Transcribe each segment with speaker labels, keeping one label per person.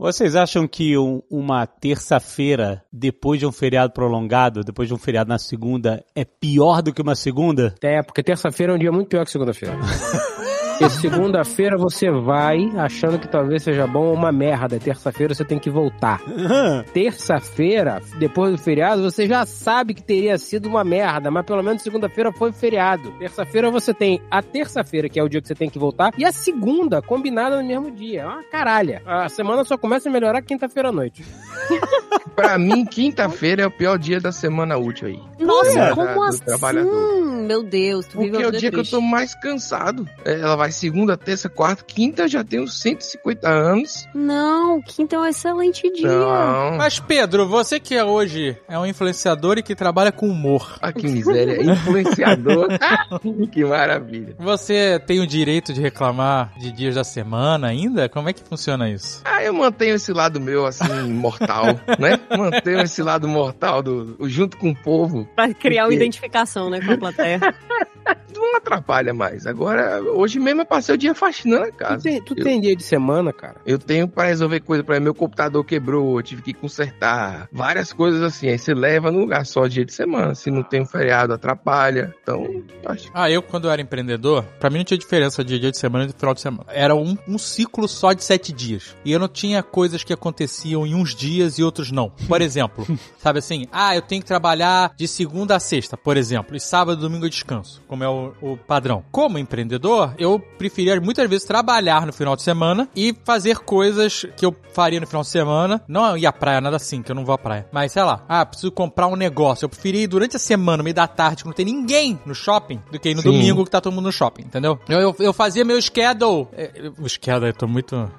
Speaker 1: Vocês acham que um- uma terça-feira, depois de um feriado prolongado, depois de um feriado na segunda, é pior do que uma segunda?
Speaker 2: É, porque terça-feira é um dia muito pior que segunda-feira. Porque segunda-feira você vai achando que talvez seja bom ou uma merda. e Terça-feira você tem que voltar. Terça-feira, depois do feriado, você já sabe que teria sido uma merda, mas pelo menos segunda-feira foi feriado. Terça-feira você tem a terça-feira, que é o dia que você tem que voltar, e a segunda combinada no mesmo dia. É uma caralha. A semana só começa a melhorar quinta-feira à noite.
Speaker 3: Pra mim, quinta-feira é o pior dia da semana útil aí.
Speaker 4: Nossa,
Speaker 3: Olha,
Speaker 4: como
Speaker 3: do
Speaker 4: assim?
Speaker 3: trabalhador.
Speaker 4: Meu Deus, tu
Speaker 3: Porque
Speaker 4: viveu
Speaker 3: é o
Speaker 4: um
Speaker 3: dia que eu
Speaker 4: triste.
Speaker 3: tô mais cansado. É, Ela vai segunda, terça, quarta, quinta, eu já tenho 150 anos.
Speaker 4: Não, quinta é um excelente dia.
Speaker 3: Não.
Speaker 5: Mas, Pedro, você que é hoje é um influenciador e que trabalha com humor,
Speaker 3: Ah, que miséria. Influenciador. que maravilha.
Speaker 5: você tem o direito de reclamar de dias da semana ainda? Como é que funciona isso?
Speaker 3: Ah, eu mantenho esse lado meu, assim, mortal, né? Mantenho esse lado mortal do, junto com o povo.
Speaker 4: Pra criar uma
Speaker 3: Por quê?
Speaker 4: identificação, né, com a plateia.
Speaker 3: Não atrapalha mais. Agora, hoje mesmo eu passei o dia faxinando a
Speaker 2: Tu
Speaker 3: casa.
Speaker 2: tem, tu
Speaker 3: eu-
Speaker 2: tem dia de semana, cara?
Speaker 3: Eu tenho pra resolver coisa pra mim. Meu computador quebrou, eu tive que consertar. Várias coisas assim. Aí você leva no lugar só dia de semana. Se não tem um feriado, atrapalha. Então, acho que
Speaker 5: Ah, eu, quando eu era empreendedor, pra mim não tinha diferença de dia de semana e de final de semana. Era um, um ciclo só de sete dias. E eu não tinha coisas que aconteciam em uns dias e outros não. Por exemplo, sabe assim, ah, eu tenho que trabalhar de segunda a sexta, por exemplo, e sábado e domingo eu descanso, como é o, o padrão. Como empreendedor, eu preferia muitas vezes trabalhar no final de semana e fazer coisas que eu faria no final de semana. Não ir à praia, nada assim, que eu não vou à praia. Mas sei lá, ah, preciso comprar um negócio. Eu preferia ir durante a semana, no meio da tarde, que não tem ninguém no shopping, do que ir no
Speaker 3: Sim.
Speaker 5: domingo que tá todo mundo no shopping, entendeu? Eu, eu, eu fazia meu schedule. é, eu- O schedule, eu tô muito.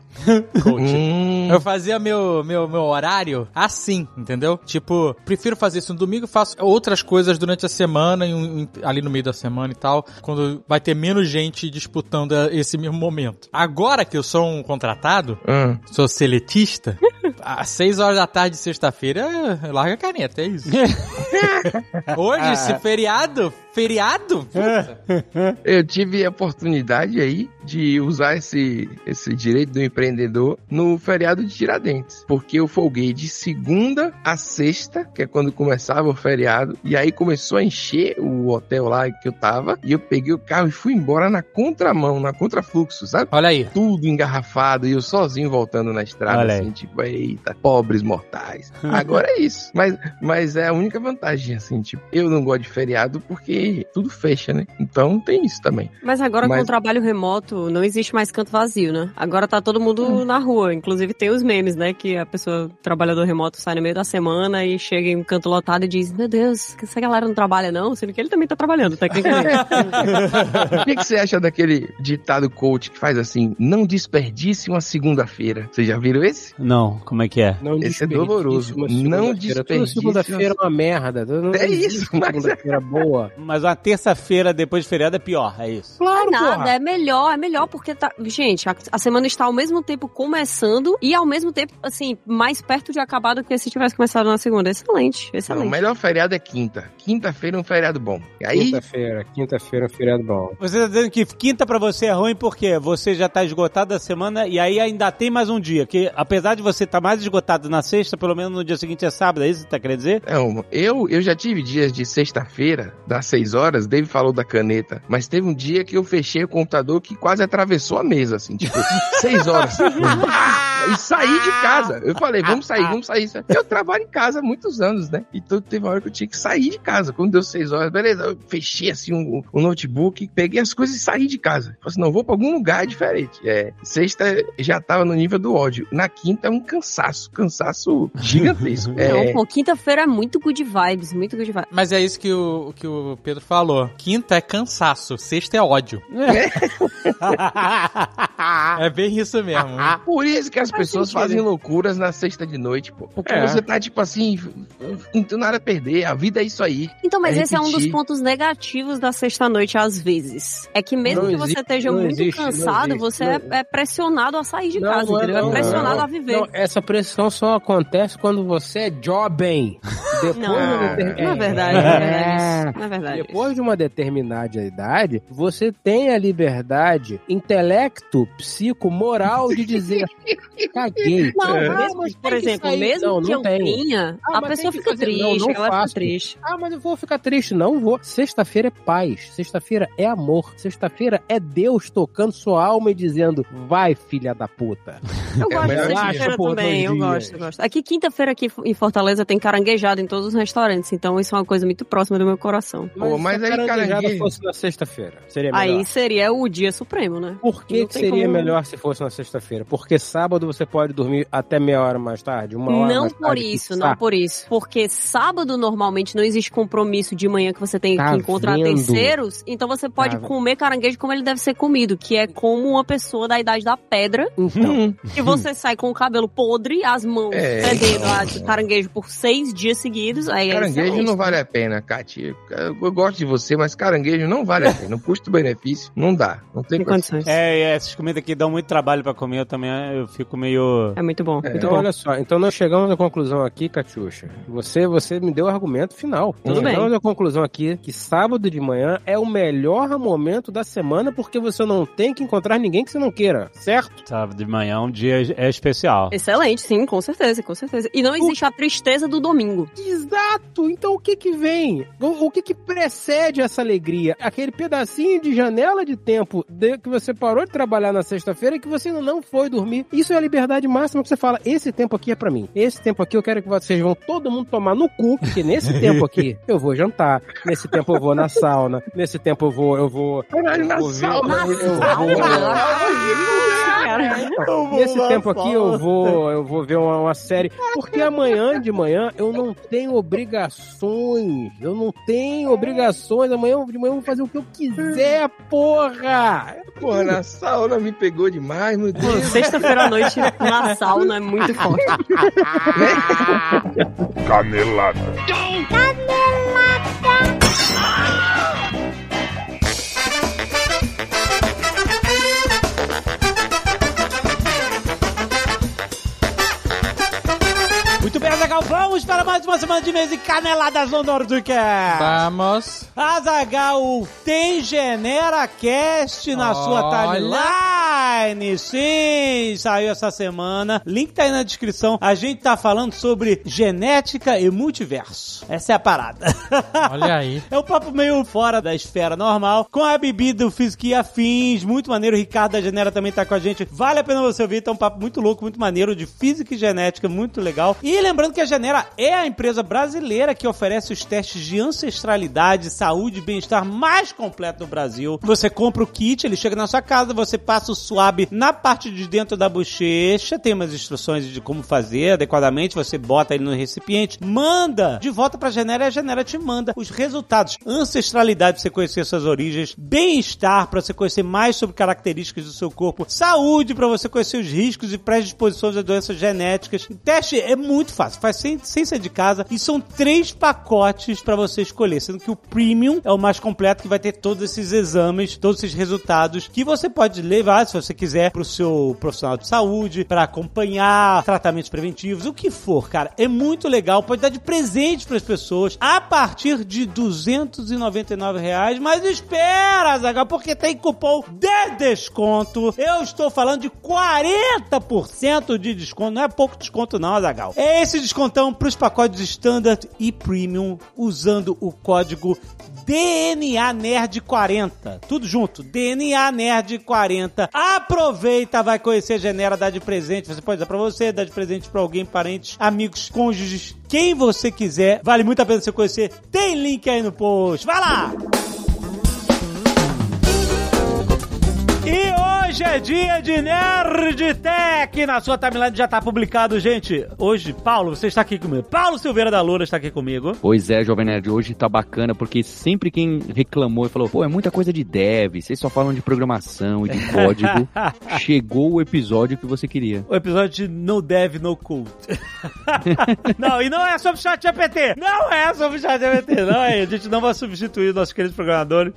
Speaker 5: coach.
Speaker 3: Hum,
Speaker 5: Eu fazia meu, meu, meu horário assim, entendeu? Tipo, prefiro fazer isso no domingo, faço outras coisas durante a semana, em um- em- ali no meio da semana e tal, quando vai ter menos gente disputando eh, esse mesmo momento. Agora que eu sou um contratado,
Speaker 3: hum.
Speaker 5: sou seletista, às 6 horas da tarde de sexta-feira, eh, larga a caneta, é isso. Hoje, esse feriado, feriado,
Speaker 3: Eu tive a oportunidade aí de usar esse, esse direito do empreendedor no feriado de Tiradentes. Porque eu folguei de segunda a sexta, que é quando começava o feriado. E aí começou a encher o hotel lá que eu tava. E eu peguei o carro e fui embora na contramão, na contrafluxo, sabe?
Speaker 5: olha aí.
Speaker 3: tudo engarrafado e eu sozinho voltando na estrada,
Speaker 1: Olha aí.
Speaker 3: assim, tipo, eita, pobres mortais. Agora é isso. Mas, mas é a única vantagem, assim, tipo, eu não gosto de feriado porque tudo fecha, né? Então tem isso também.
Speaker 4: Mas agora com
Speaker 3: Mas-
Speaker 4: o trabalho remoto, não existe mais canto vazio, né? Agora tá todo mundo na rua. Inclusive tem os memes, né? Que a pessoa, trabalhador remoto, sai no meio da semana e chega em um canto lotado e diz: Meu Deus, que essa galera não trabalha, não? Sendo que ele também tá trabalhando, tecnicamente.
Speaker 3: O que, que você acha daquele ditado coach que faz assim, não desperdice uma segunda-feira? Vocês já viram esse?
Speaker 1: Não, como é que é?
Speaker 2: Não
Speaker 3: Esse é
Speaker 2: desperdice
Speaker 3: doloroso.
Speaker 2: uma
Speaker 3: Não
Speaker 2: segunda-feira. Toda
Speaker 3: desperdice
Speaker 2: segunda-feira é uma merda. Não
Speaker 3: É
Speaker 2: existe
Speaker 3: isso, mas-
Speaker 2: Segunda-feira boa.
Speaker 1: Mas uma terça-feira depois de feriado é pior, é isso.
Speaker 2: Claro,
Speaker 4: Nada,
Speaker 2: porra.
Speaker 4: é melhor, é melhor porque tá. Gente, a, a semana está ao mesmo tempo começando e ao mesmo tempo, assim, mais perto de acabar do que se tivesse começado na segunda. Excelente,
Speaker 3: Não, o
Speaker 4: excelente.
Speaker 3: melhor feriado é quinta. Quinta-feira é um feriado bom. E aí,
Speaker 2: Quinta-feira, quinta-feira é um feriado bom.
Speaker 1: Você tá dizendo que quinta pra você é ruim porque você já tá esgotado da semana e aí ainda tem mais um dia. Que apesar de você estar mais esgotado na sexta, pelo menos no dia seguinte é sábado, é isso que você tá querendo dizer?
Speaker 3: Não, um, eu, eu já tive dias de sexta-feira, das 6 horas, Dave falou da caneta, mas teve um dia que eu fechei o computador que quase atravessou a mesa, assim, tipo, 6 horas. e saí de casa. Eu falei, vamos sair, vamos sair. Eu trabalho em casa há muitos anos, né? Então teve uma hora que eu tinha que sair de casa. Quando deu 6 horas, beleza, eu fechei assim o, o notebook, peguei as coisas e saí de casa. Falei assim, não, vou pra algum lugar diferente. É, sexta já tava no nível do ódio. Na quinta é um cansaço, cansaço gigantesco.
Speaker 4: Não,
Speaker 3: É,
Speaker 4: pô, quinta-feira é muito good vibes, muito good vibes.
Speaker 5: Mas é isso que o, que o Pedro falou. Quinta é cansaço, sexta é ódio. É bem isso
Speaker 6: Tá
Speaker 5: mesmo.
Speaker 3: Por isso que as
Speaker 4: Faz
Speaker 3: pessoas
Speaker 4: sentido.
Speaker 3: fazem loucuras na sexta de noite, pô. Porque
Speaker 2: É.
Speaker 3: você tá, tipo assim, não tem nada a perder, a vida é isso aí.
Speaker 4: Então, mas
Speaker 3: É
Speaker 4: esse é um dos
Speaker 3: repetir.
Speaker 4: pontos negativos da sexta-noite, às vezes. É que mesmo
Speaker 2: Não
Speaker 4: que você
Speaker 2: existe-
Speaker 4: esteja
Speaker 2: não
Speaker 4: muito
Speaker 2: existe, não
Speaker 4: cansado,
Speaker 2: existe,
Speaker 4: você
Speaker 2: não-
Speaker 4: é, é pressionado a sair de
Speaker 2: Não,
Speaker 4: casa,
Speaker 2: não é,
Speaker 4: entendeu?
Speaker 2: não,
Speaker 4: é pressionado
Speaker 2: não.
Speaker 4: a viver.
Speaker 2: Não, essa pressão só acontece quando você é jovem. Depois
Speaker 4: Não,
Speaker 2: de uma
Speaker 4: não
Speaker 2: deter-
Speaker 4: é verdade, não é verdade isso. Não é verdade
Speaker 2: Depois de uma determinada idade, você tem a liberdade, intelecto, psico, moral de dizer caguei.
Speaker 4: Não,
Speaker 2: É.
Speaker 4: mesmo,
Speaker 2: mas tem
Speaker 4: por
Speaker 2: que
Speaker 4: exemplo,
Speaker 2: sair.
Speaker 4: mesmo
Speaker 2: não,
Speaker 4: que
Speaker 2: não
Speaker 4: eu
Speaker 2: tem.
Speaker 4: tenha,
Speaker 2: Ah,
Speaker 4: a
Speaker 2: mas tem
Speaker 4: pessoa
Speaker 2: que
Speaker 4: fica
Speaker 2: fazer.
Speaker 4: triste,
Speaker 2: Não, não
Speaker 4: ela
Speaker 2: faço.
Speaker 4: fica triste.
Speaker 2: Ah, mas eu vou ficar triste. Não vou. Sexta-feira é paz. Sexta-feira é amor. Sexta-feira é Deus tocando sua alma e dizendo, vai, filha da puta.
Speaker 4: Eu
Speaker 3: É,
Speaker 4: gosto
Speaker 3: mas
Speaker 4: de
Speaker 3: eu
Speaker 2: acho
Speaker 4: sexta-feira
Speaker 2: por
Speaker 4: também,
Speaker 2: dois
Speaker 4: eu
Speaker 2: dias.
Speaker 4: gosto, eu gosto. Aqui, quinta-feira aqui em Fortaleza tem caranguejada em todos os restaurantes, então isso é uma coisa muito próxima do meu coração.
Speaker 3: Pô, mas
Speaker 2: se a
Speaker 3: aí,
Speaker 2: caranguejada
Speaker 3: caranguejo-
Speaker 2: fosse na sexta-feira, seria É melhor.
Speaker 4: Aí seria o dia supremo, né?
Speaker 2: Por que,
Speaker 4: Não
Speaker 2: que
Speaker 4: tem
Speaker 2: seria
Speaker 4: como-
Speaker 2: melhor se fosse na sexta-feira? Porque sábado você pode dormir até meia hora mais tarde, uma hora
Speaker 4: Não
Speaker 2: mais
Speaker 4: por
Speaker 2: tarde, Ah.
Speaker 4: isso,
Speaker 2: quiçá.
Speaker 4: não por isso. Porque sábado normalmente não existe compromisso de manhã que você tem
Speaker 2: Tá
Speaker 4: que encontrar
Speaker 2: vendo?
Speaker 4: terceiros, então você pode
Speaker 2: Tá.
Speaker 4: comer caranguejo como ele deve ser comido, que é como uma pessoa da idade da pedra,
Speaker 6: Uhum.
Speaker 2: Então,
Speaker 4: que você sai com o cabelo podre, as mãos
Speaker 3: É,
Speaker 4: fedendo
Speaker 3: então.
Speaker 4: a de caranguejo por seis dias seguidos. Aí é
Speaker 3: Caranguejo
Speaker 4: excelente.
Speaker 3: não vale a pena, Cati. Eu gosto de você, mas caranguejo não vale a pena. O custo-benefício não dá. Não tem
Speaker 4: Tem
Speaker 3: condição.
Speaker 4: condições. É,
Speaker 1: É, e essas comidas aqui dão muito trabalho pra comer, eu também eu fico meio.
Speaker 4: É muito bom, muito
Speaker 2: então
Speaker 4: bom.
Speaker 2: olha só, então nós chegamos à conclusão aqui, Catiuxa. Você, você me deu o argumento final.
Speaker 4: Tudo bem.
Speaker 2: Chegamos à conclusão aqui que sábado de manhã é o melhor momento da semana porque você não tem que encontrar ninguém que você não queira, certo?
Speaker 1: Sábado de manhã é um dia é especial.
Speaker 4: Excelente, sim, com certeza, com certeza. E não existe a tristeza do domingo.
Speaker 2: Exato! Então o que que vem? O, o que que precede essa alegria? Aquele pedacinho de janela de tempo de- que você parou de trabalhar na sexta-feira e que você ainda não foi dormir. Isso é a liberdade máxima que você fala, esse tempo aqui é pra mim. Esse tempo aqui eu quero que vocês vão todo mundo tomar no cu, porque nesse tempo aqui eu vou jantar, nesse tempo eu vou na sauna, nesse tempo eu vou, eu vou...
Speaker 3: Caralho, na
Speaker 2: eu vou ver-
Speaker 3: sauna.
Speaker 2: eu vou-
Speaker 4: Cara,
Speaker 2: Nesse tempo aqui eu vou, eu vou ver uma, uma série, porque amanhã de manhã eu não tenho obrigações. Eu não tenho obrigações. Amanhã de manhã eu vou fazer o que eu quiser, porra!
Speaker 3: Porra, na sauna me pegou demais, meu Deus.
Speaker 4: Pô, Sexta-feira à noite na sauna é muito
Speaker 2: Ah.
Speaker 4: forte.
Speaker 7: Canelada.
Speaker 1: Muito bem, Azagal, vamos para mais uma semana de mês e caneladas no Nordcast.
Speaker 5: Vamos.
Speaker 1: Azagal tem GeneraCast na sua timeline. Sim, saiu essa semana. Link tá aí na descrição. A gente tá falando sobre genética e multiverso. Essa é a parada.
Speaker 5: Olha aí.
Speaker 1: É um papo meio fora da esfera normal, com a bebida do Física e Afins, muito maneiro. O Ricardo da Genera também tá com a gente. Vale a pena você ouvir, tá um papo muito louco, muito maneiro, de física e genética, muito legal. E lembrando que a Genera é a empresa brasileira que oferece os testes de ancestralidade, saúde e bem-estar mais completo no Brasil. Você compra o kit, ele chega na sua casa, você passa o swab na parte de dentro da bochecha, tem umas instruções de como fazer adequadamente, você bota ele no recipiente, manda de volta pra Genera e a Genera te manda os resultados. Ancestralidade pra você conhecer suas origens, bem-estar pra você conhecer mais sobre características do seu corpo, saúde pra você conhecer os riscos e predisposições a doenças genéticas. O teste é muito fácil, faz sem, sem sair de casa e são três pacotes pra você escolher, sendo que o premium é o mais completo que vai ter todos esses exames, todos esses resultados que você pode levar se você quiser pro seu profissional de saúde, pra acompanhar tratamentos preventivos, o que for, cara. É muito legal, pode dar de presente pras pessoas a partir de 299 reais, mas espera, Zagal, porque tem cupom de desconto. Eu estou falando de 40% de desconto, não é pouco desconto não, Zagal. É esse descontão pros pacotes standard e premium usando o código DNA Nerd 40. Tudo junto, DNA Nerd 40. Aproveita, vai conhecer a Genera, dá de presente. Você pode dar pra você, dar de presente pra alguém, parentes, amigos, cônjuges, quem você quiser. Vale muito a pena você conhecer. Tem link aí no post. Vai lá! E hoje é dia de Nerdtech! Na sua timeline já tá publicado, gente. Hoje, Paulo, você está aqui comigo. Paulo Silveira da Lula está aqui comigo.
Speaker 8: Pois é, Jovem Nerd, hoje tá bacana, porque sempre quem reclamou e falou, pô, é muita coisa de dev, vocês só falam de programação e de código, chegou o episódio que você queria.
Speaker 1: O episódio de No Dev, No Cult. não, e não é sobre o chat GPT. Não é sobre o chat GPT. Não é. A gente não vai substituir nossos queridos programadores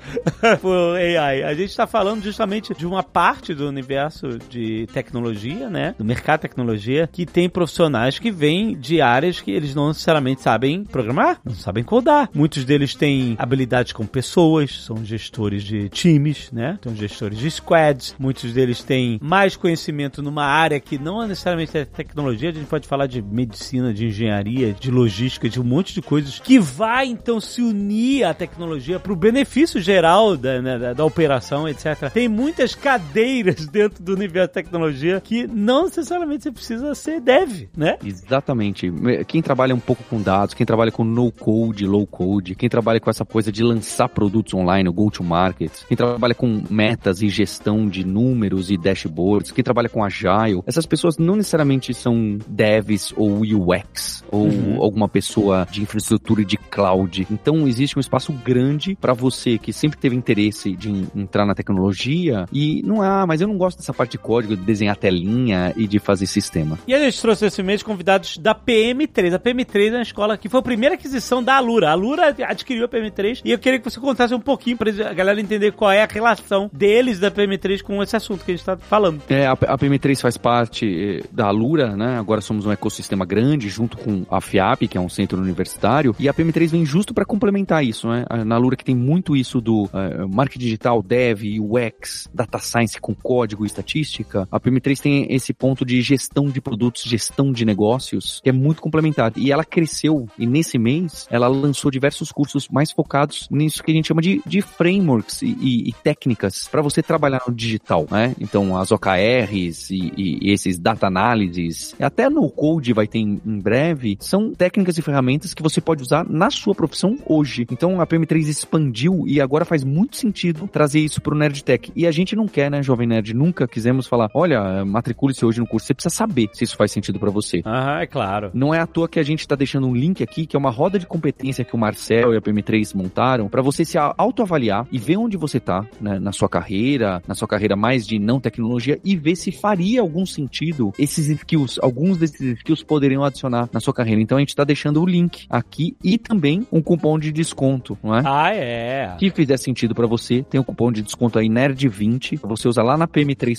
Speaker 1: por AI. A gente está falando tá justamente de uma parte parte do universo de tecnologia, né? Do mercado de tecnologia, que tem profissionais que vêm de áreas que eles não necessariamente sabem programar, não sabem codar. Muitos deles têm habilidades com pessoas, são gestores de times, né? São gestores de squads. Muitos deles têm mais conhecimento numa área que não é necessariamente é tecnologia, a gente pode falar de medicina, de engenharia, de logística, de um monte de coisas que vai então se unir à tecnologia para o benefício geral da, né, da, da operação, etc. Tem muitas cadeiras dentro do universo da tecnologia que não necessariamente você precisa ser dev, né?
Speaker 8: Exatamente. Quem trabalha um pouco com dados, quem trabalha com no-code, low-code, quem trabalha com essa coisa de lançar produtos online, o go-to-market, quem trabalha com metas e gestão de números e dashboards, quem trabalha com agile, essas pessoas não necessariamente são devs ou UX, ou
Speaker 1: Uhum.
Speaker 8: alguma pessoa de infraestrutura e de cloud. Então, existe um espaço grande para você que sempre teve interesse de en- entrar na tecnologia e não, ah, mas eu não gosto dessa parte de código, de desenhar telinha e de fazer sistema.
Speaker 1: E a gente trouxe esse mês convidados da PM3. A PM3 é uma escola que foi a primeira aquisição da Alura. A Alura adquiriu a PM3 e eu queria que você contasse um pouquinho pra a galera entender qual é a relação deles da PM3 com esse assunto que a gente tá falando.
Speaker 8: É, a, a PM3 faz parte eh, da Alura, né? Agora somos um ecossistema grande, junto com a FIAP, que é um centro universitário, e a PM3 vem justo para complementar isso, né? A- Na Alura que tem muito isso do eh, marketing digital, dev, UX, data science com código e estatística, a PM3 tem esse ponto de gestão de produtos, gestão de negócios, que é muito complementar. E ela cresceu, e nesse mês, ela lançou diversos cursos mais focados nisso que a gente chama de, de frameworks e, e- e técnicas para você trabalhar no digital, né? Então, as OKRs e, e- e esses data analysis, até no code vai ter em, em breve, são técnicas e ferramentas que você pode usar na sua profissão hoje. Então, a PM3 expandiu e agora faz muito sentido trazer isso pro Nerd Tech. E a gente não quer, né, Jovem Nerd? Nunca quisemos falar, olha, matricule-se hoje no curso. Você precisa saber se isso faz sentido para você.
Speaker 1: Aham, é claro.
Speaker 8: Não é à toa que a gente está deixando um link aqui, que é uma roda de competência que o Marcel e a PM3 montaram, para você se a- autoavaliar e ver onde você tá né, na sua carreira, na sua carreira mais de não tecnologia, e ver se faria algum sentido esses skills, alguns desses skills poderiam adicionar na sua carreira. Então a gente está deixando o link aqui e também um cupom de desconto, não é?
Speaker 1: Ah, é.
Speaker 8: que fizer sentido pra você, tem o cupom de desconto aí NERD20, você usa lá na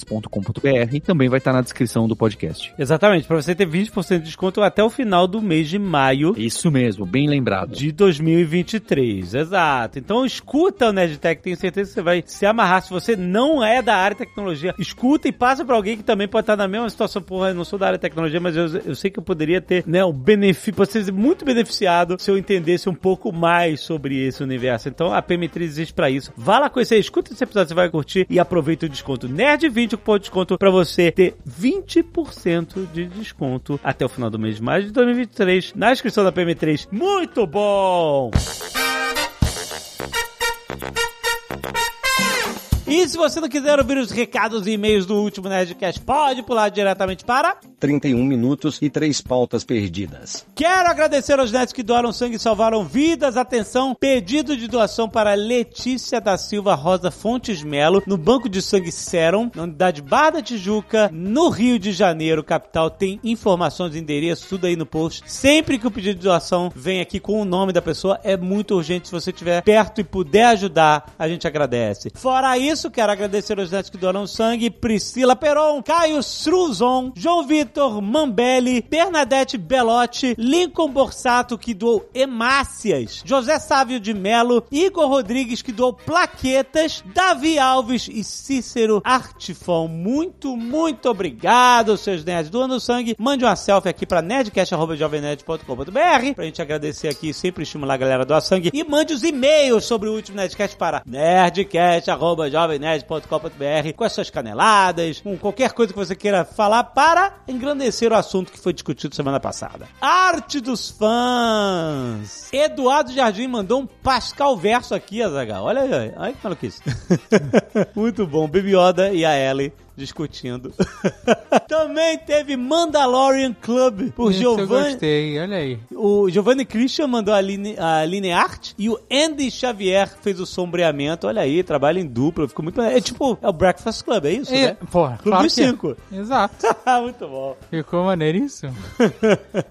Speaker 8: pm3.com.br, também vai estar na descrição do podcast.
Speaker 1: Exatamente, pra você ter 20% de desconto até o final do mês de maio
Speaker 8: Isso mesmo, bem lembrado.
Speaker 1: de 2023. Exato. Então escuta o Nerdtech, tenho certeza que você vai se amarrar. Se você não é da área de tecnologia, escuta e passa pra alguém que também pode estar na mesma situação. Porra, eu não sou da área de tecnologia, mas eu, eu sei que eu poderia ter, né, um benefício, poderia ser muito beneficiado se eu entendesse um pouco mais sobre esse universo. Então a PM3 existe pra isso. Vá lá conhecer, escuta esse episódio, você vai curtir e aproveita o desconto Nerd20 com o desconto pra você ter 20% de desconto até o final do mês de maio de 2023 na inscrição da PM3. Muito bom! E se você não quiser ouvir os recados e e-mails do último Nerdcast, pode pular diretamente para
Speaker 7: 31 minutos e 3 pautas perdidas.
Speaker 1: Quero agradecer aos netos que doaram sangue e salvaram vidas. Atenção, pedido de doação para Letícia da Silva Rosa Fontes Melo, no Banco de Sangue Serum, na unidade Bar da Tijuca, no Rio de Janeiro, capital. Tem informações, endereço, tudo aí no post. Sempre que o pedido de doação vem aqui com o nome da pessoa, é muito urgente. Se você estiver perto e puder ajudar, a gente agradece. Fora isso, quero agradecer aos netos que doaram sangue, Priscila Peron, Caio Struzon, João Vitor Mambelli, Bernadette Belotti, Lincoln Borsato, que doou hemácias, José Sávio de Melo, Igor Rodrigues, que doou plaquetas, Davi Alves e Cícero Artifão. Muito, muito obrigado, seus nerds doando sangue. Mande uma selfie aqui pra nerdcast.jovemnerd.com.br pra gente agradecer aqui e sempre estimular a galera a doar sangue. E mande os e-mails sobre o último Nerdcast para nerdcast.jovemnerd.com.br com as suas caneladas, com qualquer coisa que você queira falar para engrandecer o assunto que foi discutido semana passada. Arte dos fãs! Eduardo Jardim mandou um Pascal verso aqui, Azaghal. Olha aí, olha que maluquice. Muito bom. Baby Yoda e a Ellie discutindo. Também teve Mandalorian Club por
Speaker 5: Esse Eu
Speaker 1: Giovanni.
Speaker 5: gostei, olha aí.
Speaker 1: O Giovanni Christian mandou a, line, a Lineart e o Andy Xavier fez o sombreamento. Olha aí, trabalho em dupla, ficou muito maneiro. É tipo, é o Breakfast Club, é isso?
Speaker 5: E,
Speaker 1: né?
Speaker 5: porra,
Speaker 1: Clube
Speaker 5: claro
Speaker 1: dos
Speaker 5: que é.
Speaker 1: cinco.
Speaker 5: Exato.
Speaker 1: muito bom.
Speaker 5: Ficou maneiríssimo.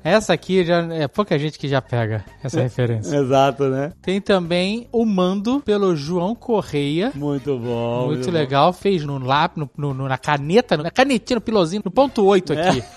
Speaker 5: Essa aqui já é pouca gente que já pega essa
Speaker 1: É.
Speaker 5: referência.
Speaker 1: Exato, né?
Speaker 5: Tem também o Mando pelo João Correia.
Speaker 1: Muito bom.
Speaker 5: Muito legal, fez no lápis, no, no- na na caneta, na canetinha, no pilozinho, no ponto 8
Speaker 1: É.
Speaker 5: aqui.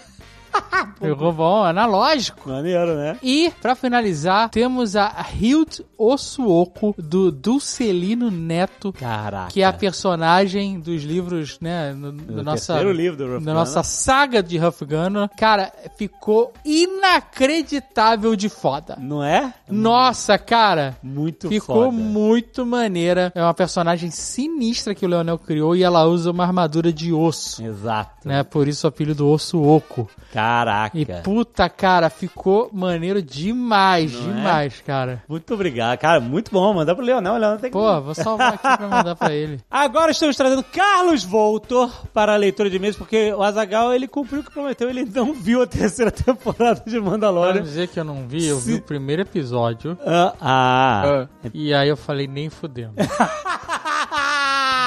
Speaker 5: Pegou bom, analógico.
Speaker 1: Maneiro, né?
Speaker 5: E, pra finalizar, temos a Hild Osuoko, do Dulcelino Neto,
Speaker 1: Caraca.
Speaker 5: que é a personagem dos livros, né, no, do
Speaker 1: Do
Speaker 5: nossa,
Speaker 1: terceiro livro do Ruff
Speaker 5: da nossa saga de Huff Gunner. Cara, ficou inacreditável de foda.
Speaker 1: Não é?
Speaker 5: Nossa, cara,
Speaker 1: Muito foda.
Speaker 5: Ficou muito maneira. É uma personagem sinistra que o Leonel criou e ela usa uma armadura de osso.
Speaker 1: Exato.
Speaker 5: Né? Por isso o apelido Osso Oco.
Speaker 1: Caraca.
Speaker 5: E puta, cara, ficou maneiro demais,
Speaker 1: Não é?
Speaker 5: demais, cara.
Speaker 1: Muito obrigado. Cara, muito bom. Mandar pro Leonel. O Leonel tem que...
Speaker 5: Pô, vou salvar aqui pra mandar pra ele.
Speaker 1: Agora estamos trazendo Carlos Voltor para a leitura de e-mails, porque o Azagal ele cumpriu o que prometeu, ele não viu a terceira temporada de
Speaker 5: Pra não
Speaker 1: Mandalorian.
Speaker 5: dizer que eu não vi, eu vi
Speaker 1: Se-
Speaker 5: o primeiro episódio.
Speaker 1: Ah, ah.
Speaker 5: E aí eu falei, nem fudendo.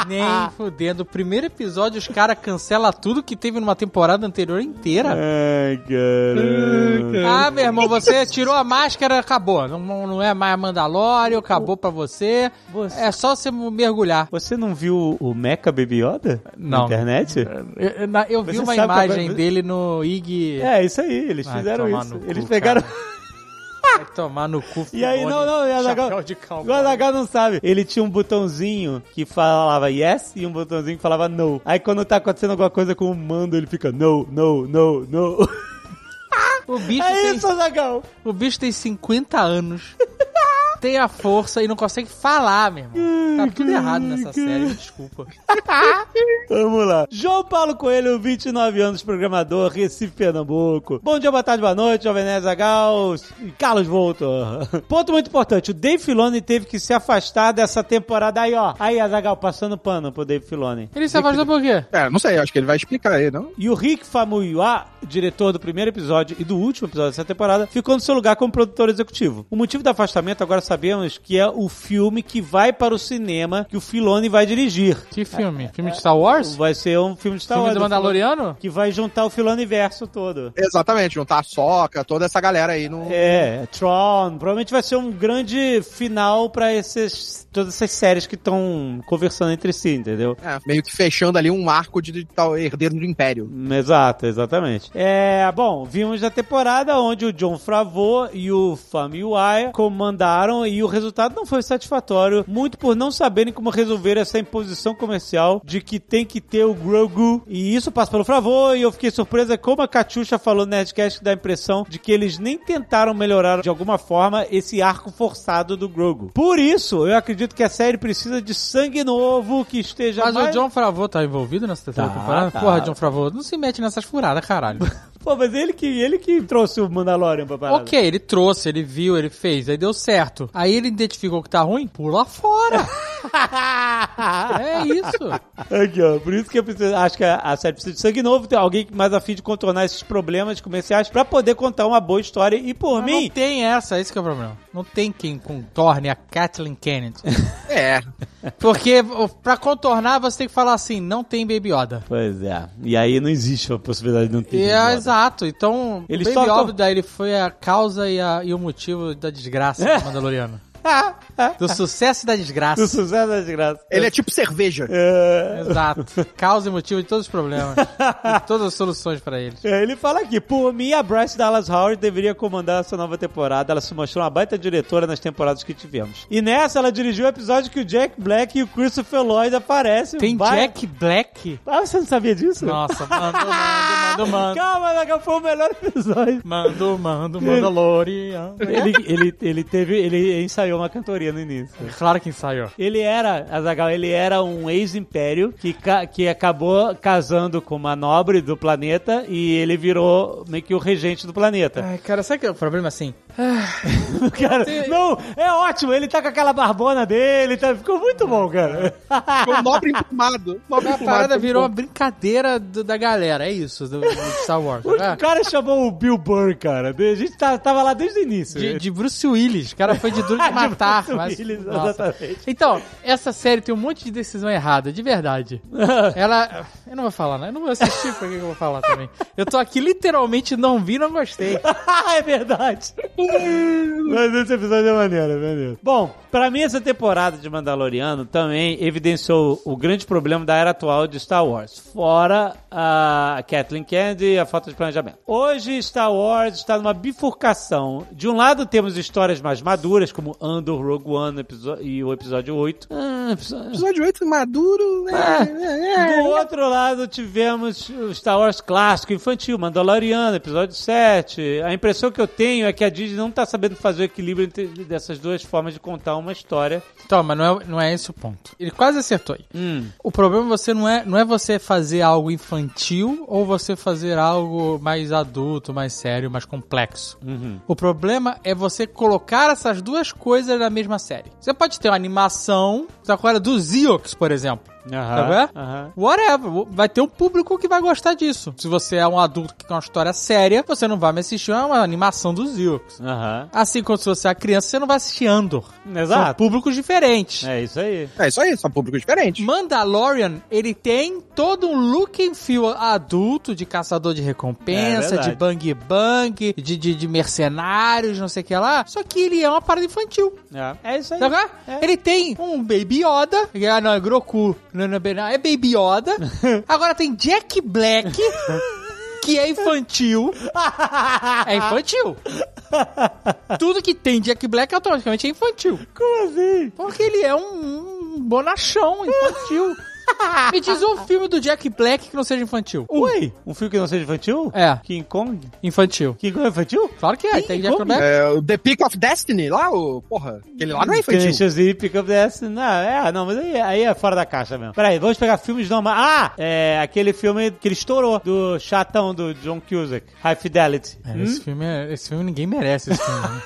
Speaker 5: nem fudendo. O primeiro episódio, os caras cancelam tudo que teve numa temporada anterior inteira.
Speaker 1: Ai, caramba.
Speaker 5: Ah, meu irmão, você tirou a máscara, acabou. Não, não não é mais Mandalorian, acabou pra você.
Speaker 1: Você-
Speaker 5: É só você mergulhar.
Speaker 1: Você não viu o Mecha Baby Yoda? Na
Speaker 5: Não.
Speaker 1: internet?
Speaker 5: Eu, eu- na- eu vi
Speaker 1: Você
Speaker 5: uma
Speaker 1: sabe qual é-
Speaker 5: imagem dele no IG.
Speaker 1: É, isso aí, eles
Speaker 5: Vai
Speaker 1: fizeram
Speaker 5: tomar
Speaker 1: isso.
Speaker 5: no
Speaker 1: Eles
Speaker 5: cu,
Speaker 1: pegaram.
Speaker 5: Vai tomar no cu.
Speaker 1: E aí,
Speaker 5: Filone.
Speaker 1: não, não, o Azagal.
Speaker 5: Chapéu de
Speaker 1: O
Speaker 5: cowboy.
Speaker 1: Azagal não sabe. Ele tinha um botãozinho que falava yes e um botãozinho que falava no. Aí quando tá acontecendo alguma coisa com o mando, ele fica no, no, no, no.
Speaker 5: O bicho,
Speaker 1: É
Speaker 5: tem,
Speaker 1: isso, Azagal.
Speaker 5: o bicho tem 50 anos. Tem a força e não consegue falar, meu irmão. Tá tudo errado nessa série, desculpa.
Speaker 1: Vamos lá. João Paulo Coelho, 29 anos, programador, Recife, Pernambuco. Bom dia, boa tarde, boa noite, Jovem Nerd Zagal e Carlos Voltor. Ponto muito importante, o Dave Filoni teve que se afastar dessa temporada aí, ó. Aí, Azagal, passando pano pro Dave Filoni.
Speaker 5: Ele se afastou por quê?
Speaker 6: É, não sei, acho que ele vai explicar aí, não?
Speaker 1: E o Rick Famuyiwa, diretor do primeiro episódio e do último episódio dessa temporada, ficou no seu lugar como produtor executivo. O motivo do afastamento agora sabemos que é o filme que vai para o cinema que o Filoni vai dirigir.
Speaker 5: Que filme? Filme de Star Wars?
Speaker 1: Vai ser um filme de Star
Speaker 5: filme
Speaker 1: Wars.
Speaker 5: do Mandaloriano?
Speaker 1: Que vai juntar o Filoniverso todo.
Speaker 6: Exatamente, juntar a soca, toda essa galera aí no.
Speaker 1: É, Tron. Provavelmente vai ser um grande final pra esses, todas essas séries que estão conversando entre si, entendeu?
Speaker 6: É, meio que fechando ali um arco de tal herdeiro do império.
Speaker 1: Exato, exatamente. É, bom, vimos a temporada onde o John Favreau e o Family comandaram e o resultado não foi satisfatório, muito por não saberem como resolver essa imposição comercial de que tem que ter o Grogu. E isso passa pelo Favreau e eu fiquei surpresa como a Catiuxa falou no Nerdcast que dá a impressão de que eles nem tentaram melhorar de alguma forma esse arco forçado do Grogu. Por isso, eu acredito que a série precisa de sangue novo que esteja
Speaker 5: Mas o
Speaker 1: mais...
Speaker 5: John Favreau tá envolvido nessa terceira
Speaker 1: Tá,
Speaker 5: temporada?
Speaker 1: tá.
Speaker 5: Porra, John Favreau, não se mete nessas furadas, caralho.
Speaker 1: Pô, mas ele que, ele que trouxe o Mandalorian pra parada.
Speaker 5: ok, ele trouxe, ele viu, ele fez, aí deu certo. Aí ele identificou que tá ruim, pula fora. é isso.
Speaker 1: Aqui, ó. Por isso que eu preciso- acho que a, a série precisa de sangue novo, tem alguém mais afim de contornar esses problemas comerciais pra poder contar uma boa história. E por
Speaker 5: Mas
Speaker 1: mim,
Speaker 5: Não tem essa, esse que é o problema. Não tem quem contorne a Kathleen Kennedy.
Speaker 6: É.
Speaker 5: Porque o- pra contornar você tem que falar assim, não tem Baby Yoda.
Speaker 1: Pois é. E aí não existe a possibilidade de não ter.
Speaker 5: E é, exato, então
Speaker 1: Ele
Speaker 5: ele Baby
Speaker 1: só to-
Speaker 5: Yoda ele foi a causa e, a- e o motivo da desgraça
Speaker 1: É.
Speaker 5: do Mandaloriano. Do sucesso e da desgraça.
Speaker 1: Ah, O sucesso é de graça.
Speaker 6: Ele é tipo cerveja.
Speaker 1: É,
Speaker 5: Exato. Causa e motivo de todos os problemas. E todas as soluções pra eles.
Speaker 1: é, ele fala aqui, por mim, a Bryce Dallas Howard deveria comandar essa nova temporada. Ela se mostrou uma baita diretora nas temporadas que tivemos. E nessa, ela dirigiu o episódio que o Jack Black e o Christopher Lloyd aparecem.
Speaker 5: Tem
Speaker 1: Vai-
Speaker 5: Jack Black?
Speaker 1: Ah, você não sabia disso?
Speaker 5: Nossa, mando, mando, mando, mando.
Speaker 1: Calma, Zagal, foi o melhor episódio.
Speaker 5: Mando, mando, Mandalorian.
Speaker 1: Ele, ele, ele teve. Ele ensaiou uma cantoria no início.
Speaker 5: Claro que ensaiou.
Speaker 1: Ele era, Azagal, ele era um ex-império que, ca- que acabou casando com uma nobre do planeta e ele virou meio que o regente do planeta.
Speaker 5: Ai, cara, sabe que é o problema assim?
Speaker 1: Cara, não, é ótimo, ele tá com aquela barbona dele, tá- ficou muito bom, cara.
Speaker 6: Foi um nobre empumado. Nobre
Speaker 5: A
Speaker 6: emplumado.
Speaker 5: parada virou uma brincadeira do- da galera, é isso, do, do Star Wars.
Speaker 1: O
Speaker 5: né?
Speaker 1: cara chamou o Bill Burr, cara. A gente tá- tava lá desde o início.
Speaker 5: De, de Bruce Willis, o cara foi de duro de
Speaker 1: De
Speaker 5: matar.
Speaker 1: Bruce
Speaker 5: mas-
Speaker 1: Willis,
Speaker 5: nossa.
Speaker 1: exatamente.
Speaker 5: Então, essa série tem um monte de decisão errada, de verdade. Ela. Eu não vou falar, né? Eu não vou assistir, por que que eu vou falar também? Eu tô aqui literalmente não vi, não gostei.
Speaker 1: é verdade. Mas esse episódio é maneiro, é maneiro. Bom, pra mim essa temporada de Mandaloriano também evidenciou o grande problema da era atual de Star Wars. Fora a Kathleen Kennedy e a falta de planejamento. Hoje Star Wars está numa bifurcação. De um lado temos histórias mais maduras, como Andor, Rogue One episo- e o episódio 8. Ah, episódio...
Speaker 6: Episódio 8 maduro. né?
Speaker 2: Ah.
Speaker 1: Do outro lado, tivemos o Star Wars clássico infantil, Mandaloriano, episódio 7. A impressão que eu tenho é que a Disney não tá sabendo fazer o equilíbrio entre dessas duas formas de contar uma história.
Speaker 5: Então, mas não é, não é esse o ponto. Ele quase acertou aí.
Speaker 1: Hum.
Speaker 5: O problema você não é, não é você fazer algo infantil ou você fazer algo mais adulto, mais sério, mais complexo.
Speaker 1: Uhum.
Speaker 5: O problema é você colocar essas duas coisas na mesma série. Você pode ter uma animação, agora do Ziox, por exemplo. Tá vendo?
Speaker 1: Aham.
Speaker 5: Whatever, vai ter um público que vai gostar disso. Se você é um adulto que quer uma história séria, você não vai me assistir a uma animação do Ziox.
Speaker 1: Aham.
Speaker 5: Assim como se você é uma criança, você não vai assistir Andor. São
Speaker 1: Exato.
Speaker 5: públicos diferentes.
Speaker 1: É isso aí.
Speaker 6: É isso aí, são públicos diferentes.
Speaker 5: Mandalorian, ele tem todo um look and feel adulto de caçador de
Speaker 1: É
Speaker 5: recompensa,
Speaker 1: verdade.
Speaker 5: de bang bang, de, de, de mercenários, não sei o que lá. Só que ele é uma parada infantil.
Speaker 1: É, isso aí.
Speaker 5: Sabe qual é? Ele tem um Baby Yoda. que é- não, é Groku. Não, não, não, é Baby Yoda. Agora tem Jack Black. Que é infantil. É infantil. Tudo que tem Jack Black automaticamente é infantil.
Speaker 1: Como assim?
Speaker 5: Porque ele é um, um bonachão infantil. Me diz um filme do Jack Black que não seja infantil. Um.
Speaker 1: Ué, um filme que não seja infantil?
Speaker 5: É,
Speaker 1: King Kong?
Speaker 5: infantil.
Speaker 1: King Kong é infantil?
Speaker 5: Claro que é,
Speaker 1: Ih,
Speaker 5: tem Jack
Speaker 1: como?
Speaker 5: Black.
Speaker 6: É, o The Peak of Destiny lá, o. Porra, aquele lá não é infantil.
Speaker 1: Deixa eu ir, pick up dessa. Não, é, não, mas aí, aí é fora da caixa mesmo. Peraí, vamos pegar filmes normais. Ah! É aquele filme que ele estourou, do chatão do John Cusack, High Fidelity. Hum?
Speaker 5: É, Esse, filme é- esse filme ninguém merece. Esse filme. né?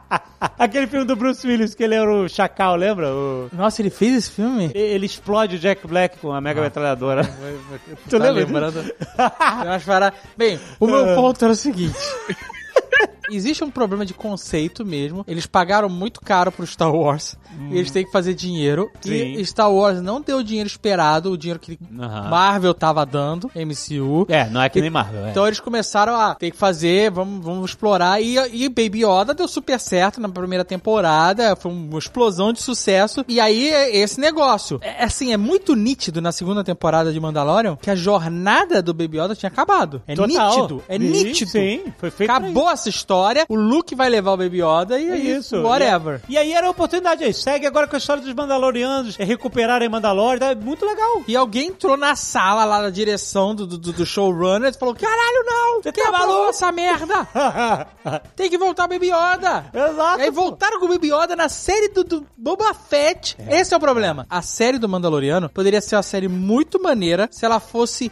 Speaker 1: Aquele filme do Bruce Willis, que ele era o Chacal, lembra? O-
Speaker 5: Nossa, ele fez esse filme?
Speaker 1: Ele explode o Jack Black com a mega metralhadora.
Speaker 5: Tu tá
Speaker 1: lembra
Speaker 5: lembrando? Eu acho para... Bem, o meu ponto era o seguinte. Existe um problema de conceito mesmo. Eles pagaram muito caro pro Star Wars. E eles têm que fazer dinheiro.
Speaker 1: Sim.
Speaker 5: E Star Wars não deu o dinheiro esperado, o dinheiro que
Speaker 1: Aham.
Speaker 5: Marvel tava dando, MCU.
Speaker 1: É, não é que nem Marvel, é.
Speaker 5: Então eles começaram a ter que fazer, vamos, vamos explorar. E, e Baby Yoda deu super certo na primeira temporada, foi uma explosão de sucesso. E aí é esse negócio. É, assim, é muito nítido na segunda temporada de Mandalorian que a jornada do Baby Yoda tinha acabado. É
Speaker 1: Total.
Speaker 5: nítido, é
Speaker 1: Sim,
Speaker 5: nítido.
Speaker 1: Sim, foi feito pra
Speaker 5: Acabou essa história, o Luke vai levar o Baby Yoda e é isso. Whatever.
Speaker 1: E aí era a oportunidade aí. Segue agora com a história dos Mandalorianos, é recuperarem Mandalore, é muito legal.
Speaker 5: E alguém entrou na sala lá na direção do, do, do showrunner e falou: Caralho, não! Você
Speaker 1: Você
Speaker 5: que
Speaker 1: tá
Speaker 5: abalou
Speaker 1: maluco?"
Speaker 5: essa merda! Tem que voltar o Baby Yoda!
Speaker 1: Exato.
Speaker 5: E aí voltaram com o Baby Yoda na série do, do Boba Fett. Esse é o problema. A série do Mandaloriano poderia ser uma série muito maneira se ela fosse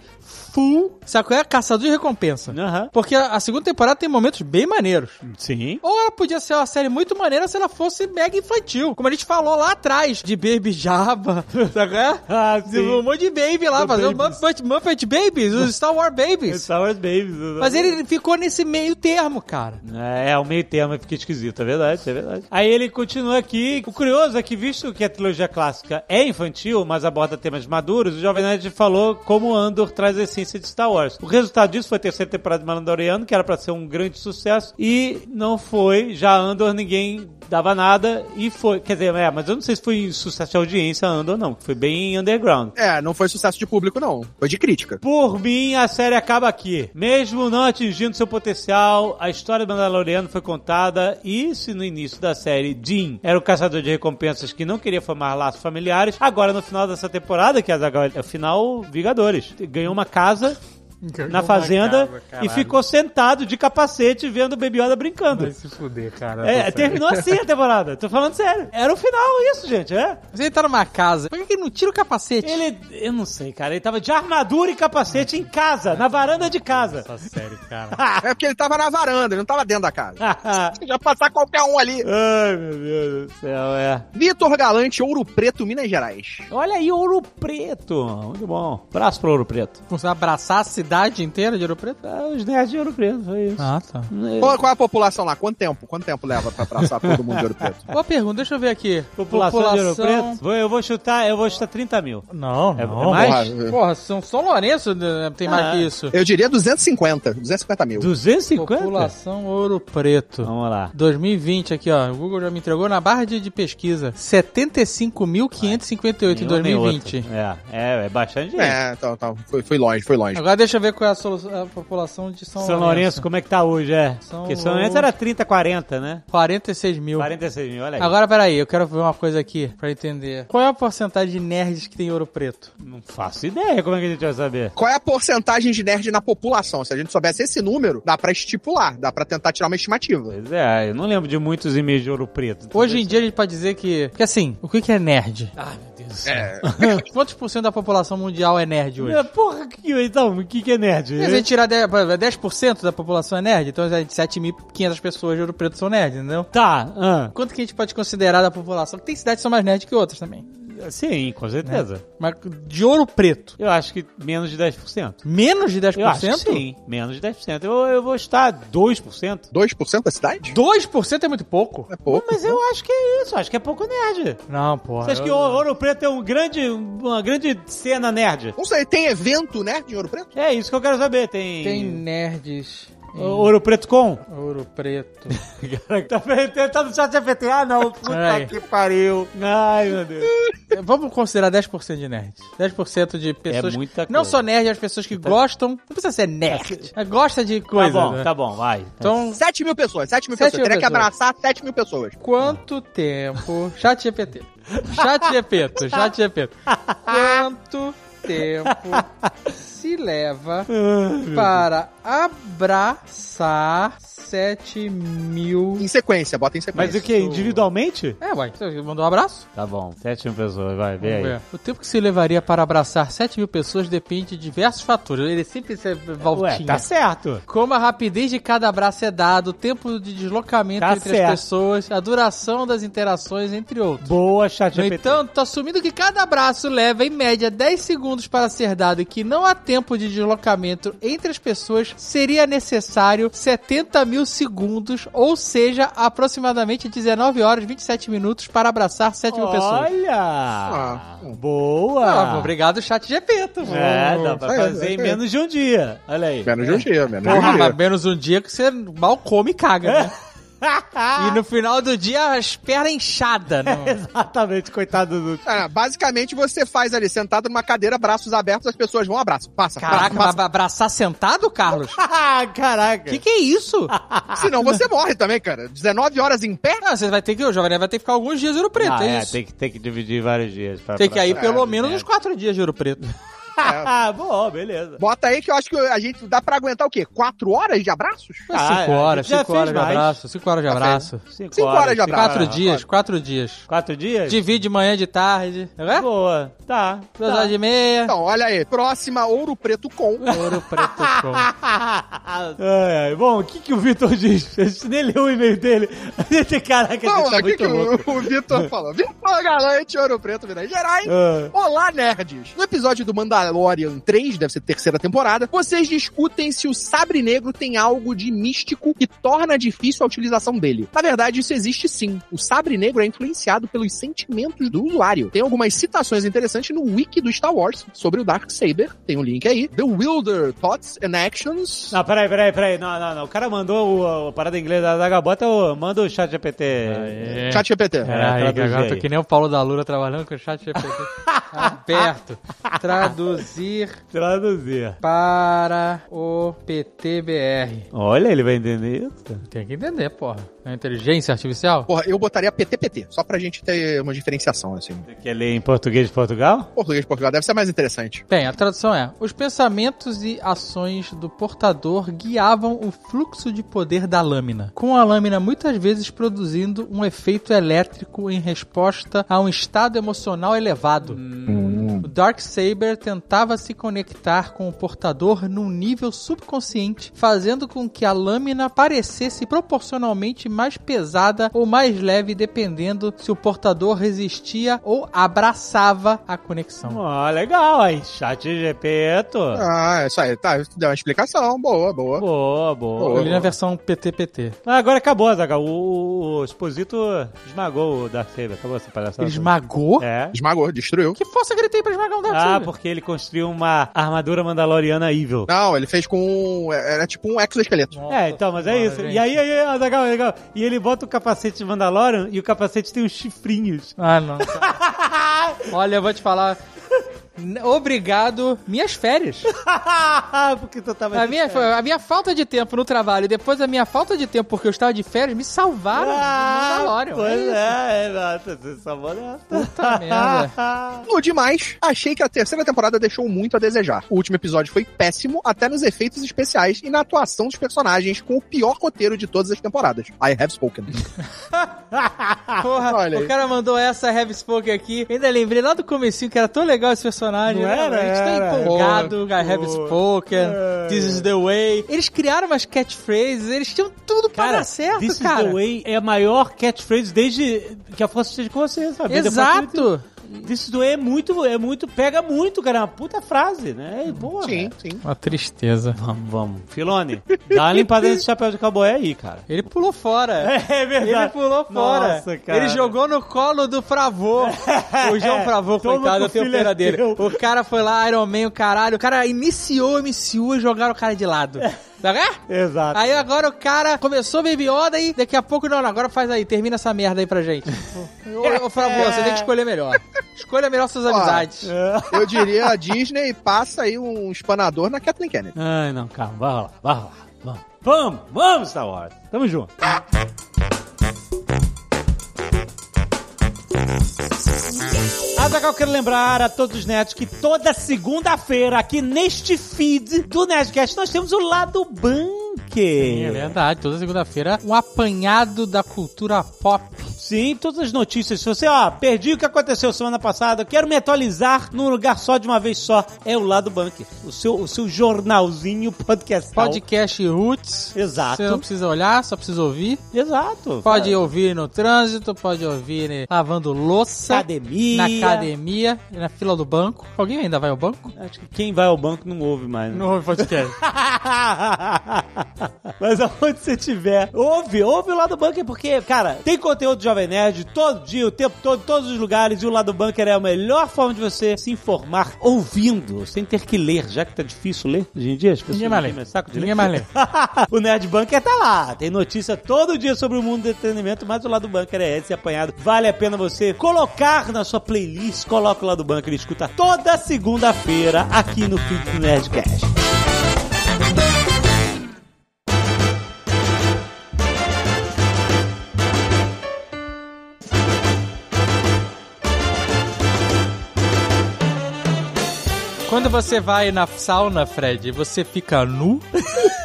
Speaker 5: full, sabe qual é? Caçador de recompensa.
Speaker 1: Aham.
Speaker 5: Porque a a segunda temporada tem momentos bem maneiros.
Speaker 1: Sim.
Speaker 5: Ou ela podia ser uma série muito maneira se ela fosse mega infantil. Como a gente falou lá atrás, de Baby Jabba, sabe qual é?
Speaker 1: Ah,
Speaker 5: Um monte de baby lá,
Speaker 1: Do
Speaker 5: fazer o
Speaker 1: babies.
Speaker 5: Muppet, Muppet Babies, os Star Wars Babies.
Speaker 1: Star Wars Babies. né?
Speaker 5: Mas ele ficou nesse meio termo, cara.
Speaker 1: É, é, o meio termo fica esquisito, é verdade, é verdade. Aí ele continua aqui. O curioso é que, visto que a trilogia clássica é infantil, mas aborda temas maduros, o Jovem Nerd falou como Andor traz a essência de Star Wars. O resultado disso foi a terceira temporada de Mandaloriano, que era pra ser um grande sucesso, e não foi. Já Andor ninguém dava nada, e foi. Quer dizer, é, mas eu não sei se foi sucesso de audiência Andor, não, que foi bem underground.
Speaker 6: É, não foi sucesso de público, não. Foi de crítica.
Speaker 1: Por mim, a série acaba aqui. Mesmo não atingindo seu potencial, a história do Mandaloriano foi contada e se no início da série Jim era o caçador de recompensas que não queria formar laços familiares, agora no final dessa temporada, que Azaghal é o final Vingadores, ganhou uma casa na fazenda e ficou sentado de capacete vendo o Baby Yoda brincando. Vai se fuder, cara. É, terminou assim a temporada. Tô falando sério. Era o final isso, gente, é?
Speaker 5: Mas ele tá numa casa. Por que que ele não tira o capacete?
Speaker 1: Ele, eu não sei, cara. Ele tava de armadura e capacete em casa, na varanda de casa.
Speaker 6: É porque ele tava na varanda, ele não tava dentro da casa. Já passar qualquer um ali.
Speaker 1: Ai, meu Deus do céu, é.
Speaker 6: Vitor Galante, Ouro Preto, Minas Gerais.
Speaker 1: Olha aí, Ouro Preto. Muito bom. Abraço pro Ouro Preto.
Speaker 5: Você abraçar a cidade inteira de Ouro Preto?
Speaker 1: Ah, Os nerds de ouro preto, foi isso.
Speaker 5: Ah, tá.
Speaker 3: Qual, qual é a população lá? Quanto tempo? Quanto tempo leva pra abraçar todo mundo de ouro preto?
Speaker 5: Boa pergunta, deixa eu ver aqui.
Speaker 1: População, de ouro preto. Vou- eu vou chutar, eu vou chutar 30 mil.
Speaker 5: Não,
Speaker 1: É-
Speaker 5: não.
Speaker 1: é mais?
Speaker 5: Porra, porra, São São Lourenço né, tem mais
Speaker 1: Ah.
Speaker 5: que isso.
Speaker 3: Eu diria 250, 250 mil.
Speaker 1: 250?
Speaker 5: População Ouro Preto.
Speaker 1: Vamos lá.
Speaker 5: 2020 aqui, ó. O Google já me entregou na barra de, de pesquisa. 75.558 em
Speaker 1: Nenhum, nem
Speaker 5: 2020.
Speaker 1: outro. É, é, é bastante gente.
Speaker 3: É, então, então, foi, foi longe, foi longe.
Speaker 5: Agora deixa eu ver qual é a, solu- a população de São,
Speaker 1: São, Lourenço, como é que tá hoje, é?
Speaker 5: São
Speaker 1: Porque São Lourenço era 30, 40, né?
Speaker 5: 46 mil.
Speaker 1: 46 mil, olha aí.
Speaker 5: Agora, peraí, eu quero ver uma coisa aqui pra entender. Qual é a porcentagem de nerds que tem em ouro preto?
Speaker 1: Não faço ideia como é que a gente vai saber.
Speaker 3: Qual é a porcentagem de nerd na população? Se a gente soubesse esse número, dá pra estipular, dá pra tentar tirar uma estimativa.
Speaker 1: Pois é, eu não lembro de muitos e-mails de ouro preto.
Speaker 5: Hoje em dia a gente pode dizer que. Porque assim, o que que é nerd? Ah, meu Deus do céu. Quantos por cento da população mundial é nerd hoje?
Speaker 1: É, Porra, que, então, o que, que é nerd?
Speaker 5: Se a gente tirar 10%, pra- 10 da população é nerd, então é de 7.500 pessoas de ouro preto são nerd, entendeu?
Speaker 1: Tá, ah,
Speaker 5: Quanto que a gente pode considerar da população? Tem cidades que são mais nerd que outras também.
Speaker 1: sim, com certeza.
Speaker 5: Mas de ouro preto,
Speaker 1: É. Eu acho que menos de 10%.
Speaker 5: menos de 10%?
Speaker 1: Eu acho que sim, menos de 10%. Eu, eu vou estar 2%.
Speaker 3: 2% da cidade?
Speaker 5: 2% é muito pouco.
Speaker 3: É pouco.
Speaker 1: Mas eu acho que é isso, acho que é pouco nerd.
Speaker 5: Não, porra.
Speaker 1: Você acha que
Speaker 5: eu-
Speaker 1: Ouro Preto é um grande, uma grande cena nerd?
Speaker 3: Não sei, tem evento nerd em ouro preto?
Speaker 1: É isso que eu quero saber. Tem,
Speaker 5: Tem nerds em
Speaker 1: Ouro Preto com?
Speaker 5: ouro preto.
Speaker 1: tá, tá no chat GPT. Ah, não. Tá Puta
Speaker 5: Ai.
Speaker 1: que pariu. Ai, meu Deus.
Speaker 5: É, Vamos considerar 10% de nerds. 10% de pessoas.
Speaker 1: É muita
Speaker 5: Não
Speaker 1: coisa. É
Speaker 5: só nerds, as pessoas que gostam. Não precisa ser nerd. mas Gosta de coisa.
Speaker 1: tá bom,
Speaker 5: né?
Speaker 1: tá bom, vai.
Speaker 5: Então,
Speaker 3: 7 mil pessoas, 7 mil
Speaker 5: Sete
Speaker 3: pessoas.
Speaker 5: mil
Speaker 3: Teria que
Speaker 5: pessoas.
Speaker 3: abraçar 7 mil pessoas.
Speaker 5: quanto tempo. Chat GPT. Chat GPT, chat GPT. Quanto tempo se leva para abraçar 7 mil.
Speaker 3: Em sequência, bota em
Speaker 1: Mas
Speaker 3: sequência.
Speaker 1: o que? Individualmente?
Speaker 5: É, uai, você mandou um abraço?
Speaker 1: Tá bom, sete mil pessoas, vai, vê
Speaker 5: Vamos
Speaker 1: aí.
Speaker 5: ver. O tempo que se levaria para abraçar 7 mil pessoas depende de diversos fatores. Ele sempre se
Speaker 1: Ué,
Speaker 5: voltinha.
Speaker 1: tá certo.
Speaker 5: Como a rapidez de cada abraço é dado, o tempo de deslocamento
Speaker 1: Tá
Speaker 5: entre
Speaker 1: certo.
Speaker 5: as pessoas, a duração das interações, entre outros.
Speaker 1: Boa, chat
Speaker 5: No
Speaker 1: GPT.
Speaker 5: entanto, assumindo que cada abraço leva em média 10 segundos para ser dado e que não há tempo de deslocamento entre as pessoas, seria necessário 70 mil segundos, ou seja, aproximadamente 19 horas 27 minutos para abraçar 7 mil pessoas.
Speaker 1: Olha!
Speaker 3: Ah.
Speaker 1: Boa!
Speaker 5: Ah, obrigado, chat GPT.
Speaker 1: É, dá pra
Speaker 3: Isso aí,
Speaker 1: fazer em
Speaker 3: isso aí.
Speaker 1: menos de um dia. Olha aí.
Speaker 3: Menos de um dia, menos de um
Speaker 5: Porra,
Speaker 3: dia.
Speaker 5: mas menos um dia que você mal come e caga, né? E no final do dia, as pernas inchadas. né? Não.
Speaker 1: Exatamente, coitado do.
Speaker 3: Ah, basicamente, você faz ali, sentado numa cadeira, braços abertos, as pessoas vão, abraço, passa,
Speaker 5: Caraca,
Speaker 3: passa,
Speaker 5: mas abraçar sentado, Carlos?
Speaker 1: Ah, caraca!
Speaker 5: Que que é isso?
Speaker 3: passa. Senão você morre também, cara. 19 horas em pé?
Speaker 5: Ah, você vai ter que, o Jovem Nerd vai ter que ficar alguns dias de ouro preto,
Speaker 1: Ah,
Speaker 5: é,
Speaker 1: é,
Speaker 5: isso.
Speaker 1: tem que, tem que dividir vários dias. Pra,
Speaker 5: Tem que
Speaker 1: pra-
Speaker 5: ir pelo
Speaker 1: pra-
Speaker 5: menos uns quatro dias de ouro preto.
Speaker 1: Ah, bom, beleza.
Speaker 3: Bota aí que eu acho que a gente dá pra aguentar o quê? 4 horas de abraços?
Speaker 1: Ah,
Speaker 5: cinco
Speaker 1: é,
Speaker 5: horas,
Speaker 1: já
Speaker 5: cinco
Speaker 1: fez
Speaker 5: horas de
Speaker 1: mais.
Speaker 5: abraço, cinco horas de abraço.
Speaker 1: Cinco,
Speaker 3: Cinco horas de
Speaker 1: cinco
Speaker 3: abraço.
Speaker 5: Quatro
Speaker 3: Ah,
Speaker 5: dias, quatro dias.
Speaker 1: Quatro dias?
Speaker 5: Divide de manhã de tarde, não é?
Speaker 1: Boa. Tá.
Speaker 5: Duas
Speaker 1: tá.
Speaker 5: horas e meia,
Speaker 3: Então, olha aí. Próxima, Ouro Preto com.
Speaker 5: ouro preto com.
Speaker 1: Ai, ai. Bom, o que, que o Vitor diz? A gente nem leu o e-mail dele. Caraca, a gente tá
Speaker 3: Vamos lá, o que,
Speaker 1: muito
Speaker 3: que
Speaker 1: louco.
Speaker 3: o, o Vitor falou? Vitor Galante, Ouro Preto, Minas Gerais.
Speaker 1: Ah.
Speaker 3: Olá, nerds! No episódio do Mandalorian 3, deve ser terceira temporada, vocês discutem se o sabre negro tem algo de místico que torna difícil a utilização dele. Na verdade, isso existe sim. O sabre negro é influenciado pelos sentimentos do usuário. Tem algumas citações interessantes no wiki do Star Wars sobre o Dark Saber. Tem um link aí. The Wilder Thoughts and Actions.
Speaker 1: Não, peraí, peraí, peraí. Não, não, não. O cara mandou o, a parada inglesa da Zagabota, ô, manda o chat GPT.
Speaker 3: Chat GPT.
Speaker 5: Peraí, que
Speaker 1: traduz
Speaker 5: agora É. eu
Speaker 1: aí.
Speaker 5: tô que nem o Paulo da Lura trabalhando com o chat GPT. Tá Aberto. Traduzir
Speaker 1: Traduzir.
Speaker 5: para o PTBR.
Speaker 1: Olha, ele vai entender isso.
Speaker 5: Tem que entender, porra. É inteligência artificial?
Speaker 3: Porra, eu botaria PTPT, só pra gente ter uma diferenciação, assim.
Speaker 1: Você quer ler em português de Portugal?
Speaker 3: Português de Portugal deve ser mais interessante.
Speaker 5: Bem, a tradução é: Os pensamentos e ações do portador guiavam o fluxo de poder da lâmina, com a lâmina muitas vezes produzindo um efeito elétrico em resposta a um estado emocional elevado. O Darksaber tentava se conectar com o portador num nível subconsciente, fazendo com que a lâmina parecesse proporcionalmente mais pesada ou mais leve, dependendo se o portador resistia ou abraçava a conexão.
Speaker 1: Ó, legal, aí. Chat GPeto.
Speaker 6: Ah,
Speaker 3: é
Speaker 6: isso aí, tá. Deu uma explicação. Boa, boa.
Speaker 1: Boa, boa.
Speaker 5: Eu li na versão PTPT.
Speaker 1: Ah, agora acabou, Zaga. O, o, o Exposito esmagou o Darksaber. Acabou essa palhaçada.
Speaker 5: Ele esmagou?
Speaker 1: É.
Speaker 6: Esmagou, destruiu.
Speaker 5: Que força que ele tem pra esmagar um
Speaker 1: Ah,
Speaker 5: Darksaber?
Speaker 1: porque ele construiu uma armadura mandaloriana evil.
Speaker 6: Não, ele fez com. Era tipo um exoesqueleto.
Speaker 5: Nossa
Speaker 1: É, então, mas é
Speaker 5: senhora,
Speaker 1: isso.
Speaker 5: gente.
Speaker 1: E aí, aí, aí, legal, legal. E ele bota o capacete de Mandalorian e o capacete tem os chifrinhos.
Speaker 5: Ah, não. Olha, eu vou te falar. N- Obrigado, minhas férias. Ah,
Speaker 1: porque tu tava...
Speaker 5: A minha, a minha falta de tempo no trabalho e depois a minha falta de tempo porque eu estava de férias me salvaram do
Speaker 1: Ah,
Speaker 5: Mandalorian.
Speaker 1: pois
Speaker 5: isso.
Speaker 1: é, é, nossa, você salvou dessa.
Speaker 5: Puta merda. Ah,
Speaker 6: No demais, achei que a terceira temporada deixou muito a desejar. O último episódio foi péssimo, até nos efeitos especiais e na atuação dos personagens, com o pior roteiro de todas as temporadas. I have spoken.
Speaker 5: Porra,
Speaker 6: Olha
Speaker 5: o
Speaker 6: aí.
Speaker 5: cara mandou essa Heavy Spoke aqui. Ainda lembrei lá do comecinho que era tão legal esse personagem.
Speaker 1: Não
Speaker 5: né?
Speaker 1: era?
Speaker 5: A gente tá
Speaker 1: Era.
Speaker 5: empolgado com a
Speaker 1: Pô,
Speaker 5: Heavy Spoken,
Speaker 1: é.
Speaker 5: This is the way. Eles criaram umas catchphrases, eles tinham tudo pra
Speaker 1: Cara,
Speaker 5: dar certo,
Speaker 1: This
Speaker 5: cara.
Speaker 1: is the way é a maior catchphrase desde que a força esteja com você, sabe? Depois
Speaker 5: Exato.
Speaker 1: que- This is the way é muito, é muito, pega muito, cara. É uma puta frase, né? É boa.
Speaker 6: Sim,
Speaker 1: cara.
Speaker 6: sim.
Speaker 5: Uma tristeza.
Speaker 1: Vamos, vamos. Filone, dá uma limpada nesse chapéu de cowboy aí, cara.
Speaker 5: Ele pulou fora.
Speaker 1: É
Speaker 5: Ele
Speaker 1: verdade.
Speaker 5: pulou fora.
Speaker 1: Nossa, cara.
Speaker 5: Ele jogou no colo do Fravô. O João Fravô,
Speaker 1: Toma que
Speaker 5: coitado,
Speaker 1: o
Speaker 5: eu tenho
Speaker 1: filho é
Speaker 5: pena dele.
Speaker 1: teu.
Speaker 5: O cara foi lá, Iron Man, o caralho. O cara iniciou, iniciou e jogaram o cara de lado.
Speaker 1: É.
Speaker 5: Tá vendo?
Speaker 1: Exato.
Speaker 5: Aí agora o cara começou Baby Yoda e daqui a pouco, não, não, agora faz aí, termina essa merda aí pra gente. Ô, ô Fravô, você tem que escolher melhor. Escolha melhor suas
Speaker 6: Ó,
Speaker 5: amizades.
Speaker 1: É.
Speaker 6: Eu diria a Disney passa aí um espanador na Kathleen Kennedy.
Speaker 1: Ai, não, calma, vai rolar, vai rolar. Vamos, vamos, vamos, Star Wars. Tamo junto. Azaghal, Ah, eu quero lembrar a todos os netos que toda segunda-feira, aqui neste feed do Nerdcast, nós temos o Lado Bunker.
Speaker 5: é verdade, toda segunda-feira um apanhado da cultura pop.
Speaker 1: Sim, todas as notícias. Se você, ó, perdi o que aconteceu semana passada, quero me atualizar num lugar só de uma vez só, é o Lado Bunker. O seu, o seu jornalzinho podcast.
Speaker 5: Podcast Roots.
Speaker 1: Exato.
Speaker 5: Você não precisa olhar, só precisa ouvir.
Speaker 1: Exato.
Speaker 5: Pode ouvir no trânsito, pode ouvir eh, lavando louça, na
Speaker 1: academia.
Speaker 5: academia, na fila do banco. Alguém ainda vai ao banco?
Speaker 1: Acho que quem vai ao banco não ouve mais. né?
Speaker 5: ouve podcast.
Speaker 1: Mas aonde você tiver, ouve, ouve o Lado Bunker, porque, cara, tem conteúdo do Jovem Nerd todo dia, o tempo todo, todos os lugares, e o Lado Bunker é a melhor forma de você se informar ouvindo, sem ter que ler, já que tá difícil ler hoje em dia, as pessoas
Speaker 5: Ninguém mais
Speaker 1: não têm
Speaker 5: lê.
Speaker 1: saco de
Speaker 5: Ninguém
Speaker 1: ler.
Speaker 5: mais lê.
Speaker 1: o Nerd Bunker tá lá, tem notícia todo dia sobre o mundo do entretenimento, mas o Lado Bunker é esse apanhado. Vale a pena você colocar na sua playlist, coloca o Lado Bunker e escuta toda segunda-feira aqui no Feed do Nerdcast.
Speaker 5: Quando você vai na sauna, Fred, você fica nu?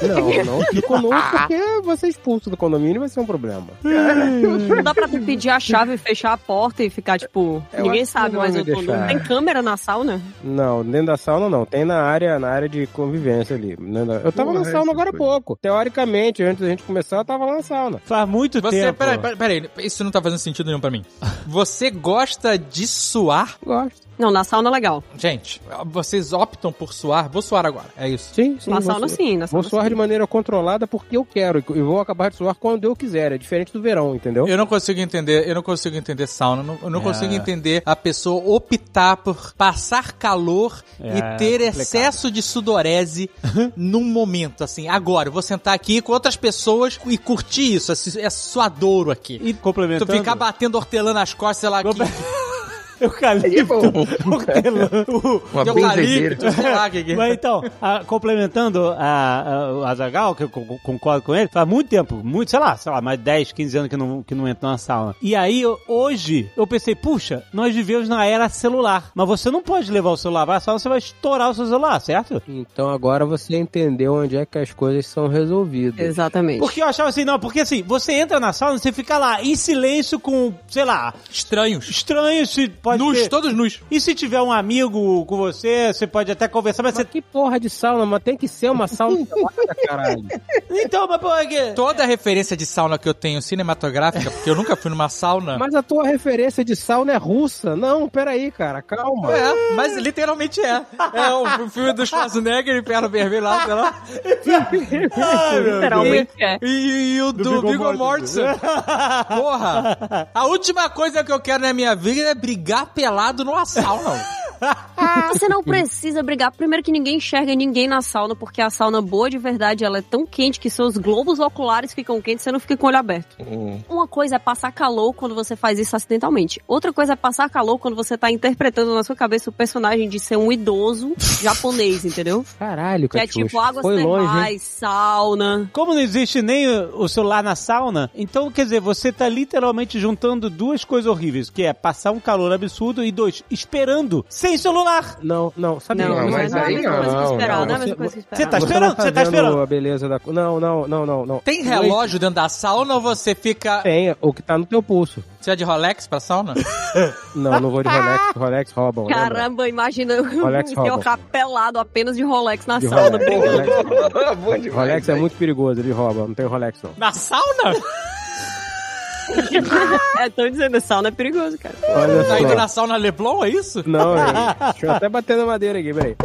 Speaker 2: Não, não fico nu porque você é expulso do condomínio vai ser um problema.
Speaker 4: Não dá pra tu pedir a chave, fechar a porta e ficar, tipo,
Speaker 2: Eu
Speaker 4: ninguém
Speaker 2: acho que
Speaker 4: sabe
Speaker 2: não
Speaker 4: mais
Speaker 2: vai
Speaker 4: eu tô.
Speaker 2: deixar.
Speaker 4: Não tem câmera na sauna?
Speaker 2: Não, dentro da sauna não. Tem na área, na área de convivência ali. Dentro da- Eu tava
Speaker 3: Porra,
Speaker 2: na sauna
Speaker 3: essa
Speaker 2: agora há
Speaker 3: coisa.
Speaker 2: pouco. Teoricamente, antes da gente começar, eu tava lá na sauna.
Speaker 1: Faz muito
Speaker 5: Você,
Speaker 1: tempo.
Speaker 5: peraí, peraí, peraí, isso não tá fazendo sentido nenhum pra mim. Você gosta de suar?
Speaker 2: Gosto.
Speaker 4: Não, na sauna é legal.
Speaker 5: Gente, vocês optam por suar? Vou suar agora, é isso.
Speaker 2: Sim, sim.
Speaker 4: Na
Speaker 2: vou
Speaker 4: sauna
Speaker 2: suar.
Speaker 4: sim, na
Speaker 2: Vou
Speaker 4: sauna
Speaker 2: suar
Speaker 4: sim.
Speaker 2: de maneira controlada porque eu quero. E vou acabar de suar quando eu quiser. É diferente do verão, entendeu?
Speaker 5: Eu não consigo entender, eu não consigo entender sauna, eu não, eu não
Speaker 1: Então? É.
Speaker 5: consigo entender a pessoa optar por passar calor
Speaker 1: É,
Speaker 5: e ter
Speaker 1: complicado.
Speaker 5: excesso de sudorese num momento, assim, agora, eu vou sentar aqui com outras pessoas e curtir isso, esse- é suadouro aqui.
Speaker 1: E
Speaker 5: Tu
Speaker 1: complementando.
Speaker 5: ficar batendo hortelã nas costas, sei lá, que,
Speaker 1: Comple-
Speaker 6: É
Speaker 1: eucalipto,
Speaker 6: tipo,
Speaker 3: É
Speaker 1: hortelã, o-
Speaker 3: Uma
Speaker 5: que
Speaker 3: benzedeira.
Speaker 5: eucalipto, sei lá, que, que...
Speaker 1: Mas então, a- complementando a, a, o Azagal, que eu co- concordo com ele, faz muito tempo, muito, sei lá, sei lá, mais 10, 15 anos que não, que não entro na sauna. E aí, eu- hoje, eu pensei, puxa, nós vivemos na era celular, mas você não pode levar o celular pra sauna, você vai estourar o seu celular, certo?
Speaker 2: Então agora você entendeu onde é que as coisas são resolvidas.
Speaker 4: Exatamente.
Speaker 1: Porque eu achava assim, não, porque assim, você entra na sauna, você fica lá em silêncio com, sei lá,
Speaker 5: Estranhos.
Speaker 1: estranhos se pode
Speaker 5: nus,
Speaker 1: ter...
Speaker 5: todos nus.
Speaker 1: E se tiver um amigo com você, você pode até conversar, mas você...
Speaker 2: Mas que porra de sauna, mas tem que ser uma sauna pelada, caralho.
Speaker 1: Então, mas pô, é que...
Speaker 5: Toda referência de sauna que eu tenho cinematográfica, porque eu nunca fui numa sauna.
Speaker 2: Mas a tua referência de sauna é russa. Não, peraí, cara, calma.
Speaker 5: É, mas literalmente é. É o filme do Schwarzenegger, Inferno Vermelho lá, sei lá.
Speaker 1: Ai, meu Deus.
Speaker 4: Literalmente é.
Speaker 5: E, e- e o do,
Speaker 1: Viggo
Speaker 5: Viggo Mortensen. Porra! A última coisa que eu quero na minha vida é brigar pelado numa sauna.
Speaker 4: Ah, Você não precisa brigar. Primeiro que ninguém enxerga ninguém na sauna, porque a sauna boa de verdade, ela é tão quente que seus globos oculares ficam quentes, você não fica com o olho aberto. Uma coisa é passar calor quando você faz isso acidentalmente. Outra coisa é passar calor quando você tá interpretando na sua cabeça o personagem de ser um idoso japonês, entendeu?
Speaker 2: Caralho,
Speaker 4: Que é
Speaker 2: cara.
Speaker 4: tipo águas
Speaker 2: Foi longe, hein?
Speaker 4: termais, sauna.
Speaker 1: Como não existe nem o o celular na sauna, então quer dizer, você tá literalmente juntando duas coisas horríveis, que é passar um calor absurdo e dois, esperando sem celular.
Speaker 2: Não, não, sabe
Speaker 4: Não,
Speaker 2: o que
Speaker 4: não,
Speaker 2: eu-
Speaker 3: mas
Speaker 4: é a
Speaker 3: aí
Speaker 4: mesma coisa que
Speaker 3: não,
Speaker 4: esperar,
Speaker 2: não,
Speaker 4: não é a
Speaker 2: você-
Speaker 4: mesma coisa que esperar.
Speaker 1: Você tá
Speaker 2: Você
Speaker 1: esperando,
Speaker 2: não tá
Speaker 1: você tá
Speaker 2: vendo
Speaker 1: esperando.
Speaker 2: a beleza da... co- Não, não, não, não, não.
Speaker 5: Tem relógio dentro da sauna ou você fica.
Speaker 1: É.
Speaker 2: Tem, o que tá no teu pulso.
Speaker 5: Você é de Rolex pra sauna?
Speaker 2: Não, não vou de Rolex, Rolex roubam. lembra?
Speaker 4: Caramba, imagina
Speaker 2: Rolex
Speaker 4: o seu
Speaker 2: Robinson.
Speaker 4: capelado apenas de Rolex na
Speaker 2: De
Speaker 4: sauna.
Speaker 2: Rolex, Rolex,
Speaker 3: Bom demais,
Speaker 2: Rolex é
Speaker 3: velho.
Speaker 2: muito perigoso, ele rouba, não tem Rolex não.
Speaker 5: Na sauna?
Speaker 4: É, tão dizendo, sauna é perigoso, cara.
Speaker 2: Olha
Speaker 5: Tá indo
Speaker 2: só.
Speaker 5: na sauna Leblon, é isso?
Speaker 2: Não, é- deixa eu até bater na madeira aqui, peraí.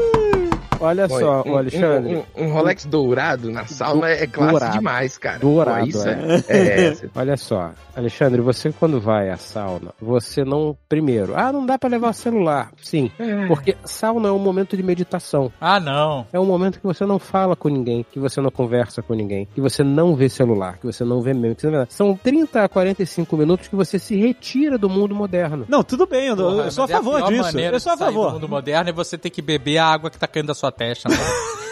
Speaker 2: Olha
Speaker 3: Olha,
Speaker 2: só,
Speaker 3: um-
Speaker 2: o Alexandre.
Speaker 3: Um, um- um Rolex dourado na sauna é classe
Speaker 2: dourado.
Speaker 3: demais, cara.
Speaker 2: Dourado,
Speaker 3: Pô, isso é. é, é, você-
Speaker 2: Olha só, Alexandre, você quando vai à sauna, você não. Primeiro, ah, não dá pra levar celular. Sim, porque sauna é um momento de meditação.
Speaker 5: Ah, não.
Speaker 2: É um momento que você não fala com ninguém, que você não conversa com ninguém, que você não vê celular, que você não vê meme. que você não vê nada. São 30 a 45 minutos que você se retira do mundo moderno.
Speaker 1: Não, tudo bem, eu,
Speaker 5: Porra,
Speaker 1: eu sou a
Speaker 5: mas é
Speaker 1: favor
Speaker 5: pior
Speaker 1: disso.
Speaker 5: maneira
Speaker 1: Eu sou a
Speaker 5: de sair
Speaker 1: favor.
Speaker 5: Do mundo moderno é você ter que beber a água que tá caindo da sua testa. né?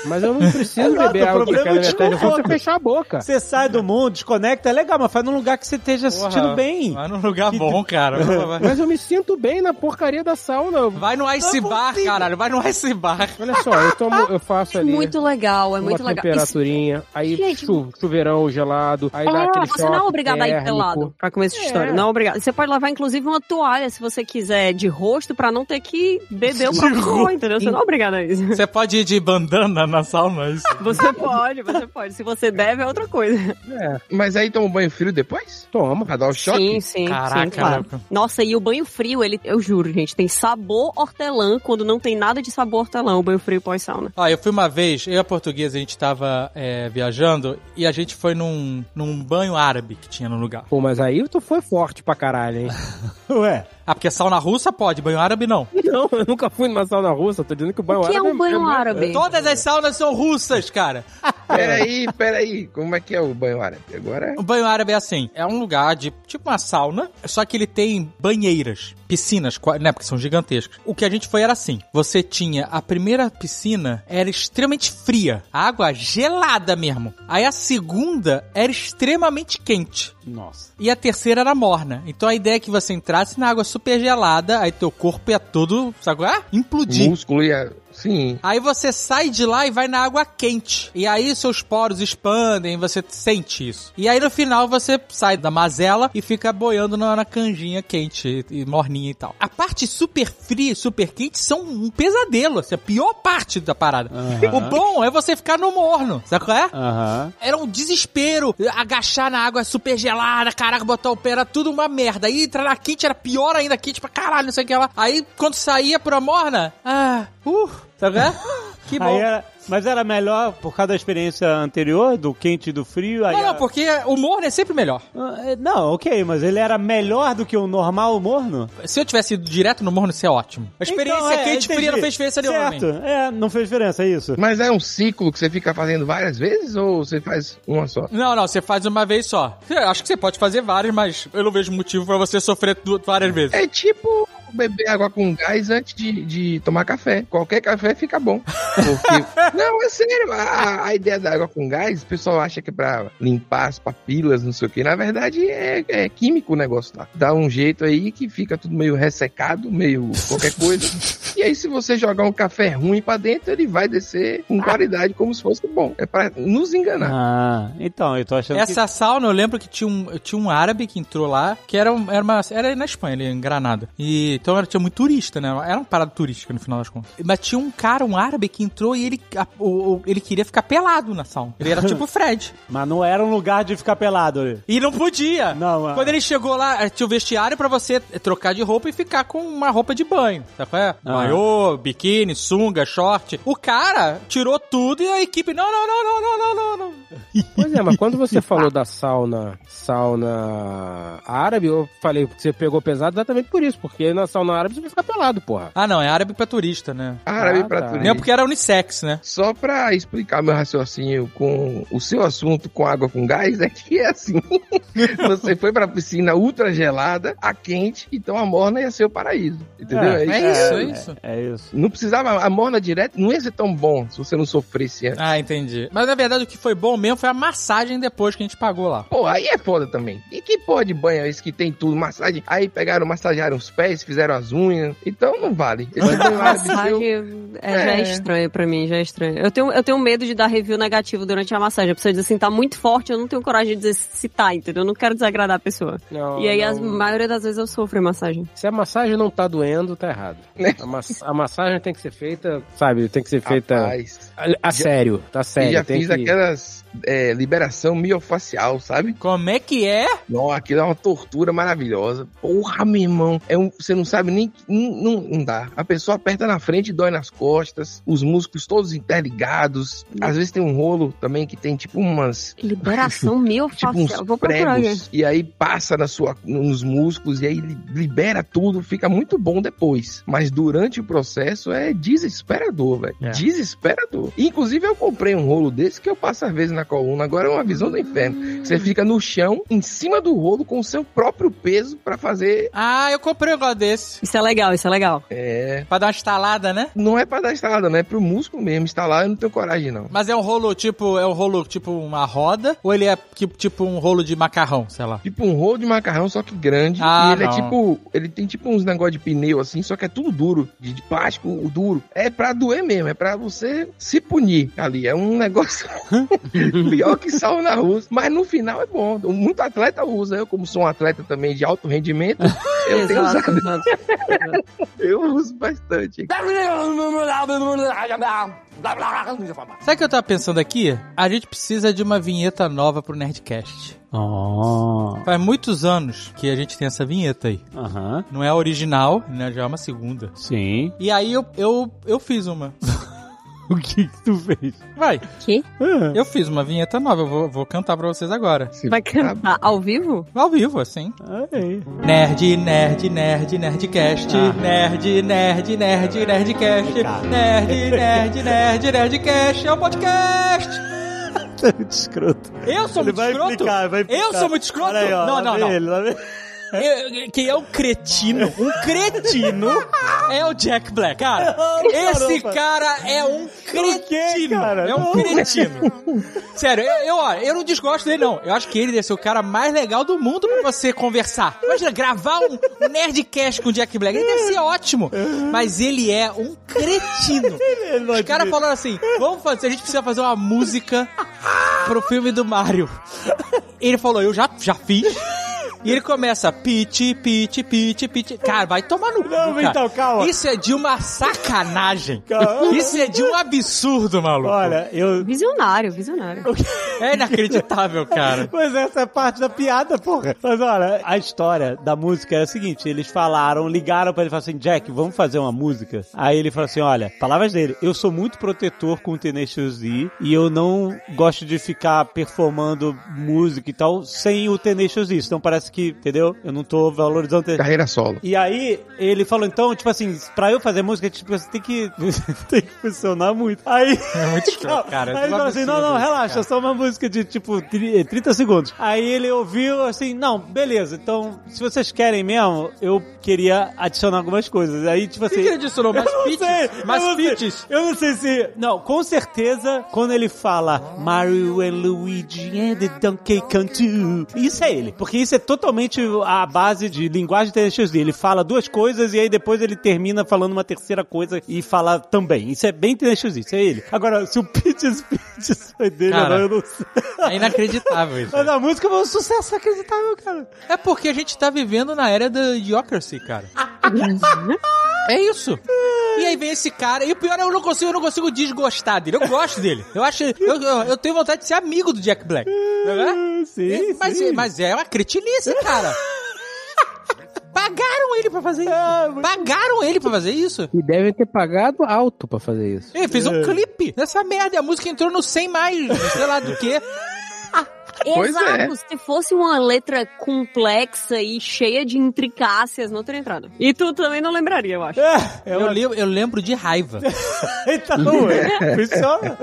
Speaker 2: Mas eu não preciso
Speaker 1: Exato,
Speaker 2: beber
Speaker 1: o
Speaker 2: água que
Speaker 1: problema
Speaker 2: cai na
Speaker 1: é
Speaker 2: minha
Speaker 1: de
Speaker 2: testa, eu posso
Speaker 1: boca.
Speaker 2: fechar a boca.
Speaker 1: Você sai do mundo, desconecta, é legal, mas faz num lugar que você esteja se sentindo bem.
Speaker 5: Vai num lugar bom, cara. Vai- vai-
Speaker 2: Mas eu me sinto bem na porcaria da sauna.
Speaker 5: Vai no Ice
Speaker 1: Não é
Speaker 5: Bar,
Speaker 1: possível.
Speaker 5: caralho. Vai no Ice Bar.
Speaker 2: Olha só, eu tomo, eu faço
Speaker 4: É
Speaker 2: ali.
Speaker 4: muito legal, é
Speaker 2: uma
Speaker 4: muito legal. Isso-
Speaker 2: temperaturinha, aí
Speaker 4: Gente,
Speaker 2: chu- chuveirão gelado, aí dá
Speaker 4: É,
Speaker 2: aquele
Speaker 4: você não é
Speaker 2: choque
Speaker 4: obrigado a ir
Speaker 2: térmico.
Speaker 4: pelado pra começo de
Speaker 2: É.
Speaker 4: história. Não é obrigado. Você pode levar, inclusive, uma toalha se você quiser de rosto pra não ter que beber o próprio suor, entendeu? Você não é obrigado a isso.
Speaker 5: Você pode ir de bandana na sauna, é isso?
Speaker 4: Você pode, você pode. Se você deve, é outra coisa.
Speaker 2: É,
Speaker 3: Mas aí toma um banho frio depois?
Speaker 2: toma.
Speaker 3: Pra dar o choque?
Speaker 4: Sim, sim.
Speaker 5: Caraca,
Speaker 4: sim, claro.
Speaker 5: cara.
Speaker 4: Nossa, e o banho frio, ele, eu juro, gente, tem sabor hortelã quando não tem nada de sabor hortelã, o banho frio pós-sauna.
Speaker 5: Ah, eu fui uma vez, eu e a portuguesa, a gente tava é, viajando e a gente foi num, num banho árabe que tinha no lugar.
Speaker 2: Pô, mas aí tu foi forte pra caralho, hein?
Speaker 1: Ué,
Speaker 5: Ah, porque sauna russa pode, banho árabe não.
Speaker 2: não, eu nunca fui numa sauna russa, tô dizendo que o banho
Speaker 4: O que é
Speaker 2: árabe
Speaker 4: um banho árabe?
Speaker 5: Todas as saunas são russas, cara.
Speaker 3: Peraí, peraí. Como é que é o banho árabe? Agora
Speaker 5: O banho árabe é assim, é um lugar de tipo uma sauna, só que ele tem banheiras, piscinas, qua- né, porque são gigantescas. O que a gente foi era assim, você tinha a primeira piscina era extremamente fria, água gelada mesmo. Aí a segunda era extremamente quente.
Speaker 1: nossa.
Speaker 5: E a terceira era morna. Então a ideia é que você entrasse na água super gelada, aí teu corpo ia todo, sabe qual é? Implodir.
Speaker 3: músculo ia. Sim.
Speaker 5: Aí você sai de lá e vai na água quente. E aí seus poros expandem, você sente isso. E aí no final você sai da mazela e fica boiando na, na canjinha quente e, e morninha e tal. A parte super fria e super quente são um pesadelo. Assim, a pior parte da parada.
Speaker 1: Aham.
Speaker 5: O bom é você ficar no morno, sabe qual é?
Speaker 1: Aham.
Speaker 5: Era um desespero. Agachar na água super gelada, caraca, botar o pé era tudo uma merda. Aí entrar na quente era pior ainda, quente pra caralho, não sei o que lá. Aí quando saía pra morna, ah, uh, sabe? qual é? Que
Speaker 1: Aí
Speaker 5: bom.
Speaker 1: era- mas era melhor por causa da experiência anterior, do quente e do frio? Aí
Speaker 5: Não, não,
Speaker 1: era-
Speaker 5: porque o morno é sempre melhor.
Speaker 1: Ah, é, Não, ok, mas ele era melhor do que o normal morno?
Speaker 5: Se eu tivesse ido direto no morno, isso é ótimo. A experiência
Speaker 1: Então, é,
Speaker 5: quente e
Speaker 1: entendi.
Speaker 5: fria não fez diferença nenhuma. pra mim.
Speaker 1: Certo, é, não fez diferença, é isso.
Speaker 3: Mas é um ciclo que você fica fazendo várias vezes ou você faz uma só?
Speaker 5: Não, não, você faz uma vez só. Eu acho que você pode fazer várias, mas eu não vejo motivo pra você sofrer du- várias vezes.
Speaker 3: É tipo beber água com gás antes de, de tomar café. Qualquer café fica bom. Porque- não, é sério. A, a ideia da água com gás, o pessoal acha que é pra limpar as papilas, não sei o quê. Na verdade, é, é químico o negócio, tá? Dá um jeito aí que fica tudo meio ressecado, meio qualquer coisa. e aí, se você jogar um café ruim pra dentro, ele vai descer
Speaker 2: Ah.
Speaker 3: com qualidade como se fosse bom. É pra nos enganar.
Speaker 1: Ah, então, eu tô achando que...
Speaker 5: Essa sauna, eu lembro que tinha um, tinha um árabe que entrou lá, que era, um- era uma. Era na Espanha, ali, em é Granada. E Então era, tinha muito turista, né? Era uma parada turística no final das contas. Mas tinha um cara, um árabe, que entrou e ele, a- o- o- ele queria ficar pelado na sauna. Ele era tipo o Fred.
Speaker 1: Mas não era um lugar de ficar pelado ali.
Speaker 5: E não podia.
Speaker 1: Não, ah.
Speaker 5: Quando ele chegou lá, eh, tinha o vestiário pra você eh, trocar de roupa e ficar com uma roupa de banho. Sabe qual é?
Speaker 1: Ah.
Speaker 5: Maiô, biquíni, sunga, short. O cara tirou tudo e a equipe. Não, não, não, não, não, não, não, não.
Speaker 2: Pois é, mas quando você falou da sauna, sauna árabe, eu falei que você pegou pesado exatamente por isso, porque na sauna árabe você vai ficar pelado, porra.
Speaker 5: Ah, não, é árabe pra turista, né?
Speaker 3: Árabe
Speaker 2: Ah,
Speaker 3: pra
Speaker 2: tá.
Speaker 3: turista.
Speaker 5: Nem porque era unissex, né?
Speaker 3: Só pra explicar meu raciocínio com o seu assunto com água com gás, é que é assim. Você foi pra piscina ultra gelada, a quente, então a morna ia ser o paraíso. Entendeu?
Speaker 1: É,
Speaker 5: É isso, é isso.
Speaker 1: É isso.
Speaker 3: Não precisava, a morna direto não ia ser tão bom se você não sofresse antes.
Speaker 5: Ah, entendi. Mas na verdade o que foi bom mesmo foi a massagem depois que a gente pagou lá.
Speaker 3: Pô, aí é foda também. E que porra de banho é esse que tem tudo? Massagem. Aí pegaram, massagearam os pés, fizeram as unhas. Então não vale. Esse banho lá deu-
Speaker 4: Massagem é, já é
Speaker 3: É.
Speaker 4: estranho pra mim, já é estranho. Eu tenho, eu tenho medo de dar review negativo durante a massagem. A pessoa diz assim, tá muito forte, eu não tenho coragem de dizer se tá, entendeu? Eu não quero desagradar a pessoa.
Speaker 3: Oh,
Speaker 2: Não,
Speaker 4: e aí, a
Speaker 2: não.
Speaker 4: maioria das vezes eu sofro em massagem.
Speaker 2: Se a massagem não tá doendo, tá errado. A, mas- a massagem tem que ser feita, sabe, tem que ser feita
Speaker 3: Né? Rapaz,
Speaker 2: a, a sério, tá
Speaker 3: e
Speaker 2: sério.
Speaker 3: já
Speaker 2: tem
Speaker 3: fiz
Speaker 2: que...
Speaker 3: aquelas é, liberação miofacial, sabe?
Speaker 5: Como é que é?
Speaker 3: Não, aquilo é uma tortura maravilhosa. Porra, meu irmão. É um, você não sabe nem. Não, não, não dá. A pessoa aperta na frente e dói nas costas. Os músculos todos interligados. Às vezes tem um rolo também que tem tipo umas.
Speaker 4: Liberação meu
Speaker 3: Tipo uns
Speaker 4: facial. Vou procurar, gente.
Speaker 3: pregos, e aí passa na sua, nos músculos, e aí li- libera tudo, fica muito bom depois. Mas durante o processo é desesperador, velho.
Speaker 2: É.
Speaker 3: Desesperador. Inclusive, eu comprei um rolo desse que eu passo às vezes na coluna. Agora é uma visão do inferno. Você fica no chão, em cima do rolo, com o seu próprio peso pra fazer.
Speaker 5: Ah, eu comprei um negócio desse.
Speaker 4: Isso é legal, isso é legal.
Speaker 3: É.
Speaker 5: Pra dar uma estalada, né?
Speaker 3: Não é pra dar instalada, não. É pro músculo mesmo. Instalar eu não tenho coragem, não.
Speaker 5: Mas é um rolo tipo. É um rolo tipo uma roda? Ou ele é tipo, tipo um rolo de macarrão, sei lá?
Speaker 3: Tipo um rolo de macarrão, só que grande.
Speaker 5: Ah,
Speaker 3: e ele
Speaker 5: não.
Speaker 3: é tipo. Ele tem tipo uns negócio de pneu assim, só que é tudo duro. De, de plástico duro. É pra doer mesmo. É pra você se punir ali. É um negócio pior que sauna russa. Mas no final é bom. Muito atleta usa. Eu, como sou um atleta também de alto rendimento, eu tenho usado.
Speaker 4: exato.
Speaker 3: Eu uso bastante.
Speaker 5: Sabe o que eu tava pensando aqui? A gente precisa de uma vinheta nova pro Nerdcast.
Speaker 1: Oh.
Speaker 5: Faz muitos anos que a gente tem essa vinheta aí.
Speaker 1: Aham.
Speaker 5: Não é a original, né? Já é uma segunda.
Speaker 1: Sim.
Speaker 5: E aí eu, eu, eu fiz uma.
Speaker 1: O que, que tu fez?
Speaker 5: Vai,
Speaker 4: Que?
Speaker 1: Ah.
Speaker 5: eu fiz uma vinheta nova, eu vou, vou cantar pra vocês agora.
Speaker 4: Vai
Speaker 3: Tá
Speaker 4: cantar ao vivo?
Speaker 5: Ao vivo, assim.
Speaker 1: Aí.
Speaker 5: Nerd, nerd, nerd, nerdcast.
Speaker 1: Ah.
Speaker 5: Nerd, nerd, nerd, nerdcast.
Speaker 1: Cara.
Speaker 5: Nerd, nerd, nerd, nerdcast. É um podcast!
Speaker 1: Tá muito escroto.
Speaker 5: Eu sou
Speaker 1: Ele
Speaker 5: muito
Speaker 1: vai
Speaker 5: escroto?
Speaker 1: implicar, vai implicar.
Speaker 5: Eu sou muito escroto?
Speaker 1: Olha aí, ó,
Speaker 5: não,
Speaker 1: lá
Speaker 5: não,
Speaker 1: vem
Speaker 5: não.
Speaker 1: Ele, lá vem...
Speaker 5: Eu- Quem é um cretino? Um cretino é o Jack Black. Cara, esse
Speaker 1: caramba.
Speaker 5: cara é um cretino.
Speaker 1: cara?
Speaker 5: É um
Speaker 1: Não.
Speaker 5: cretino. Sério, eu, eu, ó, eu não desgosto dele, não. Eu acho que ele deve ser o cara mais legal do mundo pra você conversar. Imagina, gravar um, um Nerdcast com o Jack Black. Ele deve ser ótimo. Mas ele é um cretino.
Speaker 1: Ele não
Speaker 5: Os caras
Speaker 1: admite.
Speaker 5: falaram assim: vamos fazer, a gente precisa fazer uma música pro filme do Mario. Ele falou, eu já, já fiz. E ele começa, pit, pit, pit, pit. Cara, vai tomar no cu.
Speaker 1: Não,
Speaker 5: cara.
Speaker 1: então, calma.
Speaker 5: Isso é de uma sacanagem.
Speaker 1: Calma.
Speaker 5: Isso é de um absurdo, maluco.
Speaker 1: Olha, eu...
Speaker 4: Visionário, visionário.
Speaker 5: É inacreditável, cara.
Speaker 1: Pois essa é parte da piada, porra. Mas olha, a história da música é a seguinte: eles falaram, ligaram pra ele e falaram assim, Jack, vamos fazer uma música? Aí ele falou assim: olha, palavras dele, eu sou muito protetor com o Tenacious D e eu não gosto de ficar performando música e tal sem o Tenacious D. Então parece que, entendeu? Eu não tô valorizando o Tenacious
Speaker 3: Carreira solo.
Speaker 1: e aí, ele falou, então, tipo assim, pra eu fazer música, tipo, você tem que, tem que funcionar muito. Aí...
Speaker 5: É muito escroto, cara.
Speaker 1: Aí ele falou assim, não, não, relaxa, é só uma música de, tipo, tri- 30 segundos. Aí ele ouviu, assim, não, beleza, então, se vocês querem mesmo, eu queria adicionar algumas coisas. Aí, tipo assim...
Speaker 5: que é ele adicionou? Mais
Speaker 1: Eu não
Speaker 5: pitches?
Speaker 1: sei,
Speaker 5: Mais
Speaker 1: eu não sei.
Speaker 5: pitches?
Speaker 1: Eu não sei se... Não, com certeza, quando ele fala Mario and Luigi and the Donkey Kong 2, isso é ele. Porque isso é totalmente a base de linguagem TNX dele. Ele fala duas coisas e aí depois ele termina falando uma terceira coisa e fala também. Isso é bem TNX, isso é ele. Agora, se o Pitches Pitches foi dele,
Speaker 5: Cara.
Speaker 1: agora eu não sei.
Speaker 5: É inacreditável isso.
Speaker 1: Mas a é música foi um sucesso inacreditável, cara.
Speaker 5: É porque a gente tá vivendo na era da idiocracy, cara.
Speaker 1: Uhum.
Speaker 5: É isso. E aí vem esse cara, e o pior é eu não consigo, eu não consigo desgostar dele. Eu gosto dele. Eu acho. Eu, eu, eu tenho vontade de ser amigo do Jack Black. Não é?
Speaker 1: Sim,
Speaker 5: mas,
Speaker 1: sim.
Speaker 5: mas é uma cretinice, cara. Pagaram ele pra fazer
Speaker 1: Ah,
Speaker 5: isso. Pagaram ele pra fazer isso.
Speaker 2: E devem ter pagado alto pra fazer isso.
Speaker 5: Ele fez
Speaker 1: É.
Speaker 5: um clipe dessa merda. E a música entrou no 100 mais, sei lá do que.
Speaker 3: Pois é.
Speaker 4: Exato. Se fosse uma letra complexa e cheia de intricácias, não teria entrado. E tu também não lembraria, eu acho.
Speaker 1: É, é
Speaker 5: Eu,
Speaker 1: uma...
Speaker 5: lembro, eu lembro de raiva.
Speaker 1: Então, é, funciona.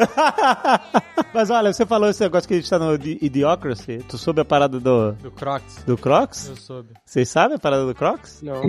Speaker 1: Mas olha, você falou esse negócio que a gente tá no Idi- Idiocracy. Tu soube a parada do,
Speaker 5: Do Crocs.
Speaker 1: do Crocs?
Speaker 5: Eu soube.
Speaker 1: Vocês sabem a parada do Crocs?
Speaker 3: Não.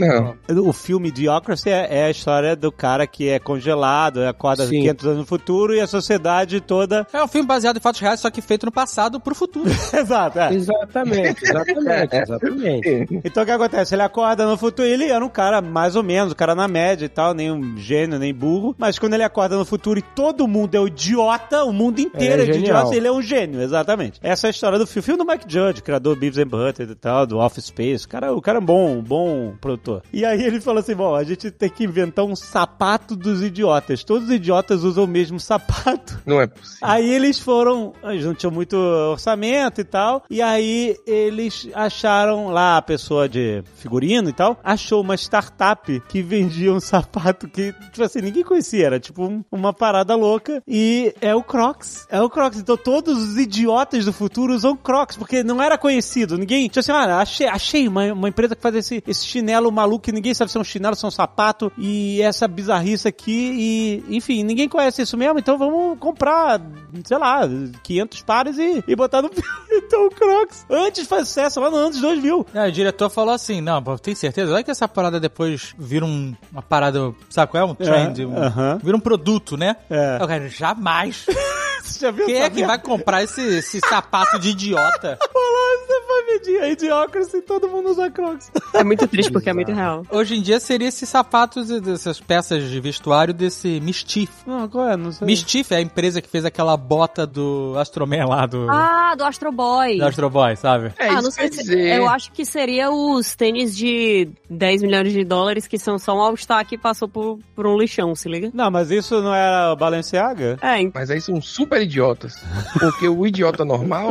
Speaker 1: O filme Idiocracy é, é a história do cara que é congelado, acorda
Speaker 2: Sim.
Speaker 1: 500 anos no futuro e a sociedade toda...
Speaker 5: É um filme baseado em fatos reais, só que feito no passado pro futuro.
Speaker 1: Exato, é.
Speaker 2: Exatamente, exatamente, exatamente.
Speaker 1: Então o que acontece? Ele acorda no futuro, ele era um cara mais ou menos, um cara na média e tal, nem um gênio, nem burro, mas quando ele acorda no futuro e todo mundo é o idiota, o mundo inteiro é,
Speaker 2: É
Speaker 1: de
Speaker 2: genial.
Speaker 1: idiota, ele é um gênio, exatamente. Essa é a história do filme, filme do Mike Judge, criador do Beavis and Butthead e tal, do Office Space, o cara, o cara é um bom, um bom produtor. E aí ele falou assim, bom, a gente tem que inventar um sapato dos idiotas, todos os idiotas usam o mesmo sapato.
Speaker 3: Não é possível.
Speaker 1: Aí eles foram, eles não tinham muito orçamento e tal, e aí eles acharam lá a pessoa de figurino e tal, achou uma startup que vendia um sapato que, tipo assim, ninguém conhecia, era tipo um- uma parada louca, e é o Crocs. É o Crocs, então todos os idiotas do futuro usam Crocs, porque não era conhecido, ninguém, tipo assim, ah, achei, achei uma, uma empresa que faz esse, esse chinelo maluco que ninguém sabe se é um chinelo, se é um sapato, e essa bizarrice aqui, e enfim, ninguém conhece isso mesmo, então vamos comprar, sei lá, 500 pares e, e botar no Então o Crocs, antes faz sucesso, lá no anos 2000.
Speaker 5: Não, o diretor falou assim: não, pô, tem certeza? Olha que essa parada depois vira um- uma parada, sabe qual é? Um trend. um-
Speaker 1: aham.
Speaker 5: Vira um produto, né?
Speaker 1: É.
Speaker 5: Aí Eu quero, jamais.
Speaker 1: Você já viu
Speaker 5: Quem é que vai comprar esse, esse sapato de idiota?
Speaker 1: Olá, você vai medir a idiocracy, todo mundo usa Crocs.
Speaker 4: É muito triste porque é muito real.
Speaker 5: Hoje em dia seria esses sapatos, e dessas peças de vestuário desse Mischief.
Speaker 1: Não, qual é? Não sei.
Speaker 5: Mischief é a empresa que fez aquela bota do Astroman lá do,
Speaker 4: Ah, do Astro Boy.
Speaker 5: do Astro Boy, sabe?
Speaker 3: É,
Speaker 4: ah,
Speaker 3: isso
Speaker 4: não
Speaker 3: quer
Speaker 4: sei se.
Speaker 3: dizer.
Speaker 4: Eu acho que seria os tênis de 10 milhões de dólares que são só um All-Star que passou por, por um lixão, se liga?
Speaker 1: Não, mas isso não era o Balenciaga?
Speaker 4: É, então.
Speaker 3: Mas aí são super idiotas. Porque o idiota normal,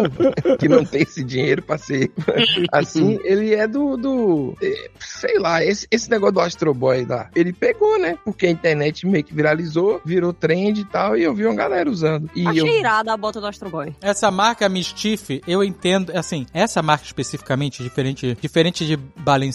Speaker 3: que não tem esse dinheiro pra ser assim, ele é do. do eh, sei lá, esse, esse negócio do Astro Boy lá. Ele pegou, né? Porque a internet meio que viralizou, virou trend e tal, e eu vi uma galera usando. E eu.
Speaker 4: Achei irada a bota do Astro Boy.
Speaker 5: Essa marca Mischief, eu entendo, assim, essa marca especificamente, diferente, diferente de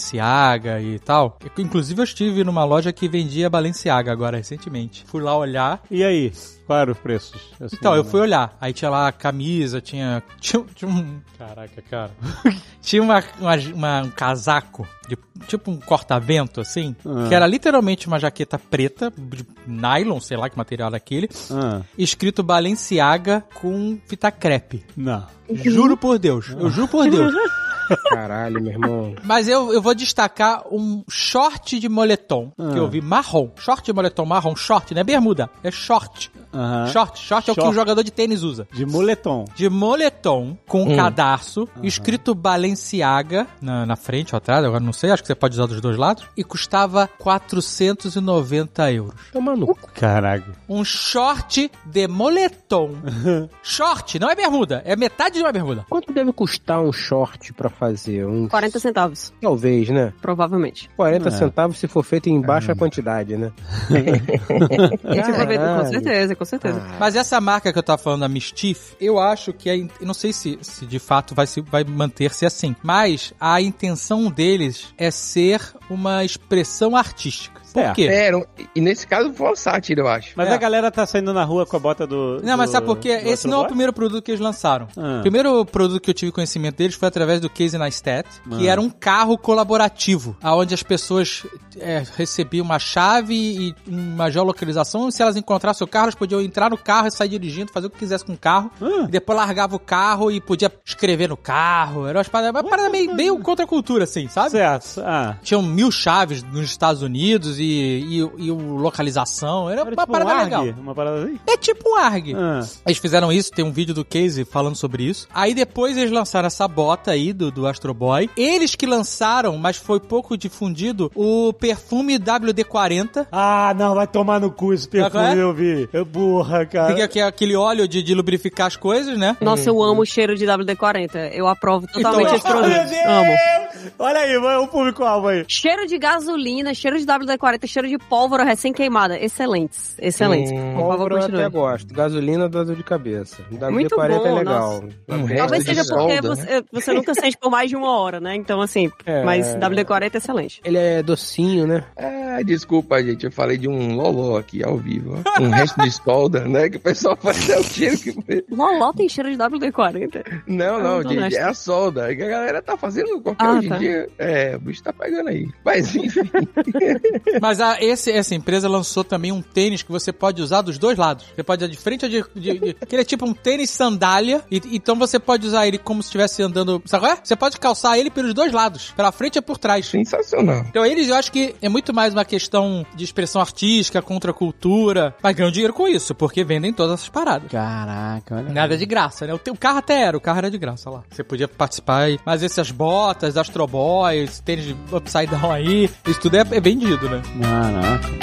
Speaker 5: Balenciaga e tal. eu- Inclusive eu estive numa loja que vendia Balenciaga agora recentemente. Fui lá olhar.
Speaker 1: E aí? Quais eram os preços? Assim,
Speaker 5: Então, eu
Speaker 1: né?
Speaker 5: fui olhar. Aí tinha lá a camisa, tinha. Tinha, tinha um. Caraca, cara. tinha uma, uma- uma- um casaco, de, tipo um corta-vento, assim,
Speaker 1: Ah.
Speaker 5: que era literalmente uma jaqueta preta, de nylon, sei lá que material era aquele,
Speaker 1: Ah,
Speaker 5: escrito Balenciaga com fita crepe.
Speaker 1: não.
Speaker 2: Uhum.
Speaker 5: Juro por Deus. Eu juro por Deus.
Speaker 2: Caralho, meu irmão.
Speaker 5: Mas eu, eu vou destacar um short de moletom
Speaker 1: Ah.
Speaker 5: que eu vi marrom. Short de moletom marrom, short, não é bermuda, é short.
Speaker 1: Aham.
Speaker 5: Short, short é o que
Speaker 1: Short.
Speaker 5: o jogador de tênis usa.
Speaker 1: De moletom.
Speaker 5: De moletom com
Speaker 3: Hum.
Speaker 5: cadarço, escrito Balenciaga na, na frente ou atrás, agora não sei, acho que você pode usar dos dois lados, e custava 490 euros.
Speaker 2: Toma no cu.
Speaker 1: Caraca.
Speaker 5: Um short de moletom. short, não é bermuda, é metade de uma bermuda.
Speaker 2: Quanto deve custar um short pra fazer? Um...
Speaker 4: 40 centavos,
Speaker 2: Talvez, né?
Speaker 4: provavelmente.
Speaker 2: 40
Speaker 1: É.
Speaker 2: centavos se for feito em
Speaker 5: É.
Speaker 2: baixa quantidade, né?
Speaker 4: Esse aproveito, com
Speaker 2: É, Caralho.
Speaker 4: certeza, com certeza.
Speaker 3: Ah,
Speaker 5: Mas essa marca que eu tava falando, a Mischief, eu acho que é. in- eu não sei se, se de fato vai, se- vai manter-se assim. Mas a intenção deles é ser uma expressão artística. Por
Speaker 1: Certo.
Speaker 5: quê?
Speaker 3: É, não- e nesse caso foi uma sátira, eu acho.
Speaker 1: Mas
Speaker 5: É.
Speaker 1: a galera tá saindo na rua com a bota do.
Speaker 5: Não, mas
Speaker 1: do-
Speaker 5: sabe por quê?
Speaker 1: do
Speaker 5: Esse não é
Speaker 1: Astro
Speaker 5: o
Speaker 1: Boy?
Speaker 5: primeiro produto que eles lançaram.
Speaker 1: Ah.
Speaker 5: O primeiro produto que eu tive conhecimento deles foi através do Casey Neistat, que
Speaker 1: Ah.
Speaker 5: era um carro colaborativo, aonde as pessoas é, recebiam uma chave e uma geolocalização, e se elas encontrassem o carro, elas podiam entrar no carro e sair dirigindo, fazer o que quisesse com o carro,
Speaker 1: Ah.
Speaker 5: e depois largava o carro e podia escrever no carro. Era uma parada, uma parada meio, meio contra a cultura, assim, sabe?
Speaker 1: Certo. Ah.
Speaker 5: Tinham mil chaves nos Estados Unidos e, e, e o localização. Era,
Speaker 1: Era
Speaker 5: Então, uma
Speaker 1: tipo
Speaker 5: parada
Speaker 1: um ARG,
Speaker 5: legal.
Speaker 1: Uma parada assim?
Speaker 5: É tipo o ARG.
Speaker 1: Ah.
Speaker 5: Eles fizeram isso, tem um vídeo do Casey falando sobre isso. Aí depois eles lançaram essa bota aí do, do Astro Boy. Eles que lançaram, mas foi pouco difundido, o perfume WD-40.
Speaker 1: Ah, não, vai tomar no cu esse
Speaker 5: Sabe qual
Speaker 1: perfume,
Speaker 5: é?
Speaker 1: eu vi. Eu burra, cara.
Speaker 5: Que é- que é aquele óleo de, de lubrificar as coisas, né?
Speaker 4: Nossa, eu amo o cheiro de WD-40. Eu aprovo totalmente
Speaker 5: Então,
Speaker 4: esse produto. Amo.
Speaker 1: Olha aí, vai, o público-alvo aí.
Speaker 4: Cheiro de gasolina, cheiro de WD-40, cheiro de pólvora recém-queimada. Excelentes, excelentes.
Speaker 3: Um,
Speaker 4: Por favor,
Speaker 2: Pólvora eu até
Speaker 4: continue.
Speaker 2: gosto. Gasolina dá dor de cabeça. WD-40
Speaker 4: Muito
Speaker 2: é
Speaker 4: bom,
Speaker 2: legal.
Speaker 3: Um resto
Speaker 4: Talvez
Speaker 3: de
Speaker 4: seja porque
Speaker 3: solda, né?
Speaker 4: você, você nunca sente por mais de uma hora, né? Então, assim,
Speaker 2: É.
Speaker 4: mas WD-40 é excelente.
Speaker 2: Ele é docinho, né?
Speaker 3: Ah, desculpa, gente, eu falei de um loló aqui ao vivo. ó. Um resto de escolda, né? Que o pessoal faz é o tiro que foi.
Speaker 4: Loló tem cheiro de WD-40.
Speaker 3: Não,
Speaker 4: É
Speaker 3: não,
Speaker 4: um do
Speaker 3: gente,
Speaker 4: leste.
Speaker 3: é a solda. É que a galera tá fazendo qualquer
Speaker 4: Ah,
Speaker 3: hoje em
Speaker 4: tá.
Speaker 3: dia. É, o bicho tá pegando aí. Mas enfim,
Speaker 5: Mas a, esse- essa empresa lançou também um tênis que você pode usar dos dois lados. Você pode usar de frente ou de. de, de- que ele é tipo um tênis sandália. E- então você pode usar ele como se estivesse andando. Sabe qual é? Você pode calçar ele pelos dois lados. Pela frente e por trás.
Speaker 3: sensacional.
Speaker 5: Então eles, eu acho que é muito mais uma questão de expressão artística, contra a cultura. Mas ganham dinheiro com isso, porque vendem todas essas paradas.
Speaker 1: Caraca, olha.
Speaker 5: Nada de graça, né? O, teu- o carro até era, o carro era de graça lá. Você podia participar, e- mas essas botas, Astroboy, esse tênis de upside down aí, isso tudo é, é vendido, né?
Speaker 8: Caraca.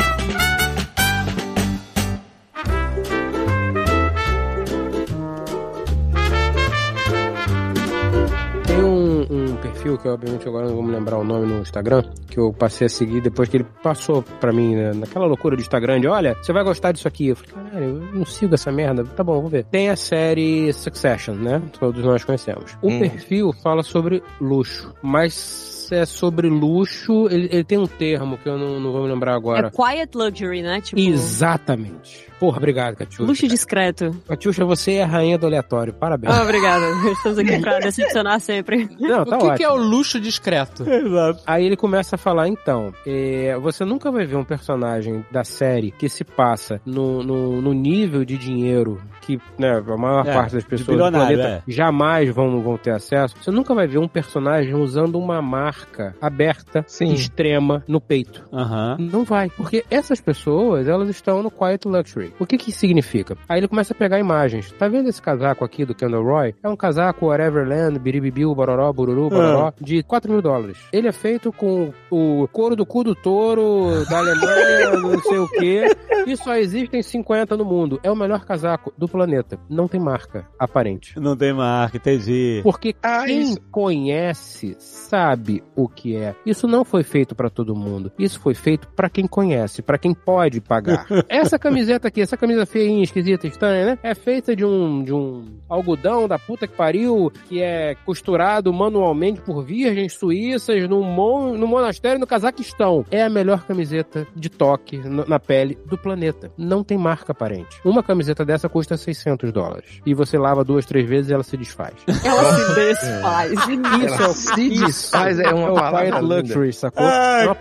Speaker 2: Tem um, um perfil que, obviamente, agora eu não vou me lembrar o nome no Instagram, que eu passei a seguir depois que ele passou pra mim, né, naquela loucura do Instagram de, olha, você vai gostar disso aqui. Eu falei, caralho, eu não sigo essa merda. Tá bom, vou ver. Tem a série Succession, né? Todos nós conhecemos. O
Speaker 3: Hum.
Speaker 2: perfil fala sobre luxo, mas é sobre luxo, ele, ele tem um termo que eu não, não vou me lembrar agora.
Speaker 4: É quiet luxury, né? Tipo,
Speaker 2: Exatamente. Porra, obrigado, Catiuxa.
Speaker 4: luxo discreto.
Speaker 2: Catiuxa, você é a rainha do aleatório. Parabéns.
Speaker 4: Ah, obrigada. Estamos aqui pra decepcionar sempre.
Speaker 2: Não, tá
Speaker 1: Tá
Speaker 5: o que, que é o luxo discreto?
Speaker 1: Exato.
Speaker 2: Aí ele começa a falar, então, é, você nunca vai ver um personagem da série que se passa no, no, no nível de dinheiro que né, a maior
Speaker 1: É,
Speaker 2: parte das
Speaker 1: de
Speaker 2: pessoas do
Speaker 1: bilionário, é.
Speaker 2: planeta jamais vão, vão ter acesso. Você nunca vai ver um personagem usando uma marca aberta,
Speaker 3: Sim.
Speaker 2: extrema, no peito.
Speaker 1: Aham.
Speaker 2: Não vai, porque essas pessoas, elas estão no quiet luxury. O que que isso significa? Aí ele começa a pegar imagens. Tá vendo esse casaco aqui do Kendall Roy? É um casaco Whateverland, Biribibiu, Bororó, Bururu, Bororó, de 4 mil dólares. Ele é feito com o couro do cu do touro, da Alemanha, não sei o quê, e só existem 50 no mundo. É o melhor casaco do planeta. Não tem marca aparente.
Speaker 1: Não tem marca, entendi.
Speaker 2: Porque
Speaker 3: Ah,
Speaker 2: quem
Speaker 3: isso.
Speaker 2: conhece sabe o que é. Isso não foi feito pra todo mundo. Isso foi feito pra quem conhece, pra quem pode pagar. essa camiseta aqui, essa camisa feinha, esquisita, estranha, né? É feita de um de um algodão da puta que pariu, que é costurado manualmente por virgens suíças num mon, no monastério no Cazaquistão. É a melhor camiseta de toque no- na pele do planeta. Não tem marca aparente. Uma camiseta dessa custa 600 dólares. E você lava duas, três vezes e ela se desfaz.
Speaker 4: Ela se desfaz.
Speaker 2: Isso é o
Speaker 3: Se desfaz é uma
Speaker 2: é o
Speaker 3: palavra
Speaker 2: quiet
Speaker 3: linda.
Speaker 2: luxury, sacou?
Speaker 1: Ah, cara,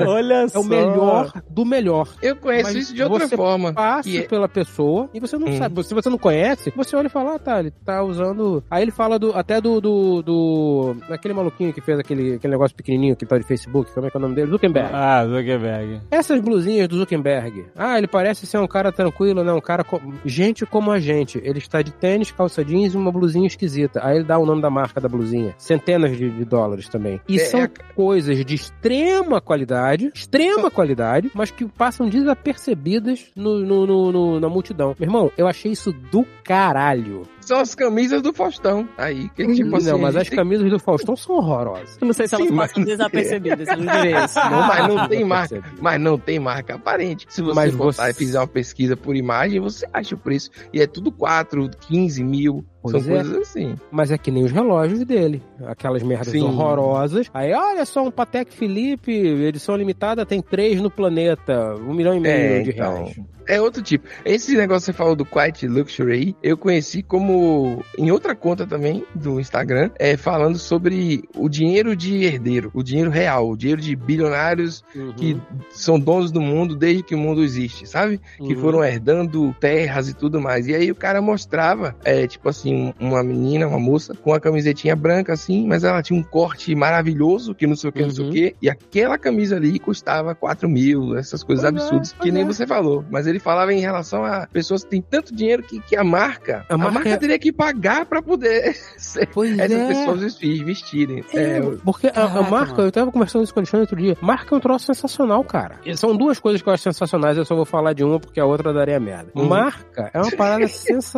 Speaker 2: cara,
Speaker 1: olha
Speaker 2: é
Speaker 1: só.
Speaker 2: o melhor do melhor.
Speaker 3: Eu conheço
Speaker 2: Mas
Speaker 3: isso de outra
Speaker 2: você
Speaker 3: forma.
Speaker 2: Passa
Speaker 3: que é-
Speaker 2: pela pessoa e você não
Speaker 3: Hum.
Speaker 2: sabe. Se você não conhece, você olha e fala, ah, tá, ele tá usando. Aí ele fala do até do. do, do- daquele maluquinho que fez aquele, aquele negócio pequenininho que tá de Facebook, como é que é o nome dele? Zuckerberg.
Speaker 1: Ah, Zuckerberg.
Speaker 2: Essas blusinhas do Zuckerberg. Ah, ele parece ser um cara tranquilo, né? Um cara. co- Gente como a gente. Ele está de tênis, calça jeans e uma blusinha esquisita. Aí ele dá o nome da marca da blusinha. Centenas de, de dólares também. E
Speaker 3: É,
Speaker 2: são
Speaker 3: é-
Speaker 2: coisas de extrema qualidade, extrema qualidade, mas que passam desapercebidas no, no- no- no- na multidão. Meu irmão, eu achei isso do caralho.
Speaker 3: São as camisas do Faustão. Aí, que é tipo assim.
Speaker 2: não, mas
Speaker 3: a
Speaker 2: as
Speaker 3: gente tem-
Speaker 2: camisas do Faustão são horrorosas.
Speaker 4: Eu não sei se elas
Speaker 3: Sim,
Speaker 4: passam
Speaker 3: mas-
Speaker 4: desapercebidas, eu não diria isso.
Speaker 3: Não, mas não tem marca.
Speaker 2: Desapercebidas.
Speaker 3: Mas não tem marca aparente. Se você
Speaker 2: Mas
Speaker 3: botar
Speaker 2: você-
Speaker 3: e fizer uma pesquisa por imagem, você acha o preço. E é tudo 4, 15 mil.
Speaker 2: Pois
Speaker 3: São
Speaker 2: é.
Speaker 3: coisas assim.
Speaker 2: Mas é que nem os relógios dele. Aquelas merdas
Speaker 3: Sim.
Speaker 2: horrorosas. Aí, olha só, um Patek Philippe, edição limitada, tem três no planeta. Um milhão e meio
Speaker 3: É,
Speaker 2: de
Speaker 3: então.
Speaker 2: reais.
Speaker 3: É outro tipo. Esse negócio que você falou do Quiet Luxury, aí, eu conheci como no em outra conta também do Instagram, é falando sobre o dinheiro de herdeiro, o dinheiro real, o dinheiro de bilionários que são donos do mundo desde que o mundo existe, sabe? Que
Speaker 2: Uhum.
Speaker 3: foram herdando terras e tudo mais. E aí o cara mostrava, é, tipo assim, um- uma menina, uma moça, com a camisetinha branca assim, mas ela tinha um corte maravilhoso, que não sei o que, não
Speaker 2: Uhum.
Speaker 3: sei o que, e aquela camisa ali custava 4 mil, essas coisas
Speaker 2: é,
Speaker 3: absurdas, que nem você falou. Mas ele falava em relação a pessoas que têm tanto dinheiro que, que a marca,
Speaker 2: A
Speaker 3: a
Speaker 2: marca
Speaker 3: marca,
Speaker 2: é-
Speaker 3: teria que pagar pra poder ser-
Speaker 2: Pois
Speaker 3: essas
Speaker 2: é.
Speaker 3: pessoas vestir- vestirem.
Speaker 2: É,
Speaker 3: É,
Speaker 2: porque a- a,
Speaker 1: Caraca,
Speaker 2: marca,
Speaker 1: mano.
Speaker 2: eu tava conversando isso com o Alexandre outro dia, marca é um troço sensacional, cara. E São duas coisas que eu acho sensacionais, eu só vou falar de uma porque a outra daria merda.
Speaker 3: Hum.
Speaker 2: Marca é uma parada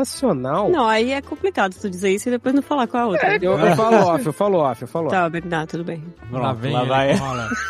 Speaker 2: sensacional.
Speaker 4: Não, aí é complicado tu dizer isso e depois não falar qual é a outra.
Speaker 2: Eu, eu falo off, eu falo off, eu falo off.
Speaker 4: Tá, Bernardo, tudo bem.
Speaker 5: Lá vem
Speaker 1: lá vai.
Speaker 5: ele com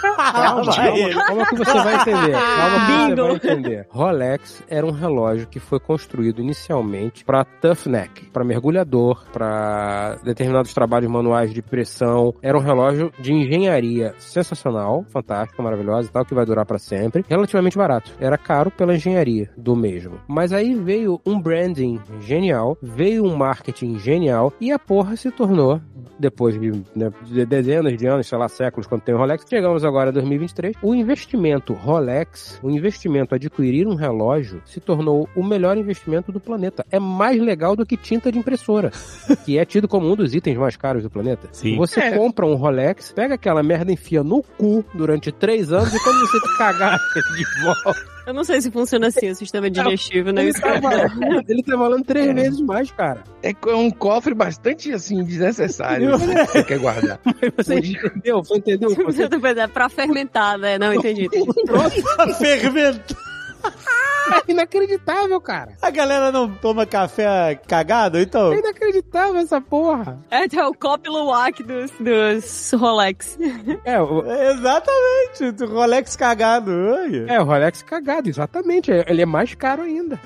Speaker 1: Calma,
Speaker 5: Rolex.
Speaker 2: Calma, calma que você vai entender. Calma que
Speaker 4: Bingo.
Speaker 2: você vai entender. Rolex era um relógio que foi construído inicialmente para toughneck, para mergulhador, para determinados trabalhos manuais de pressão. Era um relógio de engenharia sensacional, fantástica, maravilhosa e tal, que vai durar para sempre. Relativamente barato. Era caro pela engenharia do mesmo. Mas aí veio um branding genial, veio um marketing genial e a porra se tornou depois de, né, de dezenas de anos, sei lá, séculos, quando tem o Rolex, chegamos agora a 2023. O investimento Rolex, o investimento adquirir um relógio, se tornou o melhor investimento do planeta. É mais legal do que tinta de impressora, que é tido como um dos itens mais caros do planeta.
Speaker 1: Sim.
Speaker 2: Você
Speaker 3: É.
Speaker 2: compra um Rolex, pega aquela merda, enfia no cu durante três anos e quando você cagar de volta,
Speaker 4: Eu não sei se funciona assim o sistema digestivo, né?
Speaker 2: ele tá valendo, ele tá valendo três vezes mais, cara.
Speaker 3: é co- é um cofre bastante, assim, desnecessário
Speaker 1: Eu-
Speaker 3: né, que você quer guardar.
Speaker 2: é. Você entendeu? Você entendeu? Você
Speaker 4: É pra fermentar, né? Não, entendi. entendi.
Speaker 1: Fermento.
Speaker 2: é inacreditável, cara.
Speaker 1: A galera não toma café cagado, então?
Speaker 2: É inacreditável essa porra.
Speaker 4: É, é o copo luwak dos, dos Rolex.
Speaker 2: É, o,
Speaker 1: Exatamente, do Rolex cagado. Olha.
Speaker 2: é, o Rolex cagado, exatamente. É, Ele é mais caro ainda.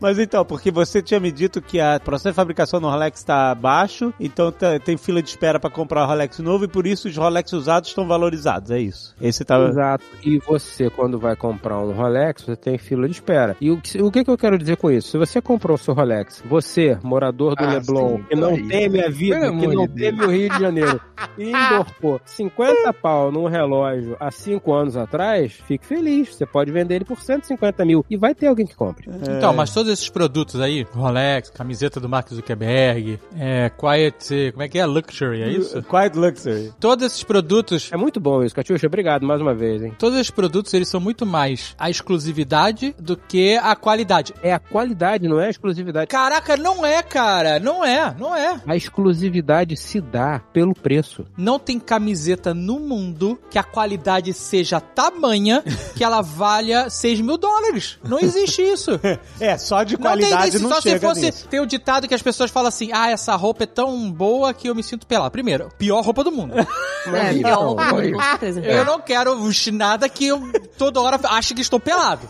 Speaker 1: Mas então, porque você tinha me dito que a processo de fabricação no Rolex está baixo, então tá- tem fila de espera para comprar Rolex novo e por isso os Rolex usados estão valorizados, é isso. Esse tá
Speaker 2: Exato. E você, quando vai comprar um Rolex, você tem fila de espera. E o, que- o que, que eu quero dizer com isso? Se você comprou o seu Rolex, você, morador do
Speaker 3: Ah,
Speaker 2: Leblon,
Speaker 3: sim,
Speaker 2: que não
Speaker 3: aí.
Speaker 2: teme a vida,
Speaker 3: Pelo
Speaker 2: que
Speaker 3: amor
Speaker 2: não
Speaker 3: de
Speaker 2: teme o Rio de Janeiro, e endorcou 50 pau num relógio há 5 anos atrás, fique feliz. Você pode vender ele por 150 mil e vai ter alguém que compre.
Speaker 1: É.
Speaker 5: Então, mas todos esses produtos aí, Rolex, camiseta do Mark Zuckerberg, é, Quiet, como é que é? Luxury, é isso?
Speaker 1: Quiet Luxury.
Speaker 5: Todos esses produtos,
Speaker 2: É muito bom isso, Catiuxa. Obrigado mais uma vez, hein?
Speaker 5: todos esses produtos, eles são muito mais a exclusividade do que a qualidade.
Speaker 2: É a qualidade, não é a exclusividade.
Speaker 5: Caraca, não é, cara, não é, não é.
Speaker 2: A exclusividade se dá pelo preço.
Speaker 5: Não tem camiseta no mundo que a qualidade seja tamanha que ela valha 6 mil dólares. Não existe isso.
Speaker 1: É, só de
Speaker 5: não tem
Speaker 1: qualidade
Speaker 5: isso,
Speaker 1: não,
Speaker 5: só se
Speaker 1: chega
Speaker 5: fosse.
Speaker 1: nisso.
Speaker 5: Tem o ditado que as pessoas falam assim: ah, essa roupa é tão boa que eu me sinto pelado. Primeiro, pior roupa do mundo.
Speaker 4: É,
Speaker 2: Então,
Speaker 4: pior luwak,
Speaker 3: olha.
Speaker 4: com certeza.
Speaker 1: É.
Speaker 5: Eu não quero vestir nada que eu toda hora ache que estou pelado.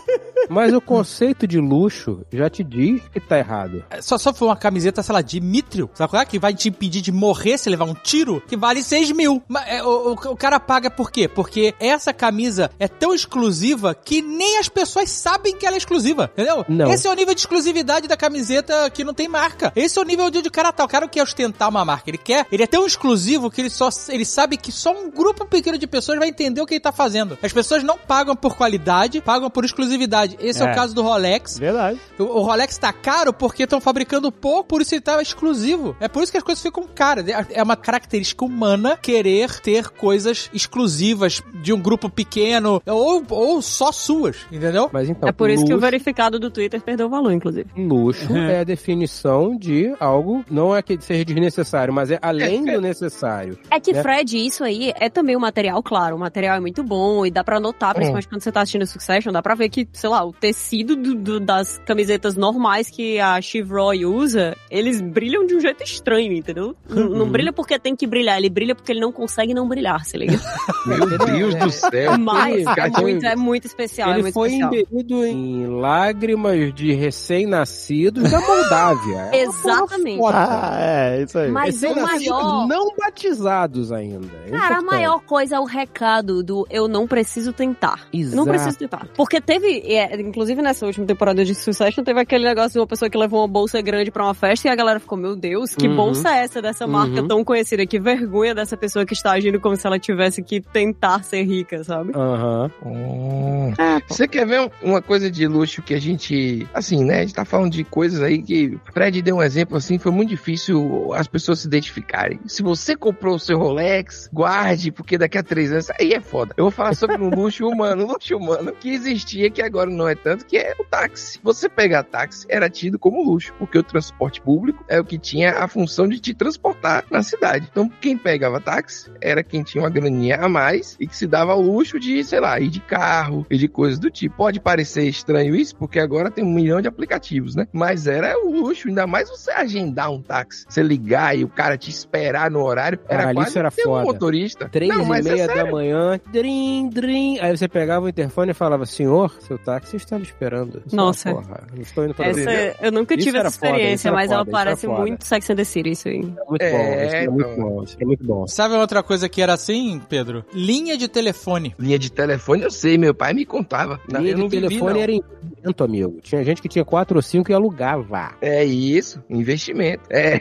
Speaker 2: Mas o conceito de luxo já te diz que tá errado.
Speaker 5: Só só foi uma camiseta, sei lá, Dimitrio, sabe qual é? Que vai te impedir de morrer se levar um tiro, que vale 6 mil. Mas, é, o, o- o cara paga por quê? Porque essa camisa é tão exclusiva que nem as pessoas sabem que ela é exclusiva, entendeu?
Speaker 2: Não.
Speaker 5: Esse é o nível de exclusividade da camiseta que não tem marca. Esse é o nível de, de cara tal. O cara não quer ostentar uma marca, ele quer, ele é tão exclusivo que ele só ele sabe que só um grupo pequeno de pessoas vai entender o que ele tá fazendo. As pessoas não pagam por qualidade, pagam por exclusividade. Esse é,
Speaker 1: É.
Speaker 5: o caso do Rolex.
Speaker 1: Verdade.
Speaker 5: O o Rolex tá caro porque estão fabricando pouco, por isso ele tá exclusivo. É por isso que as coisas ficam caras. É- É uma característica humana querer ter coisas exclusivas de um grupo pequeno ou, ou só suas, entendeu?
Speaker 2: Mas então,
Speaker 4: É por isso que o
Speaker 2: luxo,
Speaker 4: verificado do Twitter perdeu o valor, inclusive.
Speaker 2: luxo é a definição de algo, não é que seja desnecessário, mas é além do necessário.
Speaker 4: É que,
Speaker 2: né?
Speaker 4: Fred, isso aí é também um material, claro. O material é muito bom e dá pra
Speaker 2: É.
Speaker 4: notar, principalmente quando você tá assistindo Succession, dá pra ver que, sei lá, o tecido do- do- das camisetas normais que a Chivroy usa, eles brilham de um jeito estranho, entendeu? Não, não
Speaker 2: Uhum.
Speaker 4: brilha porque tem que brilhar, ele brilha porque ele não consegue não brilhar, se liga.
Speaker 3: Meu Deus do céu.
Speaker 4: Mas é
Speaker 3: Catiuxa.
Speaker 4: muito, é muito especial, é
Speaker 2: Ele
Speaker 4: muito
Speaker 2: foi
Speaker 4: especial.
Speaker 2: embedido em lágrimas de recém-nascidos da Moldávia. É uma porra
Speaker 4: Exatamente.
Speaker 2: foda.
Speaker 1: Ah, é, isso aí.
Speaker 4: Mas o
Speaker 2: Recém-nascidos
Speaker 4: maior...
Speaker 2: não batizados ainda. É
Speaker 4: Cara, a
Speaker 2: importante.
Speaker 4: maior coisa é o recado do eu não preciso tentar. Eu Não
Speaker 2: Exato.
Speaker 4: preciso tentar. Porque teve, é, inclusive nessa última temporada de Succession, teve aquele negócio de uma pessoa que levou uma bolsa grande pra uma festa e a galera ficou, meu Deus, que
Speaker 2: Uhum.
Speaker 4: bolsa é essa dessa marca
Speaker 2: Uhum.
Speaker 4: tão conhecida? Que vergonha dessa pessoa que está agindo como se ela tivesse que tentar ser rica, sabe?
Speaker 2: Aham.
Speaker 3: Hum.
Speaker 2: É,
Speaker 3: Você quer ver um- uma coisa de luxo que a gente. Assim, né? A gente tá falando de coisas aí que. Fred deu um exemplo assim, foi muito difícil as pessoas se identificarem. Se você comprou o seu Rolex, guarde, porque daqui a três anos. Aí é foda. Eu vou falar sobre um luxo humano, um luxo humano que existia, que agora não é tanto, que é o táxi. Você pegar táxi era tido como luxo, porque o transporte público é o que tinha a função de te transportar na cidade. Então, quem pegava táxi era quem tinha uma graninha a mais e que se dava ao luxo de, sei lá, ir de carro e de coisas do tipo. Pode parecer estranho isso, porque agora tem um milhão de aplicativos, né? Mas era o luxo, ainda mais você agendar um táxi, você ligar e o cara te esperar no horário. Era
Speaker 2: Caralho,
Speaker 3: quase
Speaker 2: isso era
Speaker 3: ter um
Speaker 2: foda.
Speaker 3: motorista.
Speaker 2: Três
Speaker 3: Não,
Speaker 2: e
Speaker 3: mas é
Speaker 2: meia
Speaker 3: sério.
Speaker 2: da manhã, drim, drim. Aí você pegava o interfone e falava, senhor, seu táxi está lhe esperando. Você
Speaker 4: Nossa.
Speaker 2: fala, Porra, não estou indo pra
Speaker 4: Essa, é-
Speaker 2: Brasília.
Speaker 4: eu nunca
Speaker 2: Isso
Speaker 4: tive
Speaker 2: era
Speaker 4: essa
Speaker 2: foda, isso
Speaker 4: experiência,
Speaker 2: era
Speaker 4: mas ela
Speaker 2: foda, isso era
Speaker 4: parece
Speaker 2: foda.
Speaker 4: muito Sex and the City, isso aí.
Speaker 2: É muito bom,
Speaker 3: É,
Speaker 2: isso é muito
Speaker 3: então.
Speaker 2: bom, isso é muito bom.
Speaker 5: Sabe outra coisa que era assim, Pedro? Linha de telefone.
Speaker 3: Linha de telefone, eu sei, meu pai me contava. Não,
Speaker 2: Linha
Speaker 3: eu não
Speaker 2: de
Speaker 3: vivi,
Speaker 2: telefone é-
Speaker 3: não.
Speaker 2: era invento, amigo. Tinha gente que tinha quatro ou cinco e alugava.
Speaker 3: É isso, investimento. É,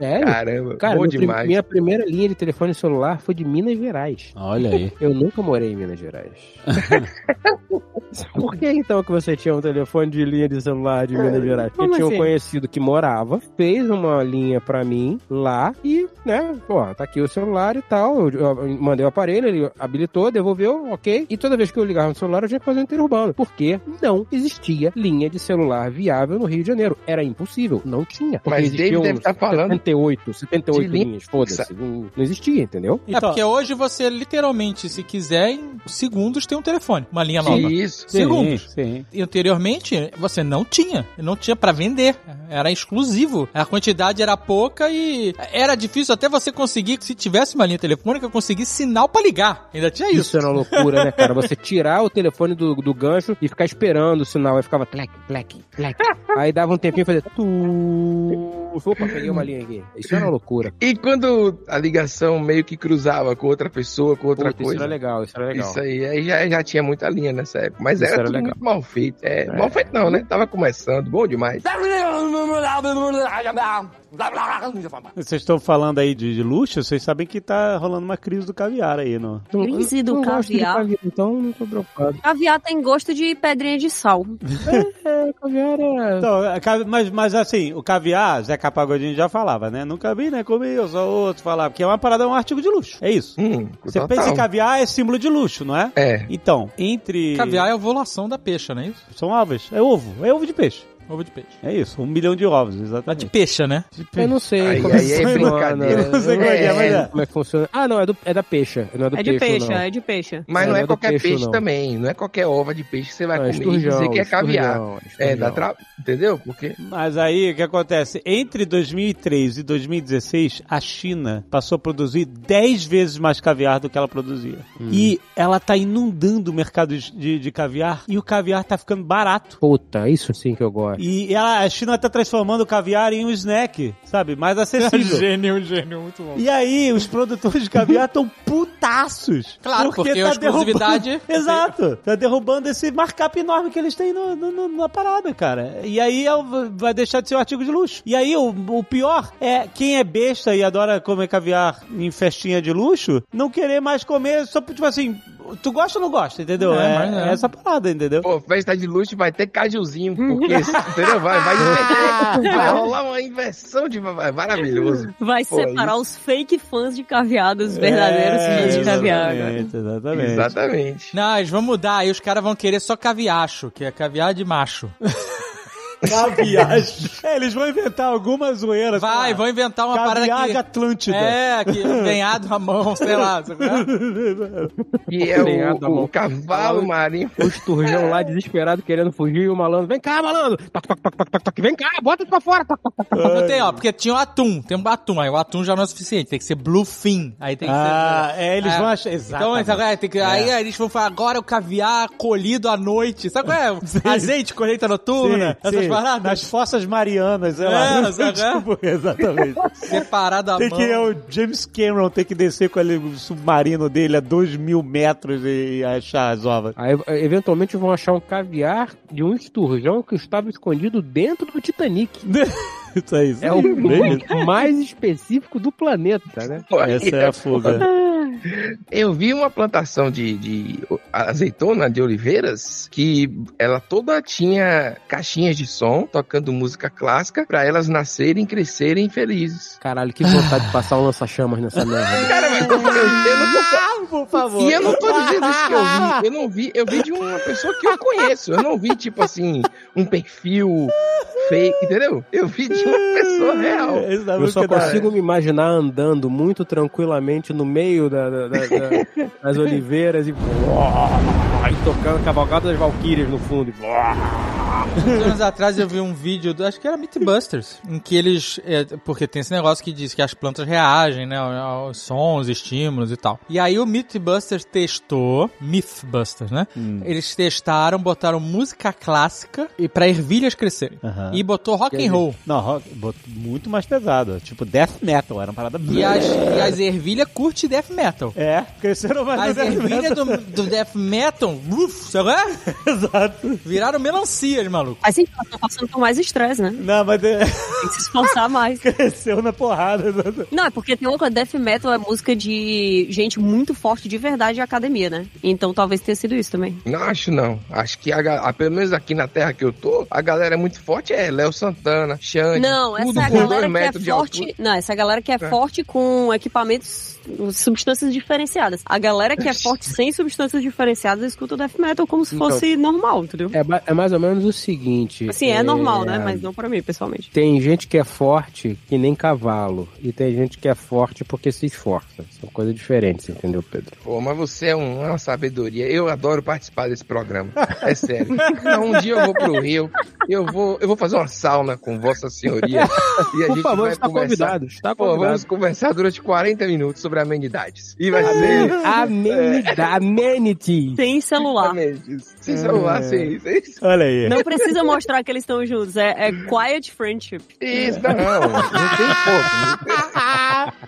Speaker 2: É,
Speaker 3: Ah, caramba,
Speaker 2: cara,
Speaker 3: bom
Speaker 2: meu prim-
Speaker 3: demais.
Speaker 2: minha primeira linha de telefone celular foi de Minas Gerais.
Speaker 1: Olha aí.
Speaker 2: Eu nunca morei em Minas Gerais. Por que então que você tinha um telefone de linha de celular de Minas Gerais? Porque
Speaker 4: como
Speaker 2: tinha
Speaker 4: assim?
Speaker 2: um conhecido que morava, fez uma linha pra mim lá e, né, pô, tá aqui o celular e tal. Eu, eu mandei o aparelho, ele habilitou, devolveu, ok. E toda vez que eu ligava no celular, eu tinha que fazer um interurbano. Porque não existia linha de celular viável no Rio de Janeiro. Era impossível, não tinha. um Porque
Speaker 3: Mas David
Speaker 2: existiam
Speaker 3: deve estar falando.
Speaker 2: 78, 78
Speaker 3: de linha
Speaker 2: linhas, foda-se. Não não existia, entendeu?
Speaker 5: é porque hoje você literalmente, se quiser, em segundos tem um telefone, uma linha nova.
Speaker 3: Isso.
Speaker 5: Segundos.
Speaker 1: Sim.
Speaker 5: E anteriormente você não tinha, não tinha pra vender, era exclusivo. A quantidade era pouca e era difícil até você conseguir, se tivesse uma linha telefônica, conseguir sinal pra ligar. Ainda tinha isso.
Speaker 2: É Isso era uma loucura, né, cara? Você tirar o telefone do, do gancho e ficar esperando o sinal. Aí ficava plec, plec, plec. Aí dava um tempinho e fazia tu. Opa, peguei uma linha aqui. Isso era uma loucura.
Speaker 3: E quando a ligação meio que cruzava com outra pessoa, com outra
Speaker 2: Puta, isso era
Speaker 3: coisa.
Speaker 2: legal, isso era legal.
Speaker 3: Isso aí, aí já, já tinha muita linha nessa época. Mas
Speaker 2: Isso
Speaker 3: era,
Speaker 2: era
Speaker 3: tudo
Speaker 2: legal.
Speaker 3: muito mal feito. É, Mal feito não, né? Tava começando, bom demais.
Speaker 1: Vocês estão falando aí de, de luxo, vocês sabem que tá rolando uma crise do caviar aí, no.
Speaker 2: Então, eu
Speaker 4: Crise do
Speaker 2: não gosto de
Speaker 4: caviar.
Speaker 2: então não tô preocupado.
Speaker 4: Caviar tem gosto de pedrinha de sal.
Speaker 2: É, caviar é...
Speaker 1: Então, a cavi- mas, mas assim, o caviar, Zeca Pagodinho já falava, né? Nunca vi, né? Comi, eu só outro falava, porque é uma parada, é um artigo de luxo. É isso.
Speaker 3: Hum,
Speaker 1: Você
Speaker 3: total.
Speaker 1: pensa em caviar é símbolo de luxo, não é?
Speaker 3: É.
Speaker 1: Então, entre.
Speaker 5: Caviar é a ovulação da peixa, não é isso?
Speaker 1: São ovos. É ovo. É ovo de peixe.
Speaker 5: Ovo de peixe.
Speaker 1: É isso. Um milhão de ovos,
Speaker 5: Mas de
Speaker 1: exatamente.
Speaker 5: peixa, né?
Speaker 2: Eu não sei
Speaker 3: Aí-
Speaker 2: como é
Speaker 3: aí
Speaker 2: que
Speaker 3: é
Speaker 2: funciona.
Speaker 3: brincadeira.
Speaker 2: Eu não sei como é que é, mas
Speaker 1: É.
Speaker 2: é. Como é que funciona. Ah, não, é, do, é da peixa. Não é do
Speaker 4: é de
Speaker 2: peixe,
Speaker 4: peixe,
Speaker 2: não.
Speaker 4: é de peixe.
Speaker 3: Mas
Speaker 2: É,
Speaker 3: não
Speaker 2: não é
Speaker 3: é
Speaker 2: do
Speaker 3: qualquer
Speaker 2: peixe,
Speaker 3: peixe,
Speaker 2: não.
Speaker 3: também, não é qualquer ova de peixe que você vai
Speaker 2: Não, é
Speaker 3: comer e dizer
Speaker 2: esturjão,
Speaker 3: que é caviar.
Speaker 2: esturjão,
Speaker 3: É, dá
Speaker 2: esturjão.
Speaker 3: tra... Entendeu? Porque
Speaker 1: Mas aí o que acontece? Entre 2003 e 2016, a China passou a produzir 10 vezes mais caviar do que ela produzia. E ela tá inundando o mercado de, de- de caviar e o caviar tá ficando barato.
Speaker 2: Puta, isso sim que eu gosto.
Speaker 1: E ela- a China tá transformando o caviar em um snack, sabe? Mais acessível.
Speaker 5: gênio, um gênio, muito bom.
Speaker 1: E aí, os produtores de caviar estão putaços. tá
Speaker 5: Claro, porque a exclusividade-
Speaker 1: derrubando- Exato. Tá derrubando esse markup enorme que eles têm no- no- no- na parada, cara. E aí é o- vai deixar de ser um artigo de luxo. E aí, o, o pior é quem é besta e adora comer caviar em festinha de luxo, não querer mais comer só, por- tipo assim, tu gosta ou não gosta, entendeu?
Speaker 5: É,
Speaker 1: É,
Speaker 5: mas é.
Speaker 1: é essa parada, entendeu?
Speaker 3: Pô, festa de luxo vai ter cajuzinho, porque entendeu? Vai, vai, vai rolar uma inversão de vai- maravilhoso.
Speaker 4: Vai
Speaker 3: Pô,
Speaker 4: separar os fake fãs de caviar dos verdadeiros fãs de caviar.
Speaker 5: né?
Speaker 4: agora.
Speaker 1: É, Exatamente, exatamente.
Speaker 3: Exatamente.
Speaker 5: Não, eles vão mudar, aí os caras vão querer só caviacho, que é caviar de macho.
Speaker 1: Caviacho. É, eles vão inventar alguma zoeira. sei
Speaker 5: Vai,
Speaker 1: lá.
Speaker 5: vão inventar uma
Speaker 1: Caviar de
Speaker 5: parada que...
Speaker 1: Atlântida.
Speaker 5: É, que ganhado à mão, sei lá. sabe?
Speaker 3: Que é
Speaker 2: Obrigado,
Speaker 3: o,
Speaker 2: Tá amor.
Speaker 3: o cavalo marinho.
Speaker 2: O esturjão lá desesperado querendo fugir e o malandro, vem cá, malandro! Toc, toc, toc, toc, toc, toc. Vem cá, bota isso pra fora! Toc, toc, toc, toc.
Speaker 5: Não tem, ó, porque tinha o atum, tem um atum, aí o atum já não é suficiente, tem que ser bluefin, aí tem que
Speaker 1: Ah,
Speaker 5: ser...
Speaker 1: é, eles
Speaker 5: É.
Speaker 1: vão achar.
Speaker 5: Então,
Speaker 1: Exatamente.
Speaker 5: mas agora tem que, aí aí eles vão falar, agora é o caviar colhido à noite, sabe qual é? Azeite, colheita noturna,
Speaker 1: Sim,
Speaker 5: essas
Speaker 1: sim,
Speaker 5: separado.
Speaker 1: nas fossas marianas, sei lá.
Speaker 5: É, sabe, é?
Speaker 1: Tipo, exatamente.
Speaker 5: Separado a
Speaker 1: Tem
Speaker 5: mão.
Speaker 1: que é o James Cameron tem que descer com ele, o submarino dele a dois mil metros e achar as ovas.
Speaker 2: Aí, eventualmente vão achar um caviar de um esturjão que estava escondido dentro do Titanic.
Speaker 1: Isso aí. isso
Speaker 2: É
Speaker 1: aí.
Speaker 2: o
Speaker 1: Bem,
Speaker 2: bug mais específico do planeta, né?
Speaker 1: Essa é a fuga.
Speaker 3: Eu vi uma plantação de, de azeitona de oliveiras que ela toda tinha caixinhas de som tocando música clássica pra elas nascerem, crescerem felizes.
Speaker 2: Caralho, que vontade de passar um lança-chamas nessa merda.
Speaker 3: Cara, mas eu, tô falando, eu não tô
Speaker 1: Ah, por favor.
Speaker 3: E eu não tô dizendo isso que eu vi. Eu não vi, eu vi de uma pessoa que eu conheço. Eu não vi, tipo assim, um perfil fake, entendeu? Eu vi de uma pessoa real.
Speaker 1: Essa
Speaker 2: Eu
Speaker 1: música
Speaker 2: só
Speaker 1: da-
Speaker 2: consigo me imaginar andando muito tranquilamente no meio da- da- da- da- das oliveiras e, e tocando a cavalgada das valquírias no fundo. E,
Speaker 5: Uns anos atrás eu vi um vídeo, do, acho que era Mythbusters, em que eles. é, porque tem esse negócio que diz que as plantas reagem, né? Aos sons, estímulos e tal. E aí o Mythbusters testou. Mythbusters, né?
Speaker 1: Hum.
Speaker 5: Eles testaram, botaram música clássica e pra ervilhas crescerem.
Speaker 1: Aham.
Speaker 5: E botou rock and roll.
Speaker 1: Não, rock, bot- muito mais pesado. Tipo, death metal. Era uma parada...
Speaker 5: E as, e as ervilhas curte death metal.
Speaker 1: É, cresceram mais
Speaker 5: As
Speaker 1: no death
Speaker 5: ervilhas
Speaker 1: metal.
Speaker 5: do, do death metal, uf, sabe? qual é?
Speaker 1: Exato.
Speaker 5: Viraram melancias, maluco.
Speaker 4: Mas sim, elas estão passando por mais estresse, né?
Speaker 1: Não, mas é,
Speaker 4: Tem que se esforçar mais.
Speaker 1: cresceu na porrada. exato.
Speaker 4: Não, é porque tem uma coisa, death metal é música de gente muito forte de verdade de academia, né? Então talvez tenha sido isso também.
Speaker 3: Não acho não. Acho que, a, ga- a- pelo menos aqui na terra que eu tô, a galera é muito forte. É Léo Santana, Xande.
Speaker 4: Não, essa
Speaker 3: tudo
Speaker 4: é a
Speaker 3: por dois
Speaker 4: galera que é
Speaker 3: metros de
Speaker 4: forte.
Speaker 3: altura.
Speaker 4: Não, essa é a galera que é, forte com equipamentos, substâncias diferenciadas. A galera que é forte sem substâncias diferenciadas escuta o death metal como se
Speaker 2: Então.
Speaker 4: fosse normal, entendeu?
Speaker 2: é, ba- é mais ou menos o seguinte.
Speaker 4: Assim, é normal, né? Mas não pra mim, pessoalmente.
Speaker 2: Tem gente que é forte que nem cavalo. E tem gente que é forte porque se esforça. São coisas diferentes, entendeu, Pedro?
Speaker 3: Pô, mas você é um- uma sabedoria. Eu adoro participar desse programa. É sério. Não, um dia eu vou pro Rio. Eu vou, eu vou fazer uma sauna com Vossa Senhoria. E a
Speaker 2: Por
Speaker 3: gente
Speaker 2: favor,
Speaker 3: vai
Speaker 2: está
Speaker 3: conversar.
Speaker 2: convidado. Está
Speaker 3: Pô,
Speaker 2: convidado.
Speaker 3: vamos conversar durante 40 minutos sobre amenidades. E vai ser.
Speaker 2: Amenida, amenity.
Speaker 4: Sem celular.
Speaker 3: Exatamente. Sem celular, sem sem isso.
Speaker 1: Olha aí.
Speaker 4: Não precisa mostrar que eles estão juntos. É, é quiet friendship.
Speaker 3: Isso, não. É, Não tem como.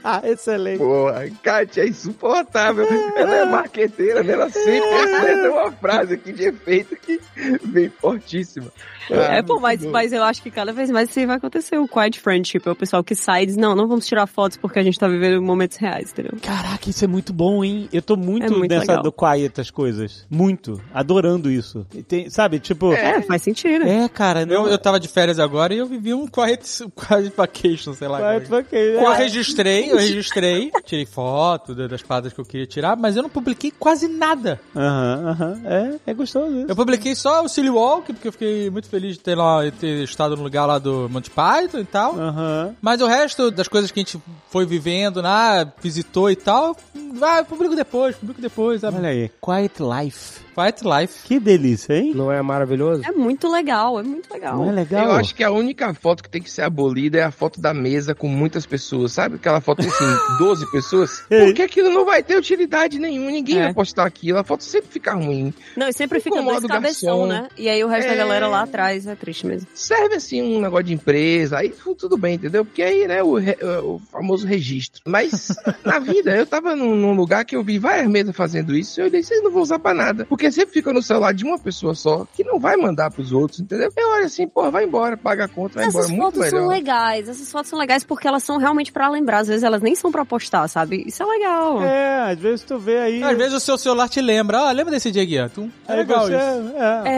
Speaker 1: Ah, excelente.
Speaker 3: Porra, a Kátia é insuportável. Ela é marqueteira, né? Ela sempre acerta uma frase aqui de efeito que vem fortíssima. Ah,
Speaker 4: é, pô, mas,
Speaker 3: muito bom.
Speaker 4: mas eu acho que cada vez mais isso vai acontecer. O quiet friendship é o pessoal que sai e diz, não, não vamos tirar fotos porque a gente tá vivendo momentos reais, entendeu?
Speaker 1: Caraca, isso é muito bom, hein? Eu tô muito,
Speaker 4: É muito
Speaker 1: nessa
Speaker 4: legal.
Speaker 1: do quiet as coisas. Muito. Adorando isso. E tem- sabe, tipo...
Speaker 4: É, faz sentido. né?
Speaker 1: É, cara.
Speaker 5: Eu,
Speaker 1: Não,
Speaker 5: eu tava de férias agora e eu vivi um quiet, quiet vacation, sei lá.
Speaker 1: Quiet vacation.
Speaker 5: Eu registrei, eu registrei, tirei foto da- das paradas que eu queria tirar, mas eu não publiquei quase nada.
Speaker 1: Aham, aham. É, é gostoso isso.
Speaker 5: Eu publiquei só o Silly Walk, porque eu fiquei muito feliz de ter lá de ter estado no lugar lá do Monty Python e tal.
Speaker 1: Aham.
Speaker 5: Mas o resto das coisas que a gente foi vivendo, né, visitou e tal, vai, eu publico depois, publico depois, sabe?
Speaker 1: Olha aí. Quiet life.
Speaker 5: Quiet Life.
Speaker 1: Que delícia, hein?
Speaker 2: Não é maravilhoso?
Speaker 4: É muito legal, é muito legal.
Speaker 1: Não é legal?
Speaker 3: Eu acho que a única foto que tem que ser abolida é a foto da mesa com muitas pessoas. Sabe aquela foto que tem assim, 12 pessoas? Porque aquilo não vai ter utilidade nenhuma. Ninguém
Speaker 4: É.
Speaker 3: vai postar aquilo. A foto sempre fica ruim.
Speaker 4: Não, e sempre fica
Speaker 3: Incomoda
Speaker 4: dois
Speaker 3: o
Speaker 4: cabeção,
Speaker 3: garçom.
Speaker 4: né? E aí o resto da
Speaker 3: É.
Speaker 4: galera lá atrás é triste mesmo.
Speaker 3: serve assim um negócio de empresa, aí fu- tudo bem, entendeu? Porque aí, né, o, re- o famoso registro. Mas na vida, eu tava num, num lugar que eu vi várias mesas fazendo isso, e eu disse, eu não vou usar pra nada. Porque sempre fica no celular de uma pessoa só, que não vai mandar pros outros, entendeu? Eu olho assim, pô, vai embora, paga a conta, vai
Speaker 4: Essas
Speaker 3: embora, muito
Speaker 4: fotos são
Speaker 3: melhor.
Speaker 4: legais, essas fotos são legais porque elas são realmente pra lembrar. Às vezes elas nem são pra postar, sabe? Isso é legal.
Speaker 1: É, às vezes tu vê aí...
Speaker 5: Às vezes o seu celular te lembra, ah, lembra desse dia aqui, ó. Tu- É
Speaker 1: aí
Speaker 5: legal
Speaker 1: você...
Speaker 5: isso.
Speaker 1: É.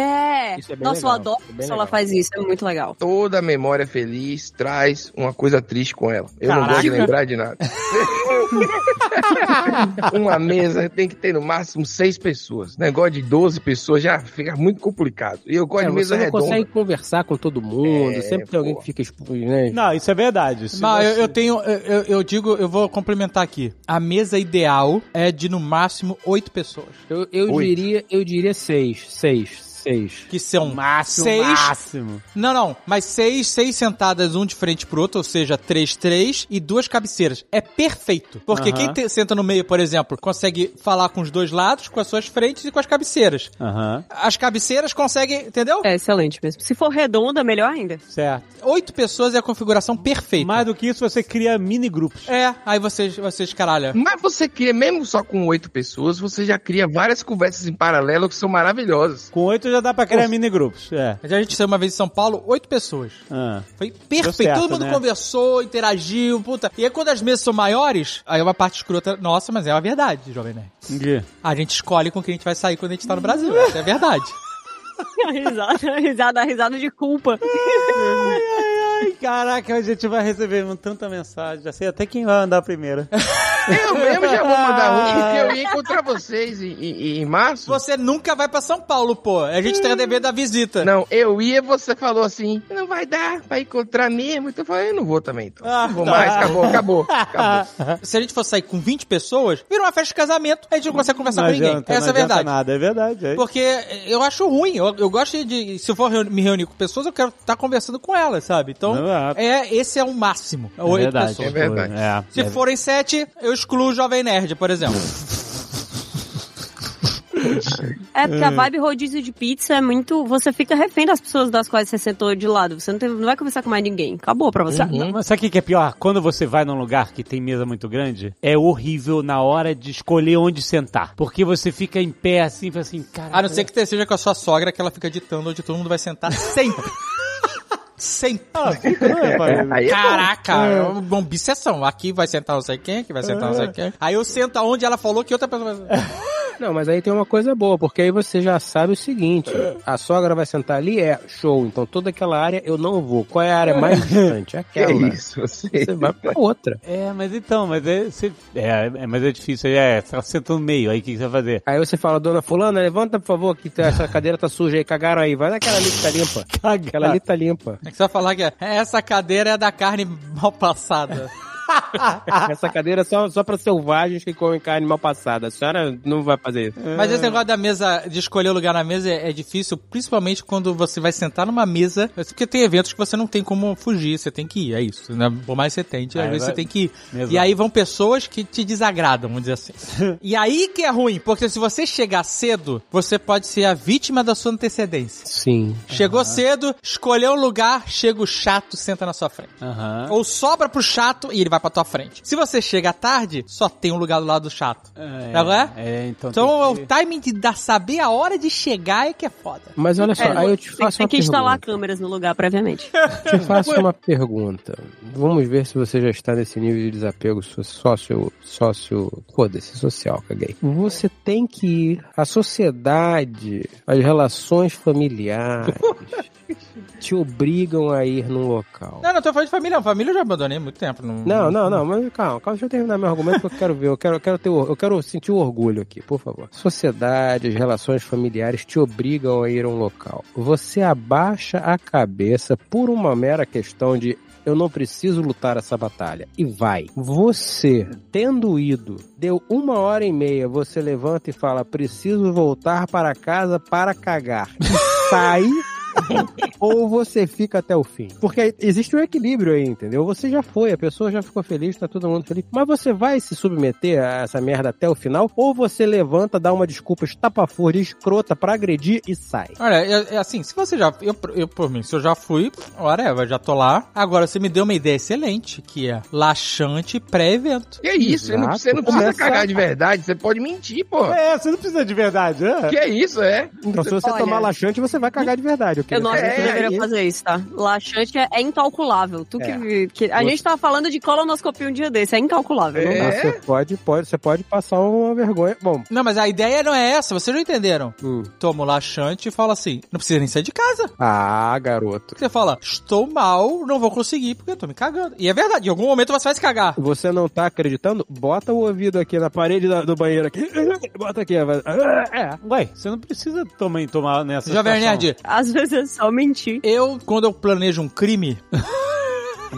Speaker 4: É.
Speaker 2: Isso é bem
Speaker 4: Nossa, eu
Speaker 2: legal,
Speaker 4: adoro
Speaker 2: isso é
Speaker 4: que
Speaker 2: bem
Speaker 4: ela
Speaker 2: legal.
Speaker 4: faz isso, é muito legal.
Speaker 3: Toda memória feliz traz uma coisa triste com ela. Eu não gosto de
Speaker 1: Caraca.
Speaker 3: lembrar de nada. uma mesa tem que ter no máximo seis pessoas. Negócio de 12 pessoas já fica muito complicado. E eu gosto
Speaker 2: É,
Speaker 3: de mesa
Speaker 2: você não
Speaker 3: redonda.
Speaker 2: consegue conversar com todo mundo,
Speaker 3: É,
Speaker 2: sempre tem alguém
Speaker 3: pô.
Speaker 2: que fica expo- né?
Speaker 1: Não, isso é verdade. Se
Speaker 5: Não, eu,
Speaker 1: você-
Speaker 5: eu tenho, eu, eu- eu digo, eu vou complementar aqui. A mesa ideal é de no máximo oito pessoas.
Speaker 2: Eu, eu
Speaker 3: Oito.
Speaker 2: diria, eu diria seis, seis, seis.
Speaker 5: que são
Speaker 1: Máximo,
Speaker 5: seis.
Speaker 1: máximo.
Speaker 5: Não, não, mas seis, seis sentadas, um de frente pro outro, ou seja, três, três, e duas cabeceiras. É perfeito. Porque
Speaker 1: Aham.
Speaker 5: quem te- senta no meio, por exemplo, consegue falar com os dois lados, com as suas frentes e com as cabeceiras.
Speaker 1: Aham,
Speaker 5: As cabeceiras conseguem, entendeu?
Speaker 4: É excelente mesmo. Se for redonda, melhor ainda.
Speaker 1: certo.
Speaker 5: Oito pessoas é a configuração perfeita.
Speaker 1: Mais do que isso, você cria mini grupos.
Speaker 5: É, aí vocês, vocês, caralho.
Speaker 3: Mas você cria, mesmo só com oito pessoas, você já cria várias conversas em paralelo que são maravilhosas.
Speaker 1: Com oito já dá pra criar mini grupos. É.
Speaker 5: A gente saiu uma vez em São Paulo, oito pessoas.
Speaker 1: Ah.
Speaker 5: Foi perfeito.
Speaker 1: certo,
Speaker 5: Todo mundo
Speaker 1: né?
Speaker 5: conversou, interagiu, puta. E aí quando as mesas são maiores, aí é uma parte escrota nossa, mas é uma verdade, Jovem Nerd.
Speaker 1: Entendi.
Speaker 5: A gente escolhe com quem a gente vai sair quando a gente tá no Brasil. Essa é a verdade.
Speaker 4: A risada, a risada, a risada de culpa.
Speaker 1: Ai, caraca, a gente vai receber um tanta mensagem. Já sei até quem vai mandar primeiro.
Speaker 3: Eu mesmo já vou mandar um, porque eu ia encontrar vocês em, em- em março.
Speaker 5: Você nunca vai pra São Paulo, pô. A gente tem a dever da visita.
Speaker 3: Não, eu ia, você falou assim, não vai dar, vai encontrar mesmo. Então eu falei, eu não vou também, então.
Speaker 1: Ah,
Speaker 3: não vou
Speaker 1: tá.
Speaker 3: mais, acabou, acabou, acabou.
Speaker 5: Se a gente for sair com 20 pessoas, vira uma festa de casamento, a gente não consegue conversar com ninguém.
Speaker 1: adianta,
Speaker 5: Essa é a
Speaker 1: adianta
Speaker 5: verdade.
Speaker 1: nada, é verdade. é.
Speaker 5: Porque eu acho ruim. Eu, eu gosto de. Se eu for reuni- me reunir com pessoas, eu quero estar conversando com elas, sabe? Então,
Speaker 1: Exato.
Speaker 5: é, esse é o máximo. É
Speaker 1: É
Speaker 5: oito
Speaker 1: verdade.
Speaker 5: pessoas.
Speaker 3: É verdade.
Speaker 1: É.
Speaker 5: Se forem sete, eu excluo o Jovem Nerd, por exemplo.
Speaker 4: É, porque a vibe rodízio de pizza é muito. Você fica refém das pessoas das quais você sentou de lado. Você não, tem- não vai conversar com mais ninguém. Acabou pra você.
Speaker 1: Sa-
Speaker 2: Uhum.
Speaker 1: mas Sabe o que que é pior? Quando você vai num lugar que tem mesa muito grande, é horrível na hora de escolher onde sentar. Porque você fica em pé assim, fala assim, cara.
Speaker 5: A Ah, não ser que você seja com a sua sogra, que ela fica ditando onde todo mundo vai sentar sempre. sempre.
Speaker 3: Aí é bom.
Speaker 5: Caraca, é uma obsessão. Aqui vai sentar não sei quem, aqui vai sentar não sei quem. Aí eu sento aonde ela falou que outra pessoa vai sentar.
Speaker 2: Não, mas aí tem uma coisa boa, porque aí você já sabe o seguinte: a sogra vai sentar ali, é show. Então toda aquela área eu não vou. Qual é a área mais distante?
Speaker 3: Que é
Speaker 2: Aquela.
Speaker 3: isso, você...
Speaker 2: Você vai pra outra.
Speaker 1: É, mas então, mas é, você- é, é, mas é difícil. É, você senta no meio, aí o que que você vai fazer?
Speaker 2: Aí você fala, dona Fulana, levanta por favor, que tá- essa cadeira tá suja aí, cagaram aí. Vai naquela ali que tá limpa. Aquela ali tá limpa.
Speaker 5: É que você vai falar que é, essa cadeira é da carne mal passada.
Speaker 2: Essa cadeira é só, só pra selvagens que comem carne mal passada. A senhora não vai fazer isso.
Speaker 5: Mas esse negócio da mesa, de escolher o lugar na mesa é, é difícil, principalmente quando você vai sentar numa mesa. Porque tem eventos que você não tem como fugir, você tem que ir, é isso. Né? Por mais que você tente, às
Speaker 1: Aí
Speaker 5: vezes
Speaker 1: vai-
Speaker 5: você tem que ir.
Speaker 1: Exato.
Speaker 5: E aí vão pessoas que te desagradam, vamos dizer assim. e aí que é ruim, porque se você chegar cedo, você pode ser a vítima da sua antecedência.
Speaker 2: Sim.
Speaker 5: Chegou cedo, escolheu um lugar, chega o chato, senta na sua frente.
Speaker 1: Aham.
Speaker 5: Ou sobra pro chato e ele vai pra tua frente. Se você chega tarde, só tem um lugar do lado do chato.
Speaker 1: É,
Speaker 5: Tá bom?
Speaker 1: é, então.
Speaker 5: Então é
Speaker 1: tem
Speaker 5: o
Speaker 1: que-
Speaker 5: timing de dar, saber a hora de chegar é que é foda.
Speaker 2: Mas olha só,
Speaker 4: É,
Speaker 2: aí eu te
Speaker 4: tem,
Speaker 2: faço
Speaker 4: tem
Speaker 2: uma
Speaker 4: que instalar
Speaker 2: pergunta.
Speaker 4: câmeras no lugar previamente.
Speaker 2: Te faço uma pergunta. Vamos ver se você já está nesse nível de desapego so- sócio, sócio, foda-se, social, caguei. Você tem que ir à sociedade, as relações familiares te obrigam a ir num local.
Speaker 5: Não, não tô falando de família, não. Família eu já abandonei há muito tempo. Não,
Speaker 2: Não, não, não, mas calma, calma, deixa eu terminar meu argumento que eu quero ver, eu quero, eu quero ter, or- eu quero sentir o orgulho aqui, por favor. Sociedade, as relações familiares te obrigam a ir a um local. Você abaixa a cabeça por uma mera questão de eu não preciso lutar essa batalha. E vai. Você, tendo ido, deu uma hora e meia, você levanta e fala, preciso voltar para casa para cagar. E sai ou você fica até o fim. Porque existe um equilíbrio aí, entendeu? Você já foi, a pessoa já ficou feliz, tá todo mundo feliz. Mas você vai se submeter a essa merda até o final, ou você levanta, dá uma desculpa estapafúrdia, escrota pra agredir e sai.
Speaker 5: Olha, é, é assim, se você já. Eu, eu, por mim, se eu já fui, whatever, já tô lá. Agora você me deu uma ideia excelente, que é laxante pré-evento.
Speaker 3: Que é isso, você não,
Speaker 2: Exato.
Speaker 3: você não precisa
Speaker 2: Começa-
Speaker 3: cagar de verdade, você pode mentir, pô.
Speaker 1: É, você não precisa de verdade, é?
Speaker 3: Que é isso, é?
Speaker 2: Então, se você
Speaker 4: Olha-
Speaker 2: tomar laxante, você vai cagar de verdade.
Speaker 4: Eu
Speaker 2: queria
Speaker 4: não acho
Speaker 2: saber
Speaker 4: que
Speaker 3: É,
Speaker 4: você deveria
Speaker 2: isso.
Speaker 4: fazer isso, tá? Laxante é, é incalculável. Tu que, que- A
Speaker 2: Você-
Speaker 4: gente tava falando de colonoscopia um dia desse, é incalculável.
Speaker 3: É.
Speaker 4: não dá.
Speaker 2: Ah, Você pode, pode, você pode passar uma vergonha. Bom,
Speaker 5: Não, mas a ideia não é essa, vocês não entenderam.
Speaker 2: hum.
Speaker 5: Toma o laxante e fala assim: não precisa nem sair de casa.
Speaker 2: ah, garoto.
Speaker 5: Você fala, estou mal, não vou conseguir porque eu tô me cagando. E é verdade, em algum momento você vai se cagar.
Speaker 2: Você não tá acreditando? Bota o ouvido aqui na parede da- do banheiro aqui. Bota aqui. vai- É.
Speaker 1: Ué, você não precisa também tomar nessa
Speaker 5: Jovem
Speaker 1: situação.
Speaker 5: Nerd,
Speaker 4: Às vezes é só mentir.
Speaker 5: eu, quando eu planejo um crime,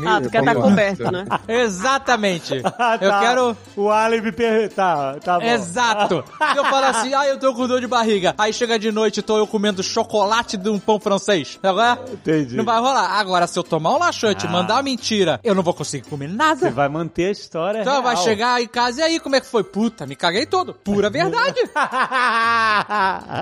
Speaker 4: Ah, tu quer estar coberto, né?
Speaker 5: Exatamente.
Speaker 1: Ah,
Speaker 5: Eu
Speaker 1: tá.
Speaker 5: quero.
Speaker 1: O álibi per... Tá, tá bom.
Speaker 5: Exato! Se eu falar assim, ah, eu tô com dor de barriga. Aí chega de noite, tô eu comendo chocolate de um pão francês. Agora,
Speaker 1: Entendi.
Speaker 5: não vai rolar. Agora, se eu tomar um laxante,
Speaker 1: Ah.
Speaker 5: mandar uma mentira, eu não vou conseguir comer nada.
Speaker 1: Você vai manter a história
Speaker 5: Então vai
Speaker 1: É real.
Speaker 5: chegar em casa e aí, como é que foi? Puta, me caguei todo. Pura verdade.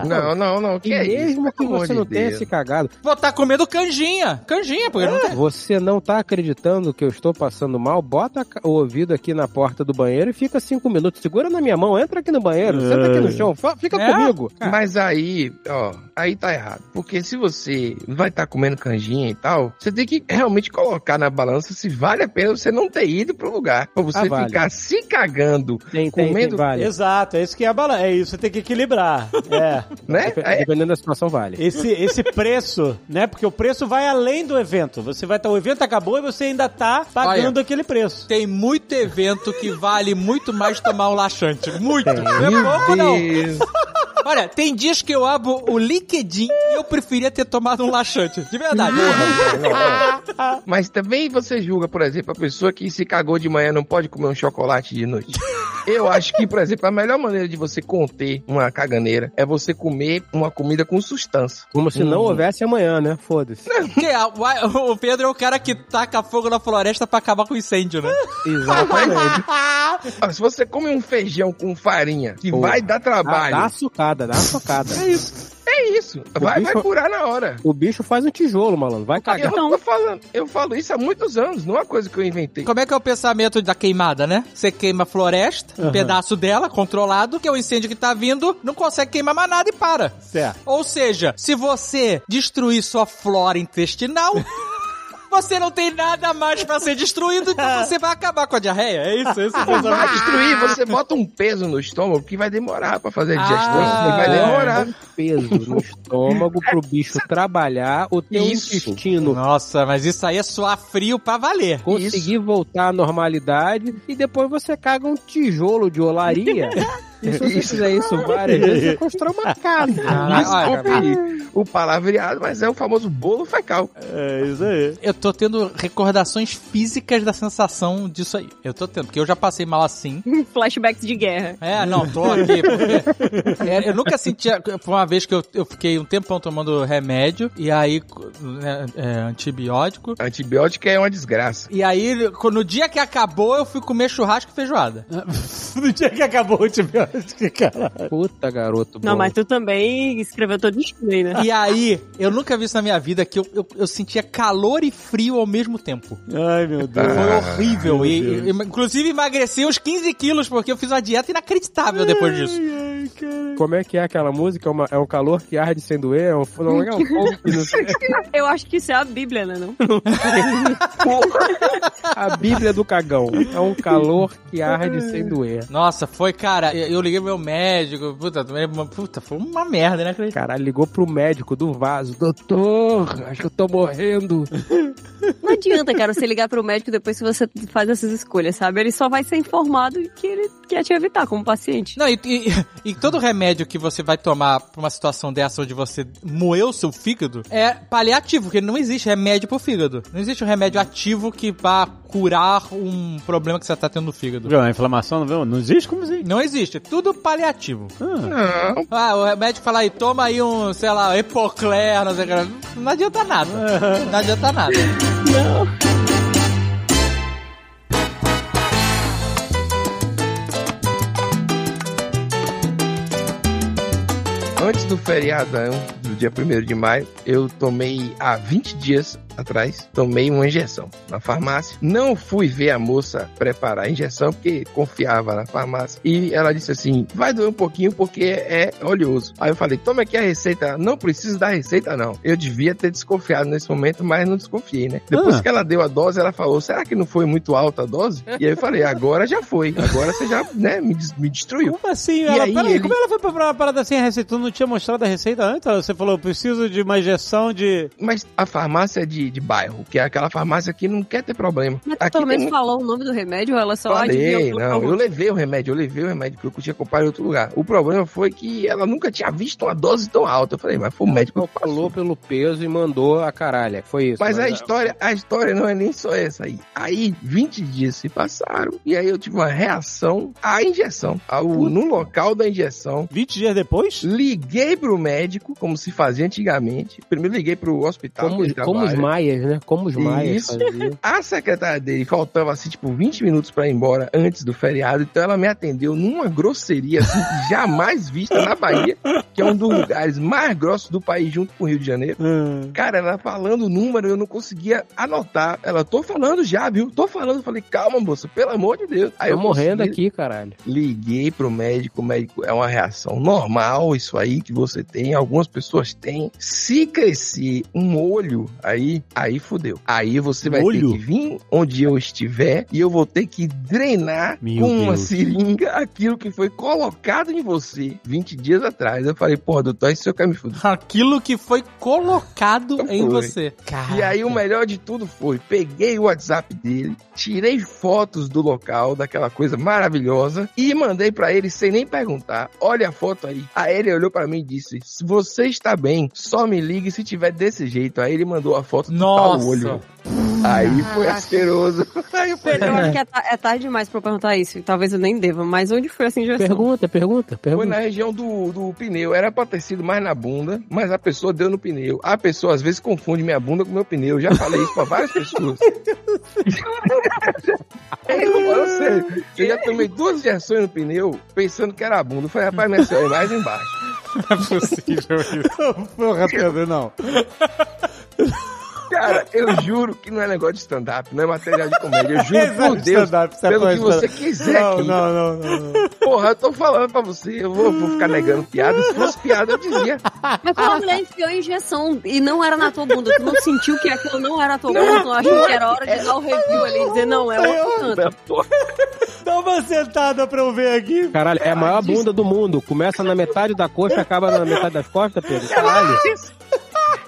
Speaker 3: Não, não, não. Que
Speaker 2: E
Speaker 3: é isso?
Speaker 2: mesmo que
Speaker 3: Pelo amor
Speaker 2: você
Speaker 3: de
Speaker 2: não tenha
Speaker 3: Deus.
Speaker 2: se cagado,
Speaker 5: Vou estar tá comendo canjinha. Canjinha, porque
Speaker 2: É.
Speaker 5: não tem.
Speaker 2: você não tá acreditando que eu estou passando mal, bota o ouvido aqui na porta do banheiro e fica cinco minutos. Segura na minha mão, entra aqui no banheiro, senta aqui no chão, fa- fica
Speaker 5: É?
Speaker 2: comigo.
Speaker 3: Mas aí, ó, aí tá errado. Porque se você vai estar comendo canjinha e tal, você tem que realmente colocar na balança se vale a pena você não ter ido pro lugar. Pra você
Speaker 2: Ah, vale.
Speaker 3: ficar se cagando,
Speaker 2: Tem, tem, tem,
Speaker 3: Comendo-
Speaker 2: vale.
Speaker 1: Exato, é isso que é a balança. É isso, você tem que equilibrar. É.
Speaker 3: né?
Speaker 2: Dep-
Speaker 3: Aí-
Speaker 2: Dependendo da situação, vale.
Speaker 1: Esse, esse preço, né? Porque o preço vai além do evento. Você vai tá, o evento acabou e você ainda tá pagando aquele preço.
Speaker 5: Tem muito evento que vale muito mais tomar um laxante. Muito. Não é pouco,
Speaker 3: Meu
Speaker 5: não.
Speaker 3: Deus.
Speaker 5: Olha, tem dias que eu abro o LinkedIn e eu preferia ter tomado um laxante. De verdade.
Speaker 3: Mas também você julga, por exemplo, a pessoa que se cagou de manhã não pode comer um chocolate de noite. Eu acho que, por exemplo, a melhor maneira de você conter uma caganeira é você comer uma comida com sustância.
Speaker 2: Como se não houvesse amanhã, né? Foda-se.
Speaker 5: Porque a- o o Pedro é o cara que taca fogo na floresta pra acabar com o incêndio, né?
Speaker 2: Exatamente.
Speaker 3: Ah, Se você come um feijão com farinha, que
Speaker 2: Porra.
Speaker 3: vai dar
Speaker 2: Dá,
Speaker 3: trabalho,
Speaker 2: Ah, dá a socada, dá a socada.
Speaker 3: é isso. Vai, vai
Speaker 2: bicho-
Speaker 3: curar na hora.
Speaker 2: O bicho faz um tijolo, malandro. Vai cagar.
Speaker 3: Eu, tô falando, eu falo isso há muitos anos, não é uma coisa que eu inventei.
Speaker 5: Como é que é o pensamento da queimada, né? Você queima a floresta, um
Speaker 1: Aham.
Speaker 5: pedaço dela, controlado, que é o incêndio que tá vindo, não consegue queimar mais nada e para.
Speaker 1: Certo.
Speaker 5: Ou seja, se você destruir sua flora intestinal, você não tem nada mais pra ser destruído, então você vai acabar com a diarreia. É isso, é isso.
Speaker 3: Você vai destruir, você bota um peso no estômago que vai demorar pra fazer a digestão.
Speaker 5: Ah,
Speaker 3: vai demorar.
Speaker 2: Bota um peso no estômago pro bicho trabalhar o teu
Speaker 3: Isso.
Speaker 2: intestino.
Speaker 5: Nossa, mas isso aí é suar frio pra valer.
Speaker 2: Conseguir voltar à normalidade e depois você caga um tijolo de olaria. E se você fizer isso várias vezes, você constrói uma casa.
Speaker 5: Caralho, olha,
Speaker 2: Desculpa aí.
Speaker 3: Desculpe o palavreado, mas é o famoso bolo fecal.
Speaker 1: É isso aí.
Speaker 5: Eu tô tendo recordações físicas da sensação disso aí. Eu tô tendo, porque eu já passei mal assim.
Speaker 4: Flashbacks de guerra.
Speaker 5: É, não, tô aqui. Porque, É, eu nunca sentia. Foi uma vez que eu, eu fiquei um tempão tomando remédio, e aí. né, é, antibiótico.
Speaker 3: Antibiótico é uma desgraça.
Speaker 5: E aí, co- no dia que acabou, eu fui comer churrasco e feijoada.
Speaker 1: No dia que acabou o antibiótico, cara.
Speaker 2: Puta, garoto.
Speaker 4: Não,
Speaker 2: bom.
Speaker 4: mas tu também escreveu todo isso aí, né?
Speaker 5: E aí, eu nunca vi isso na minha vida, que eu, eu, eu sentia calor e frio ao mesmo tempo.
Speaker 1: Ai, meu Deus.
Speaker 5: Foi horrível. E,
Speaker 1: Meu
Speaker 5: e- inclusive, emagreci uns 15 quilos, porque eu fiz uma dieta inacreditável depois disso.
Speaker 2: Como é que é aquela música? É, uma- é um calor que arde sem doer? É um fogo não, é um fogo que não sei.
Speaker 4: Eu acho que isso é a Bíblia, né? Não?
Speaker 2: A Bíblia do cagão. É um calor que arde sem doer.
Speaker 5: Nossa, foi, cara. Eu eu liguei pro meu médico. Puta, tomei uma- puta, foi uma merda, né?
Speaker 2: Caralho, ligou pro médico do vaso. Doutor, acho que eu tô morrendo.
Speaker 4: Não adianta, cara, você ligar pro médico depois que você faz essas escolhas, sabe? Ele só vai ser informado que ele quer te evitar como paciente.
Speaker 5: Não, e, e- e todo remédio que você vai tomar pra uma situação dessa onde você moeu seu fígado é paliativo, porque não existe remédio pro fígado. Não existe um remédio ativo que vá curar um problema que você tá tendo no fígado.
Speaker 1: João, a inflamação não vem? Não existe como assim?
Speaker 5: Não existe, é tudo paliativo.
Speaker 3: Não,
Speaker 5: Ah, o médico fala aí, toma aí um, sei lá, epocler, não sei o que. lá. Não adianta nada. Não adianta nada.
Speaker 3: antes do feriado, do dia 1 de maio, eu tomei há 20 dias atrás, tomei uma injeção na farmácia. Não fui ver a moça preparar a injeção, porque confiava na farmácia. E ela disse assim: vai doer um pouquinho porque é oleoso. Aí eu falei: toma aqui a receita. Ela, Não preciso da receita, não. Eu devia ter desconfiado nesse momento, mas não desconfiei, né? Depois
Speaker 1: Ah.
Speaker 3: que ela deu a dose, ela falou: será que não foi muito alta a dose? E aí eu falei: agora já foi. Agora você já, né, me, des- me destruiu.
Speaker 1: Como assim? Ela,
Speaker 3: aí
Speaker 1: peraí,
Speaker 3: ele-
Speaker 1: como ela foi pra uma parada sem a receita? Tu não tinha mostrado a receita antes? Você falou, eu preciso de uma injeção de...
Speaker 3: Mas a farmácia de de, de bairro, que é aquela farmácia que não quer ter problema.
Speaker 4: Mas tu
Speaker 3: Aqui
Speaker 4: pelo
Speaker 3: tem
Speaker 4: menos
Speaker 3: um-
Speaker 4: falou o nome do remédio ou ela só
Speaker 3: Falei,
Speaker 4: adivinhou?
Speaker 3: não, eu levei o remédio, eu levei o remédio, porque eu tinha comprado em outro lugar. O problema foi que ela nunca tinha visto uma dose tão alta. Eu falei, mas foi o médico que
Speaker 2: Falou
Speaker 3: falou.
Speaker 2: pelo peso e mandou a caralha. Foi isso.
Speaker 3: Mas é a
Speaker 2: né?
Speaker 3: história, a história não é nem só essa aí. Aí, 20 dias se passaram, e aí eu tive uma reação à injeção, ao, no local da injeção.
Speaker 1: 20 dias depois?
Speaker 3: Liguei pro médico, como se fazia antigamente. Primeiro liguei pro hospital.
Speaker 2: Como,
Speaker 3: que ele
Speaker 2: como os
Speaker 3: trabalha.
Speaker 2: maias, né? Como os maias
Speaker 3: Isso.
Speaker 2: faziam.
Speaker 3: A secretária dele faltava assim, tipo, 20 minutos pra ir embora antes do feriado, então ela me atendeu numa grosseria assim, jamais vista na Bahia, que é um dos lugares mais grossos do país, junto com o Rio de Janeiro.
Speaker 1: Hum.
Speaker 3: Cara, ela falando o número, eu não conseguia anotar. Ela, tô falando já, viu? Tô falando. Eu Falei, calma, moça, pelo amor de Deus. Aí
Speaker 2: Tô morrendo
Speaker 3: consegui-
Speaker 2: aqui, caralho.
Speaker 3: Liguei pro médico, o médico é uma reação normal, isso aí que você tem, algumas pessoas têm. Se crescer um olho, aí, aí fodeu. Aí você vai
Speaker 1: Um Olho?
Speaker 3: ter que vir onde eu estiver e eu vou ter que drenar
Speaker 1: Meu
Speaker 3: com uma
Speaker 1: Deus.
Speaker 3: seringa aquilo que foi colocado em você 20 dias atrás. Eu falei, porra, doutor, isso eu quero me fuder.
Speaker 5: Aquilo que foi colocado em
Speaker 3: Foi.
Speaker 5: você.
Speaker 3: E aí o melhor de tudo foi, peguei o WhatsApp dele, tirei fotos do local, daquela coisa maravilhosa, e mandei pra ele sem nem perguntar. Olha a foto aí. Aí ele olhou pra mim e disse: "Se você está bem, só me ligue se tiver desse jeito". Aí ele mandou a foto do tal
Speaker 5: Nossa.
Speaker 3: olho. Aí foi asqueroso. Aí eu
Speaker 4: Eu
Speaker 3: falei,
Speaker 4: acho que é, ta- é tarde demais pra eu perguntar isso. Talvez eu nem deva, mas onde foi essa injeção?
Speaker 2: Pergunta, pergunta,
Speaker 3: Foi na
Speaker 2: pergunta.
Speaker 3: região do, do pneu. Era pra ter sido mais na bunda, mas a pessoa deu no pneu. A pessoa às vezes confunde minha bunda com meu pneu. Eu Já falei isso pra várias pessoas. eu, É eu sei. Eu já tomei duas injeções no pneu pensando que era a bunda. Eu falei, rapaz, minha senhora, é mais embaixo.
Speaker 5: Não é possível isso.
Speaker 1: Porra, Pedro, não.
Speaker 3: Cara, eu juro que não é negócio de stand-up, não é material de comédia. Eu juro por
Speaker 1: Exato,
Speaker 3: Deus.
Speaker 1: stand-up, isso é
Speaker 3: Pelo que
Speaker 1: coisa
Speaker 3: você
Speaker 1: stand-up.
Speaker 3: quiser
Speaker 1: não,
Speaker 3: aqui.
Speaker 1: não, não, não, não.
Speaker 3: Porra, eu tô falando pra você. Eu vou, vou ficar negando piada. Se fosse piada, eu dizia.
Speaker 4: Mas quando a mulher enfiou a injeção e não era na tua bunda, tu não sentiu que aquilo não era a tua bunda, tu não achou que era hora de dar o review ali e dizer, não, é outro canto.
Speaker 1: Dá uma sentada pra eu ver aqui.
Speaker 2: Caralho, é a maior bunda do mundo. Começa na metade da coxa, acaba na metade das costas, Pedro. Caralho.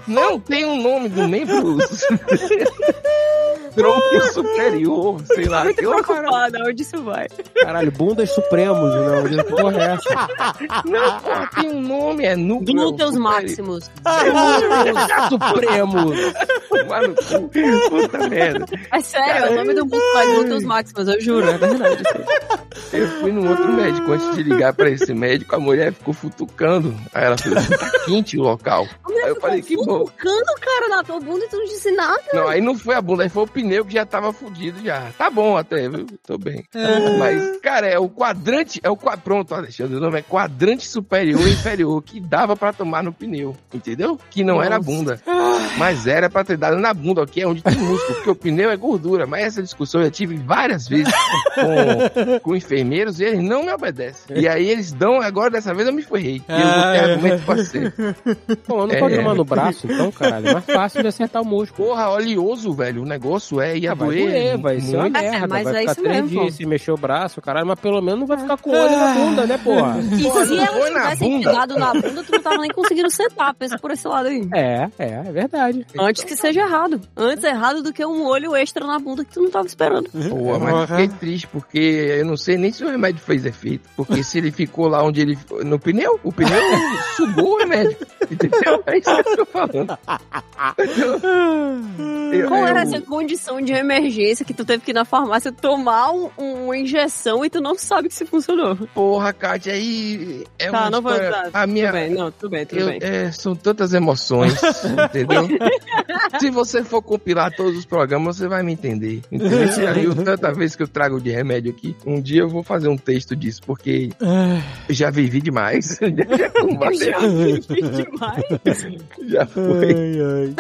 Speaker 3: Não tem um nome do membro tronco superior, sei lá.
Speaker 4: Muito
Speaker 3: que eu-
Speaker 4: preocupada, onde isso vai?
Speaker 2: Caralho, bundas supremos, não. Que porra é essa?
Speaker 3: Não, pô, tem um nome, é núcleo.
Speaker 4: Ah. Glúteos
Speaker 3: superior.
Speaker 4: máximos.
Speaker 3: Ah,
Speaker 2: Supremo.
Speaker 3: Tomar no cu. Puta merda.
Speaker 4: É sério, é o nome do músculo é glúteos máximos, eu juro, é verdade.
Speaker 3: Eu fui num outro médico. Antes de ligar pra esse médico, a mulher ficou futucando. Aí ela falou, tá quente o local.
Speaker 4: A mulher
Speaker 3: Aí eu falei, que bom.
Speaker 4: futucando, cara, na tua bunda e tu não disse nada.
Speaker 3: Não, aí não foi a bunda, aí foi o pneu que já tava fudido já. Tá bom até, viu? Tô bem. Mas, cara, é o quadrante, é o qua- pronto, Alexandre, o nome é quadrante superior e inferior que dava pra tomar no pneu, entendeu? Que não era a bunda, mas era pra ter dado na bunda, que é onde tem músculo, porque o pneu é gordura. Mas essa discussão eu já tive várias vezes com, com enfermeiros e eles não me obedecem. E aí eles dão, agora dessa vez eu me ferrei. E eu
Speaker 2: É.
Speaker 3: não tenho argumento pra ser.
Speaker 2: Bom, eu não pode
Speaker 3: É.
Speaker 2: tomar no braço, então, caralho. É mais fácil de acertar o músculo.
Speaker 3: Porra, oleoso, velho, o negócio é, ia
Speaker 2: Ah, vai
Speaker 3: doer.
Speaker 2: doer, vai ser uma
Speaker 3: muito.
Speaker 2: merda.
Speaker 4: É,
Speaker 2: vai
Speaker 4: mas é
Speaker 2: ficar
Speaker 4: isso
Speaker 2: três
Speaker 4: mesmo,
Speaker 2: dias
Speaker 4: pô.
Speaker 2: se mexer o braço, caralho, mas pelo menos não vai ficar com o olho na bunda, né, porra?
Speaker 4: E
Speaker 3: Porra,
Speaker 4: se
Speaker 3: não
Speaker 4: elas
Speaker 3: foi na
Speaker 4: tivessem
Speaker 3: bunda.
Speaker 4: cuidado na bunda, tu não tava nem conseguindo sentar, pensa por esse lado aí.
Speaker 2: É, é, é verdade.
Speaker 4: Antes que seja errado. Antes errado do que um olho extra na bunda que tu não tava esperando.
Speaker 3: Boa, mas
Speaker 5: Porra.
Speaker 3: fiquei triste porque eu não sei nem se o remédio fez efeito. Porque se ele ficou lá onde ele. No pneu, o pneu sugou o remédio. Entendeu? É isso que eu tô falando. Eu-
Speaker 4: Qual era
Speaker 3: eu-
Speaker 4: essa condição de emergência que tu teve que ir na farmácia tomar um- um- uma injeção e tu não sabe que se funcionou?
Speaker 3: Porra, Kátia, aí. É
Speaker 4: Tá,
Speaker 3: uma
Speaker 4: não vou
Speaker 3: história-
Speaker 4: entrar.
Speaker 3: A minha.
Speaker 4: Tudo bem, não, tudo bem, tudo
Speaker 3: eu-
Speaker 4: bem.
Speaker 3: é, são tantas emoções, entendeu? Se você for compilar todos os programas, você vai me entender.
Speaker 2: É
Speaker 3: Entendeu? Você já viu tanta vez que eu trago de remédio aqui. Um dia eu vou fazer um texto disso, porque
Speaker 2: É.
Speaker 3: eu já vivi demais.
Speaker 4: Eu já vivi demais.
Speaker 3: Já foi.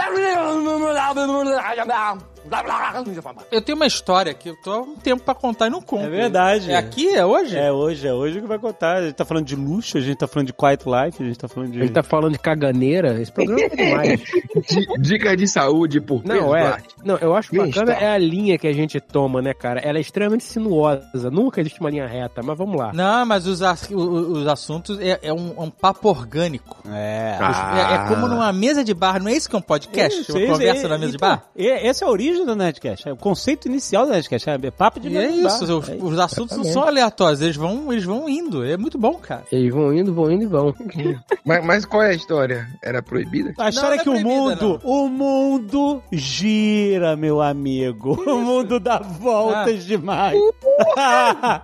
Speaker 6: blá blá blá, ninja formal.
Speaker 5: Eu tenho uma história que eu tô há um tempo pra contar e não conto.
Speaker 1: É verdade.
Speaker 5: É aqui? É hoje?
Speaker 1: É hoje, é hoje que vai contar. A gente tá falando de luxo, a gente tá falando de quiet life, a gente tá falando de.
Speaker 2: Ele tá falando de caganeira. Esse programa é demais.
Speaker 3: Di- Dica de saúde por
Speaker 2: Não,
Speaker 3: Pedro
Speaker 2: é.
Speaker 3: Duarte.
Speaker 2: Não, eu acho
Speaker 3: Bem-estar.
Speaker 2: bacana é a linha que a gente toma, né, cara? Ela é extremamente sinuosa. Nunca existe uma linha reta, mas vamos lá.
Speaker 5: Não, mas os, ass- o- o- os assuntos é, é um, é um papo orgânico.
Speaker 1: É.
Speaker 5: Os- É, é como numa mesa de bar, não é isso que é um podcast?
Speaker 1: Isso,
Speaker 5: uma
Speaker 1: isso,
Speaker 5: conversa
Speaker 1: é-
Speaker 5: na mesa de
Speaker 1: então,
Speaker 5: bar?
Speaker 1: é- Essa é a origem do Nerdcast. É o conceito inicial do Nerdcast. É papo de
Speaker 5: E
Speaker 1: mesa
Speaker 5: é
Speaker 1: de bar.
Speaker 5: isso, os,
Speaker 1: É
Speaker 5: os assuntos não são aleatórios, eles vão, eles vão indo. É muito bom, cara.
Speaker 2: Eles vão indo, vão indo e vão.
Speaker 3: Mas, mas qual é a história? Era proibida?
Speaker 1: A história
Speaker 5: não
Speaker 1: é que
Speaker 5: é
Speaker 1: o
Speaker 5: proibida,
Speaker 1: mundo, o mundo gira, meu amigo. O mundo dá voltas
Speaker 5: Ah.
Speaker 1: demais.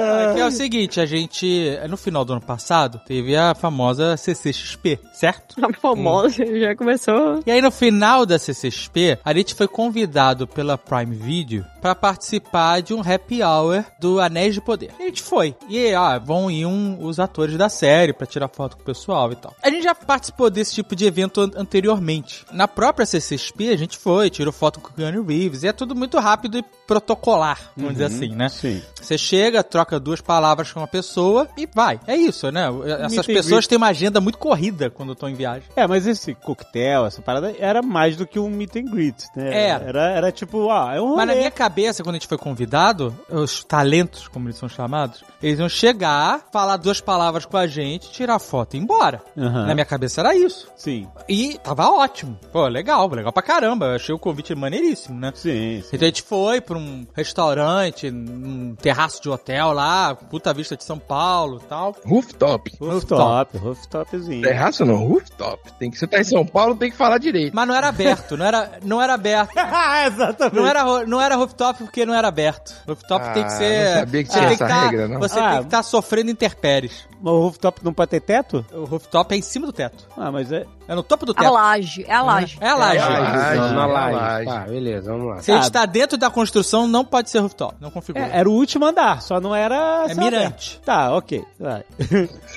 Speaker 5: É que é o seguinte, a gente, no final do ano passado, teve a famosa CCXP, certo?
Speaker 4: A famosa já começou.
Speaker 5: E aí no final da CCXP, a gente foi convidado pela Prime Video pra participar de um happy hour do Anéis de Poder. E a gente foi. E ah, vão ir um- os atores da série pra tirar foto com o pessoal e tal. A gente já participou desse tipo de evento an- anteriormente. Na própria CCXP, a gente foi, tirou foto com o Keanu Reeves. E é tudo muito rápido e protocolar, vamos dizer assim, né?
Speaker 1: Sim.
Speaker 5: Você chega, troca duas palavras com uma pessoa e vai. É isso, né? Essas
Speaker 1: Meet and
Speaker 5: pessoas têm uma agenda muito corrida quando estão em viagem.
Speaker 1: É, mas esse coquetel, essa parada, era mais do que um meet and greet, né?
Speaker 5: Era.
Speaker 1: Era, era tipo, ah, é um
Speaker 5: É. Mas na
Speaker 1: rolê.
Speaker 5: minha cabeça, quando a gente foi convidado, os talentos, como eles são chamados, eles iam chegar, falar duas palavras com a gente, tirar foto e ir embora.
Speaker 1: Aham.
Speaker 5: Na minha cabeça era isso.
Speaker 1: Sim,
Speaker 5: E tava ótimo. Pô, legal, legal pra caramba. Eu achei o convite maneiríssimo, né?
Speaker 1: sim. sim.
Speaker 5: Então a gente foi pra um restaurante, um terraço de hotel lá, puta vista de São Paulo e tal.
Speaker 3: Rooftop.
Speaker 1: Rooftop, rooftopzinho.
Speaker 5: É.
Speaker 3: Terraço não, rooftop. Tem que, você tá em São Paulo, tem que falar direito.
Speaker 5: Mas não era aberto, não era, não era aberto.
Speaker 1: Ah, Exatamente.
Speaker 5: Não era, ro- não era rooftop porque não era aberto. Rooftop
Speaker 3: Ah,
Speaker 5: tem que ser.
Speaker 3: não sabia que
Speaker 5: você
Speaker 3: tinha
Speaker 5: tem
Speaker 3: essa
Speaker 5: tá-
Speaker 3: regra, não.
Speaker 5: Você
Speaker 1: Ah.
Speaker 5: tem que estar sofrendo intempéries.
Speaker 1: Mas o rooftop não pode ter teto?
Speaker 5: O rooftop é em cima do teto.
Speaker 1: Ah, mas é.
Speaker 5: É no topo do
Speaker 4: A
Speaker 5: teto.
Speaker 4: laje, é a laje.
Speaker 5: É a laje.
Speaker 3: Ah,
Speaker 2: Não, na
Speaker 3: na
Speaker 2: laje.
Speaker 3: laje.
Speaker 2: Tá, beleza, vamos lá.
Speaker 5: Se a gente tá dentro da construção, não pode ser rooftop. Não configura.
Speaker 1: É, era o último andar, só não era.
Speaker 5: É
Speaker 1: só
Speaker 5: mirante.
Speaker 1: aberto. Tá, ok. Vai.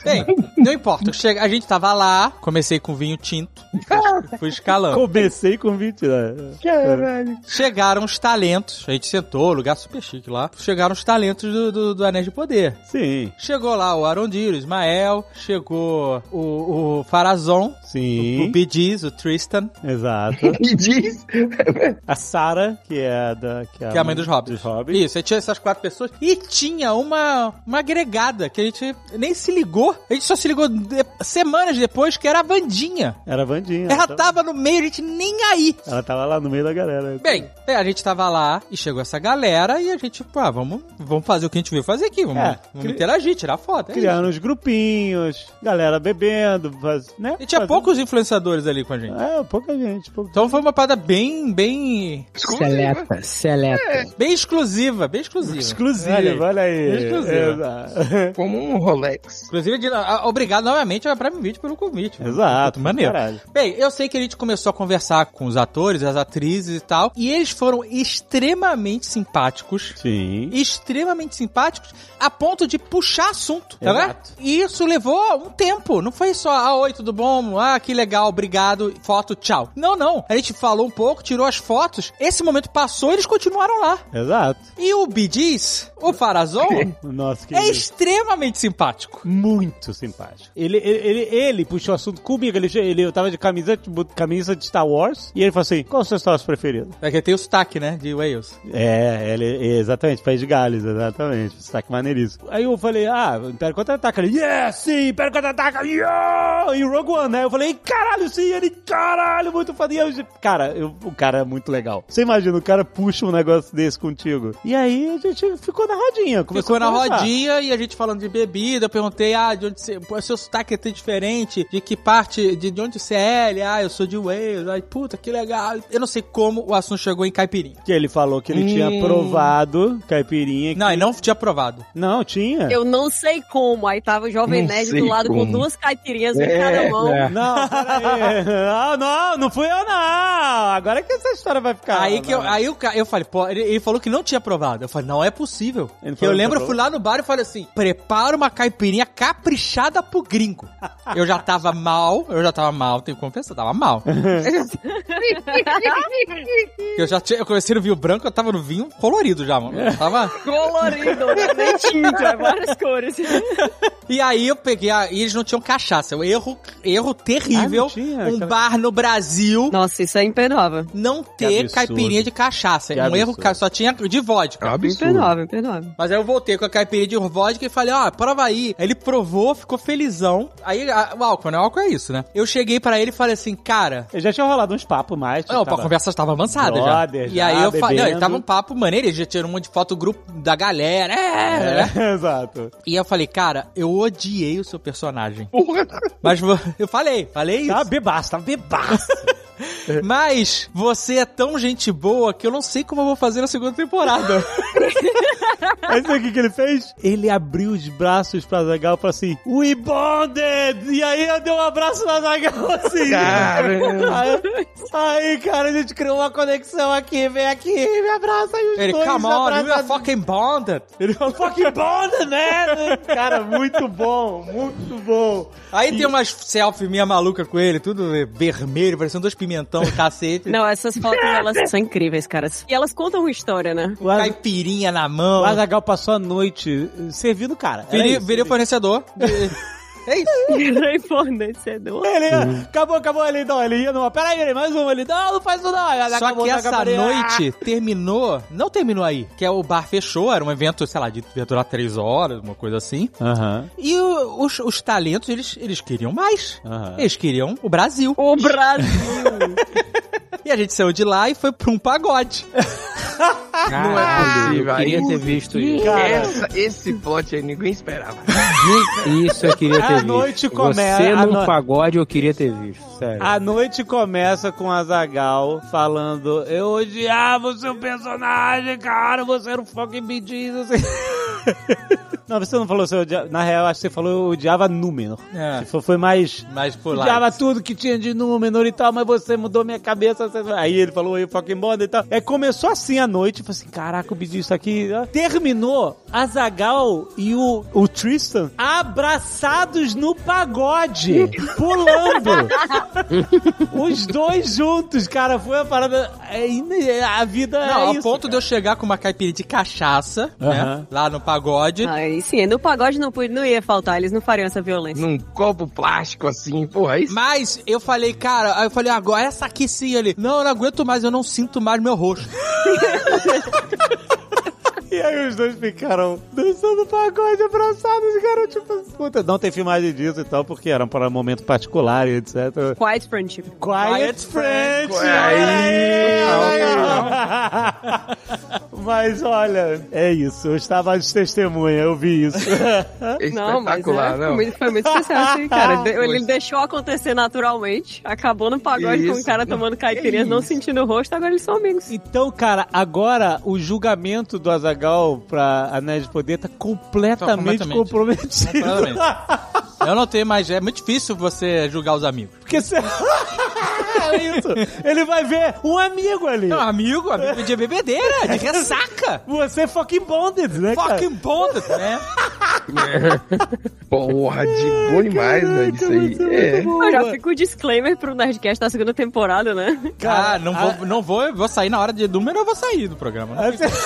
Speaker 5: Bem, não importa. Chega, a gente tava lá, comecei com vinho tinto, fui- fui escalando.
Speaker 1: Comecei com 20 né?
Speaker 5: Chegaram os talentos, a gente sentou, lugar super chique lá. Chegaram os talentos do, do, do Anéis de Poder.
Speaker 1: Sim,
Speaker 5: Chegou lá o Arondiro, o Ismael, chegou o, o Farazon, o
Speaker 1: sim.
Speaker 5: Bidiz, o Tristan,
Speaker 1: Exato.
Speaker 3: Me diz.
Speaker 1: A Sarah, que é a da. Que é,
Speaker 5: que é a mãe dos Hobbits.
Speaker 1: Dos Hobbits.
Speaker 5: Isso, aí tinha essas quatro pessoas. E tinha uma, uma agregada que a gente nem se ligou. A gente só se ligou de- semanas depois, que era a Vandinha.
Speaker 1: Era a Vandinha. Então,
Speaker 5: Ela tá- tava no meio, a gente nem aí.
Speaker 1: ela tava lá no meio da galera.
Speaker 5: Bem, é, a gente tava lá e chegou essa galera e a gente, pô, ah, vamos, vamos fazer o que a gente veio fazer aqui. Vamos,
Speaker 1: É,
Speaker 5: vamos
Speaker 1: cri-
Speaker 5: interagir, tirar foto. É isso.
Speaker 1: Criaram uns grupinhos, galera bebendo, faz- né?
Speaker 5: E tinha
Speaker 1: Fazendo-
Speaker 5: poucos influenciadores ali com a gente.
Speaker 1: É, pouca gente. Pouca...
Speaker 5: Então foi uma parada bem, bem
Speaker 2: Seleta, seleta.
Speaker 5: Bem exclusiva, bem exclusiva.
Speaker 1: Exclusiva,
Speaker 5: Olha aí.
Speaker 1: olha aí.
Speaker 5: Exclusiva.
Speaker 1: Exa-
Speaker 3: Como um Rolex.
Speaker 5: Inclusive, de- a- obrigado novamente a Prime Video pelo convite.
Speaker 1: Exato.
Speaker 5: Maneiro.
Speaker 1: caralho.
Speaker 5: Bem, eu sei que a gente começou a conversar com os atores, as atrizes e tal, e eles foram extremamente simpáticos.
Speaker 1: Sim.
Speaker 5: Extremamente simpáticos, a ponto de puxar assunto, tá vendo?
Speaker 1: Exato.
Speaker 5: E isso levou um tempo, não foi só, ah, oi, tudo bom? Ah, que legal, obrigado, foto, tchau. Não, não, a gente falou um pouco, tirou as fotos, esse momento passou e eles continuaram lá.
Speaker 1: Exato.
Speaker 5: E o Bidiz, o Farazon,
Speaker 1: Nossa, que
Speaker 5: é extremamente simpático.
Speaker 1: muito simpático. Ele, ele, ele, ele puxou o assunto comigo. Ele, ele, eu tava de camisa, de- camisa de Star Wars e ele falou assim: qual o seu Star Wars preferido?
Speaker 5: É que tem o sotaque, né, de Wales.
Speaker 1: É, ele, exatamente, País de Gales, exatamente. Sotaque maneiríssimo. Aí eu falei, ah, Império Contra-Ataca. Ele, yeah, sim, Império Contra-Ataca, yeah! E Rogue One, né? Eu falei, caralho, sim, ele, caralho, muito foda. E eu, cara, eu- o cara é muito legal. Você imagina, o cara puxa um negócio desse contigo. E aí a gente ficou na rodinha. começou
Speaker 5: Ficou
Speaker 1: a
Speaker 5: na
Speaker 1: conversar.
Speaker 5: rodinha e a gente falando de bebida. Eu perguntei, ah, de onde você. pô, Seu sotaque é tão diferente. De que parte. De, de onde você é? Ele, ah, eu sou de Wales. Ai, puta, que legal. Eu não sei como o assunto chegou em caipirinha.
Speaker 1: Que ele falou que ele
Speaker 5: Hum.
Speaker 1: tinha provado caipirinha.
Speaker 5: Não, e não tinha aprovado.
Speaker 1: Não, tinha.
Speaker 4: Eu não sei como. Aí tava o Jovem
Speaker 3: Não
Speaker 4: Nerd
Speaker 3: sei
Speaker 4: do lado com
Speaker 3: como.
Speaker 4: duas caipirinhas em cada mão.
Speaker 2: é.
Speaker 1: Não, peraí. não, não, não fui eu, não. Agora que essa história vai ficar.
Speaker 5: aí que eu,
Speaker 1: Não.
Speaker 5: aí eu, eu falei, pô, ele, ele falou que não tinha aprovado. Eu falei, não é possível.
Speaker 1: Ele
Speaker 5: eu
Speaker 1: falou que
Speaker 5: lembro, eu
Speaker 1: aprovou?
Speaker 5: fui lá no bar e falei assim: prepara uma caipirinha caprichada pergunta pro gringo. Eu já tava mal, eu já tava mal, tenho que confessar, eu tava mal. eu já tinha, eu comecei no vinho branco, eu tava no vinho colorido já, mano. Eu tava...
Speaker 4: Colorido, né? tinta, é várias cores.
Speaker 5: E aí eu peguei, a, e eles não tinham cachaça, um erro, erro terrível.
Speaker 1: Ah, não tinha?
Speaker 5: um
Speaker 1: Aquela-
Speaker 5: bar no Brasil
Speaker 4: Nossa, isso é imperdoável.
Speaker 5: não ter
Speaker 9: absurdo.
Speaker 5: caipirinha de cachaça.
Speaker 9: Que
Speaker 5: um erro,
Speaker 9: absurdo.
Speaker 5: ca- só tinha de vodka.
Speaker 3: É um absurdo.
Speaker 4: Imperdoável, imperdoável.
Speaker 5: Mas aí eu voltei com a caipirinha de vodka e falei, ó, prova aí. Aí Ele provou, ficou felizão. Aí a- o álcool, né? O álcool é isso, né? Eu cheguei pra ele e falei assim, cara...
Speaker 1: Eu já tinha rolado uns papos mais.
Speaker 5: Não,
Speaker 1: tava-
Speaker 5: a conversa estava avançada já.
Speaker 1: Brother,
Speaker 5: E
Speaker 1: já,
Speaker 5: aí eu falei, não,
Speaker 1: bebendo.
Speaker 5: ele tava um papo maneiro, ele já tirou um monte de foto do grupo da galera. é, né?
Speaker 1: É, exato.
Speaker 5: E eu falei, cara, eu odiei o seu personagem. Mas vo- eu falei, falei isso.
Speaker 1: Tava bebaço, tava bebaço.
Speaker 5: Mas você é tão gente boa que eu não sei como eu vou fazer na segunda temporada.
Speaker 1: Aí sabe o que, que ele fez? Ele abriu os braços pra Zagal e falou assim: We bonded! E aí eu dei um abraço na Zagal assim. Aí, aí, cara, a gente criou uma conexão aqui, vem aqui, me abraça aí os
Speaker 5: Ele,
Speaker 1: dois.
Speaker 5: come on,
Speaker 1: abraça-
Speaker 5: you are fucking bonded.
Speaker 1: Ele falou, fucking bonded, né? Cara, muito bom, muito bom.
Speaker 5: Aí tem umas selfie minha maluca com ele, tudo eh, vermelho, parecendo dois pimentão, cacete.
Speaker 4: Não, essas fotos, elas são incríveis, cara. E elas contam uma história, né?
Speaker 1: O Az-
Speaker 5: Caipirinha na
Speaker 1: o
Speaker 5: mão.
Speaker 1: Azagal passou a noite servindo o cara. Era
Speaker 5: Virei,
Speaker 1: isso.
Speaker 5: virei o fornecedor. É isso.
Speaker 4: Era fornecedor.
Speaker 1: Ele ia, acabou, acabou ele, não, ele ia numa, peraí, mais uma, ele, não, não faz isso não. Aí
Speaker 5: Só
Speaker 1: acabou,
Speaker 5: que
Speaker 1: tá,
Speaker 5: essa
Speaker 1: acabou, ele,
Speaker 5: noite terminou. Não terminou aí. Que é o bar fechou, era um evento, sei lá, de ia durar três horas, uma coisa assim.
Speaker 1: ah. Aham,
Speaker 5: E o- os, os talentos, eles, eles queriam mais.
Speaker 1: aham.
Speaker 5: Eles queriam o Brasil.
Speaker 4: O Brasil.
Speaker 5: E a gente saiu de lá e foi pra um pagode.
Speaker 2: Caralho,
Speaker 3: possível,
Speaker 2: eu queria
Speaker 3: aí-
Speaker 2: ter visto isso.
Speaker 3: Essa, esse plot aí ninguém esperava.
Speaker 2: Isso eu queria ter
Speaker 1: A
Speaker 2: visto.
Speaker 1: noite começa-
Speaker 2: Você
Speaker 1: a
Speaker 2: num
Speaker 1: no-
Speaker 2: pagode eu queria ter visto, sério.
Speaker 1: A noite começa com a Zagal falando: Eu odiava o seu personagem, cara, você era um fucking bidis. não, você não falou seu odiava. Na real, acho que você falou eu odiava Númenor.
Speaker 5: É.
Speaker 1: Tipo, Foi mais.
Speaker 5: Mas por lá.
Speaker 1: Odiava tudo que tinha de Númenor e tal, mas você mudou minha cabeça. você- Aí ele falou, eu fucking bonder e tal. É, começou assim a noite, falei assim, caraca, o bicho isso aqui... né? Terminou a Zagal e o, o Tristan abraçados no pagode, pulando. Os dois juntos, cara, foi a parada... é ine- é- a vida
Speaker 5: Não,
Speaker 1: é
Speaker 5: ao
Speaker 1: isso,
Speaker 5: ponto de
Speaker 1: cara.
Speaker 5: eu chegar com uma caipirinha de cachaça, né?
Speaker 1: Aham.
Speaker 5: Lá no pagode.
Speaker 4: Aí sim, no pagode não, pude- não ia faltar, eles não fariam essa violência.
Speaker 3: Num copo plástico assim, porra, isso.
Speaker 5: Mas eu falei, cara, aí eu falei, agora essa aqui sim, ele. Não, eu não aguento mais, eu não sinto mais meu rosto.
Speaker 1: E aí os dois ficaram dançando pagode, abraçados, cara, tipo... Puta, não tem filmagem disso e tal, porque era para um momento particular e etc.
Speaker 4: Quiet Friendship.
Speaker 1: Quiet Friends!
Speaker 3: é
Speaker 5: é
Speaker 1: é! Mas olha, é isso. Eu estava de testemunha, eu vi isso.
Speaker 3: É
Speaker 4: Não, mas
Speaker 3: espetacular,
Speaker 4: é,
Speaker 3: não.
Speaker 4: Foi, muito, foi muito especial isso aí, cara. De-
Speaker 3: Pois.
Speaker 4: ele deixou acontecer naturalmente, acabou no pagode com
Speaker 3: Isso.
Speaker 4: o cara tomando caipirinha, não sentindo o rosto, agora eles são amigos.
Speaker 1: Então, cara, agora o julgamento do Azagal pra Anéis de Poder tá completamente,
Speaker 5: Tá completamente.
Speaker 1: comprometido.
Speaker 5: eu não tenho mais. É muito difícil você julgar os amigos.
Speaker 1: Porque se... é isso. Ele vai ver um amigo ali.
Speaker 5: Não, amigo, amigo de bebedeira, de ressaca.
Speaker 1: Você é fucking bonded, né, cara?
Speaker 5: Fucking bonded, né?
Speaker 3: Porra, de bom demais, velho, isso aí. É.
Speaker 4: Ah, já fica o disclaimer pro Nerdcast da segunda temporada, né?
Speaker 5: ah, não vou, não vou, eu vou sair na hora de número, eu vou sair do programa. né? Não
Speaker 1: A,
Speaker 5: fica-
Speaker 1: se-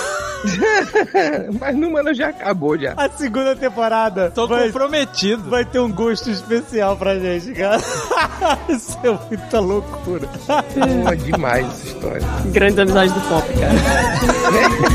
Speaker 3: É, Mas no mano já acabou já.
Speaker 1: a segunda temporada
Speaker 5: Tô
Speaker 1: vai,
Speaker 5: comprometido.
Speaker 1: vai ter um gosto especial pra gente, cara. Isso é muita loucura.
Speaker 3: Porra, demais essa história.
Speaker 4: Grandes amizades do pop, cara.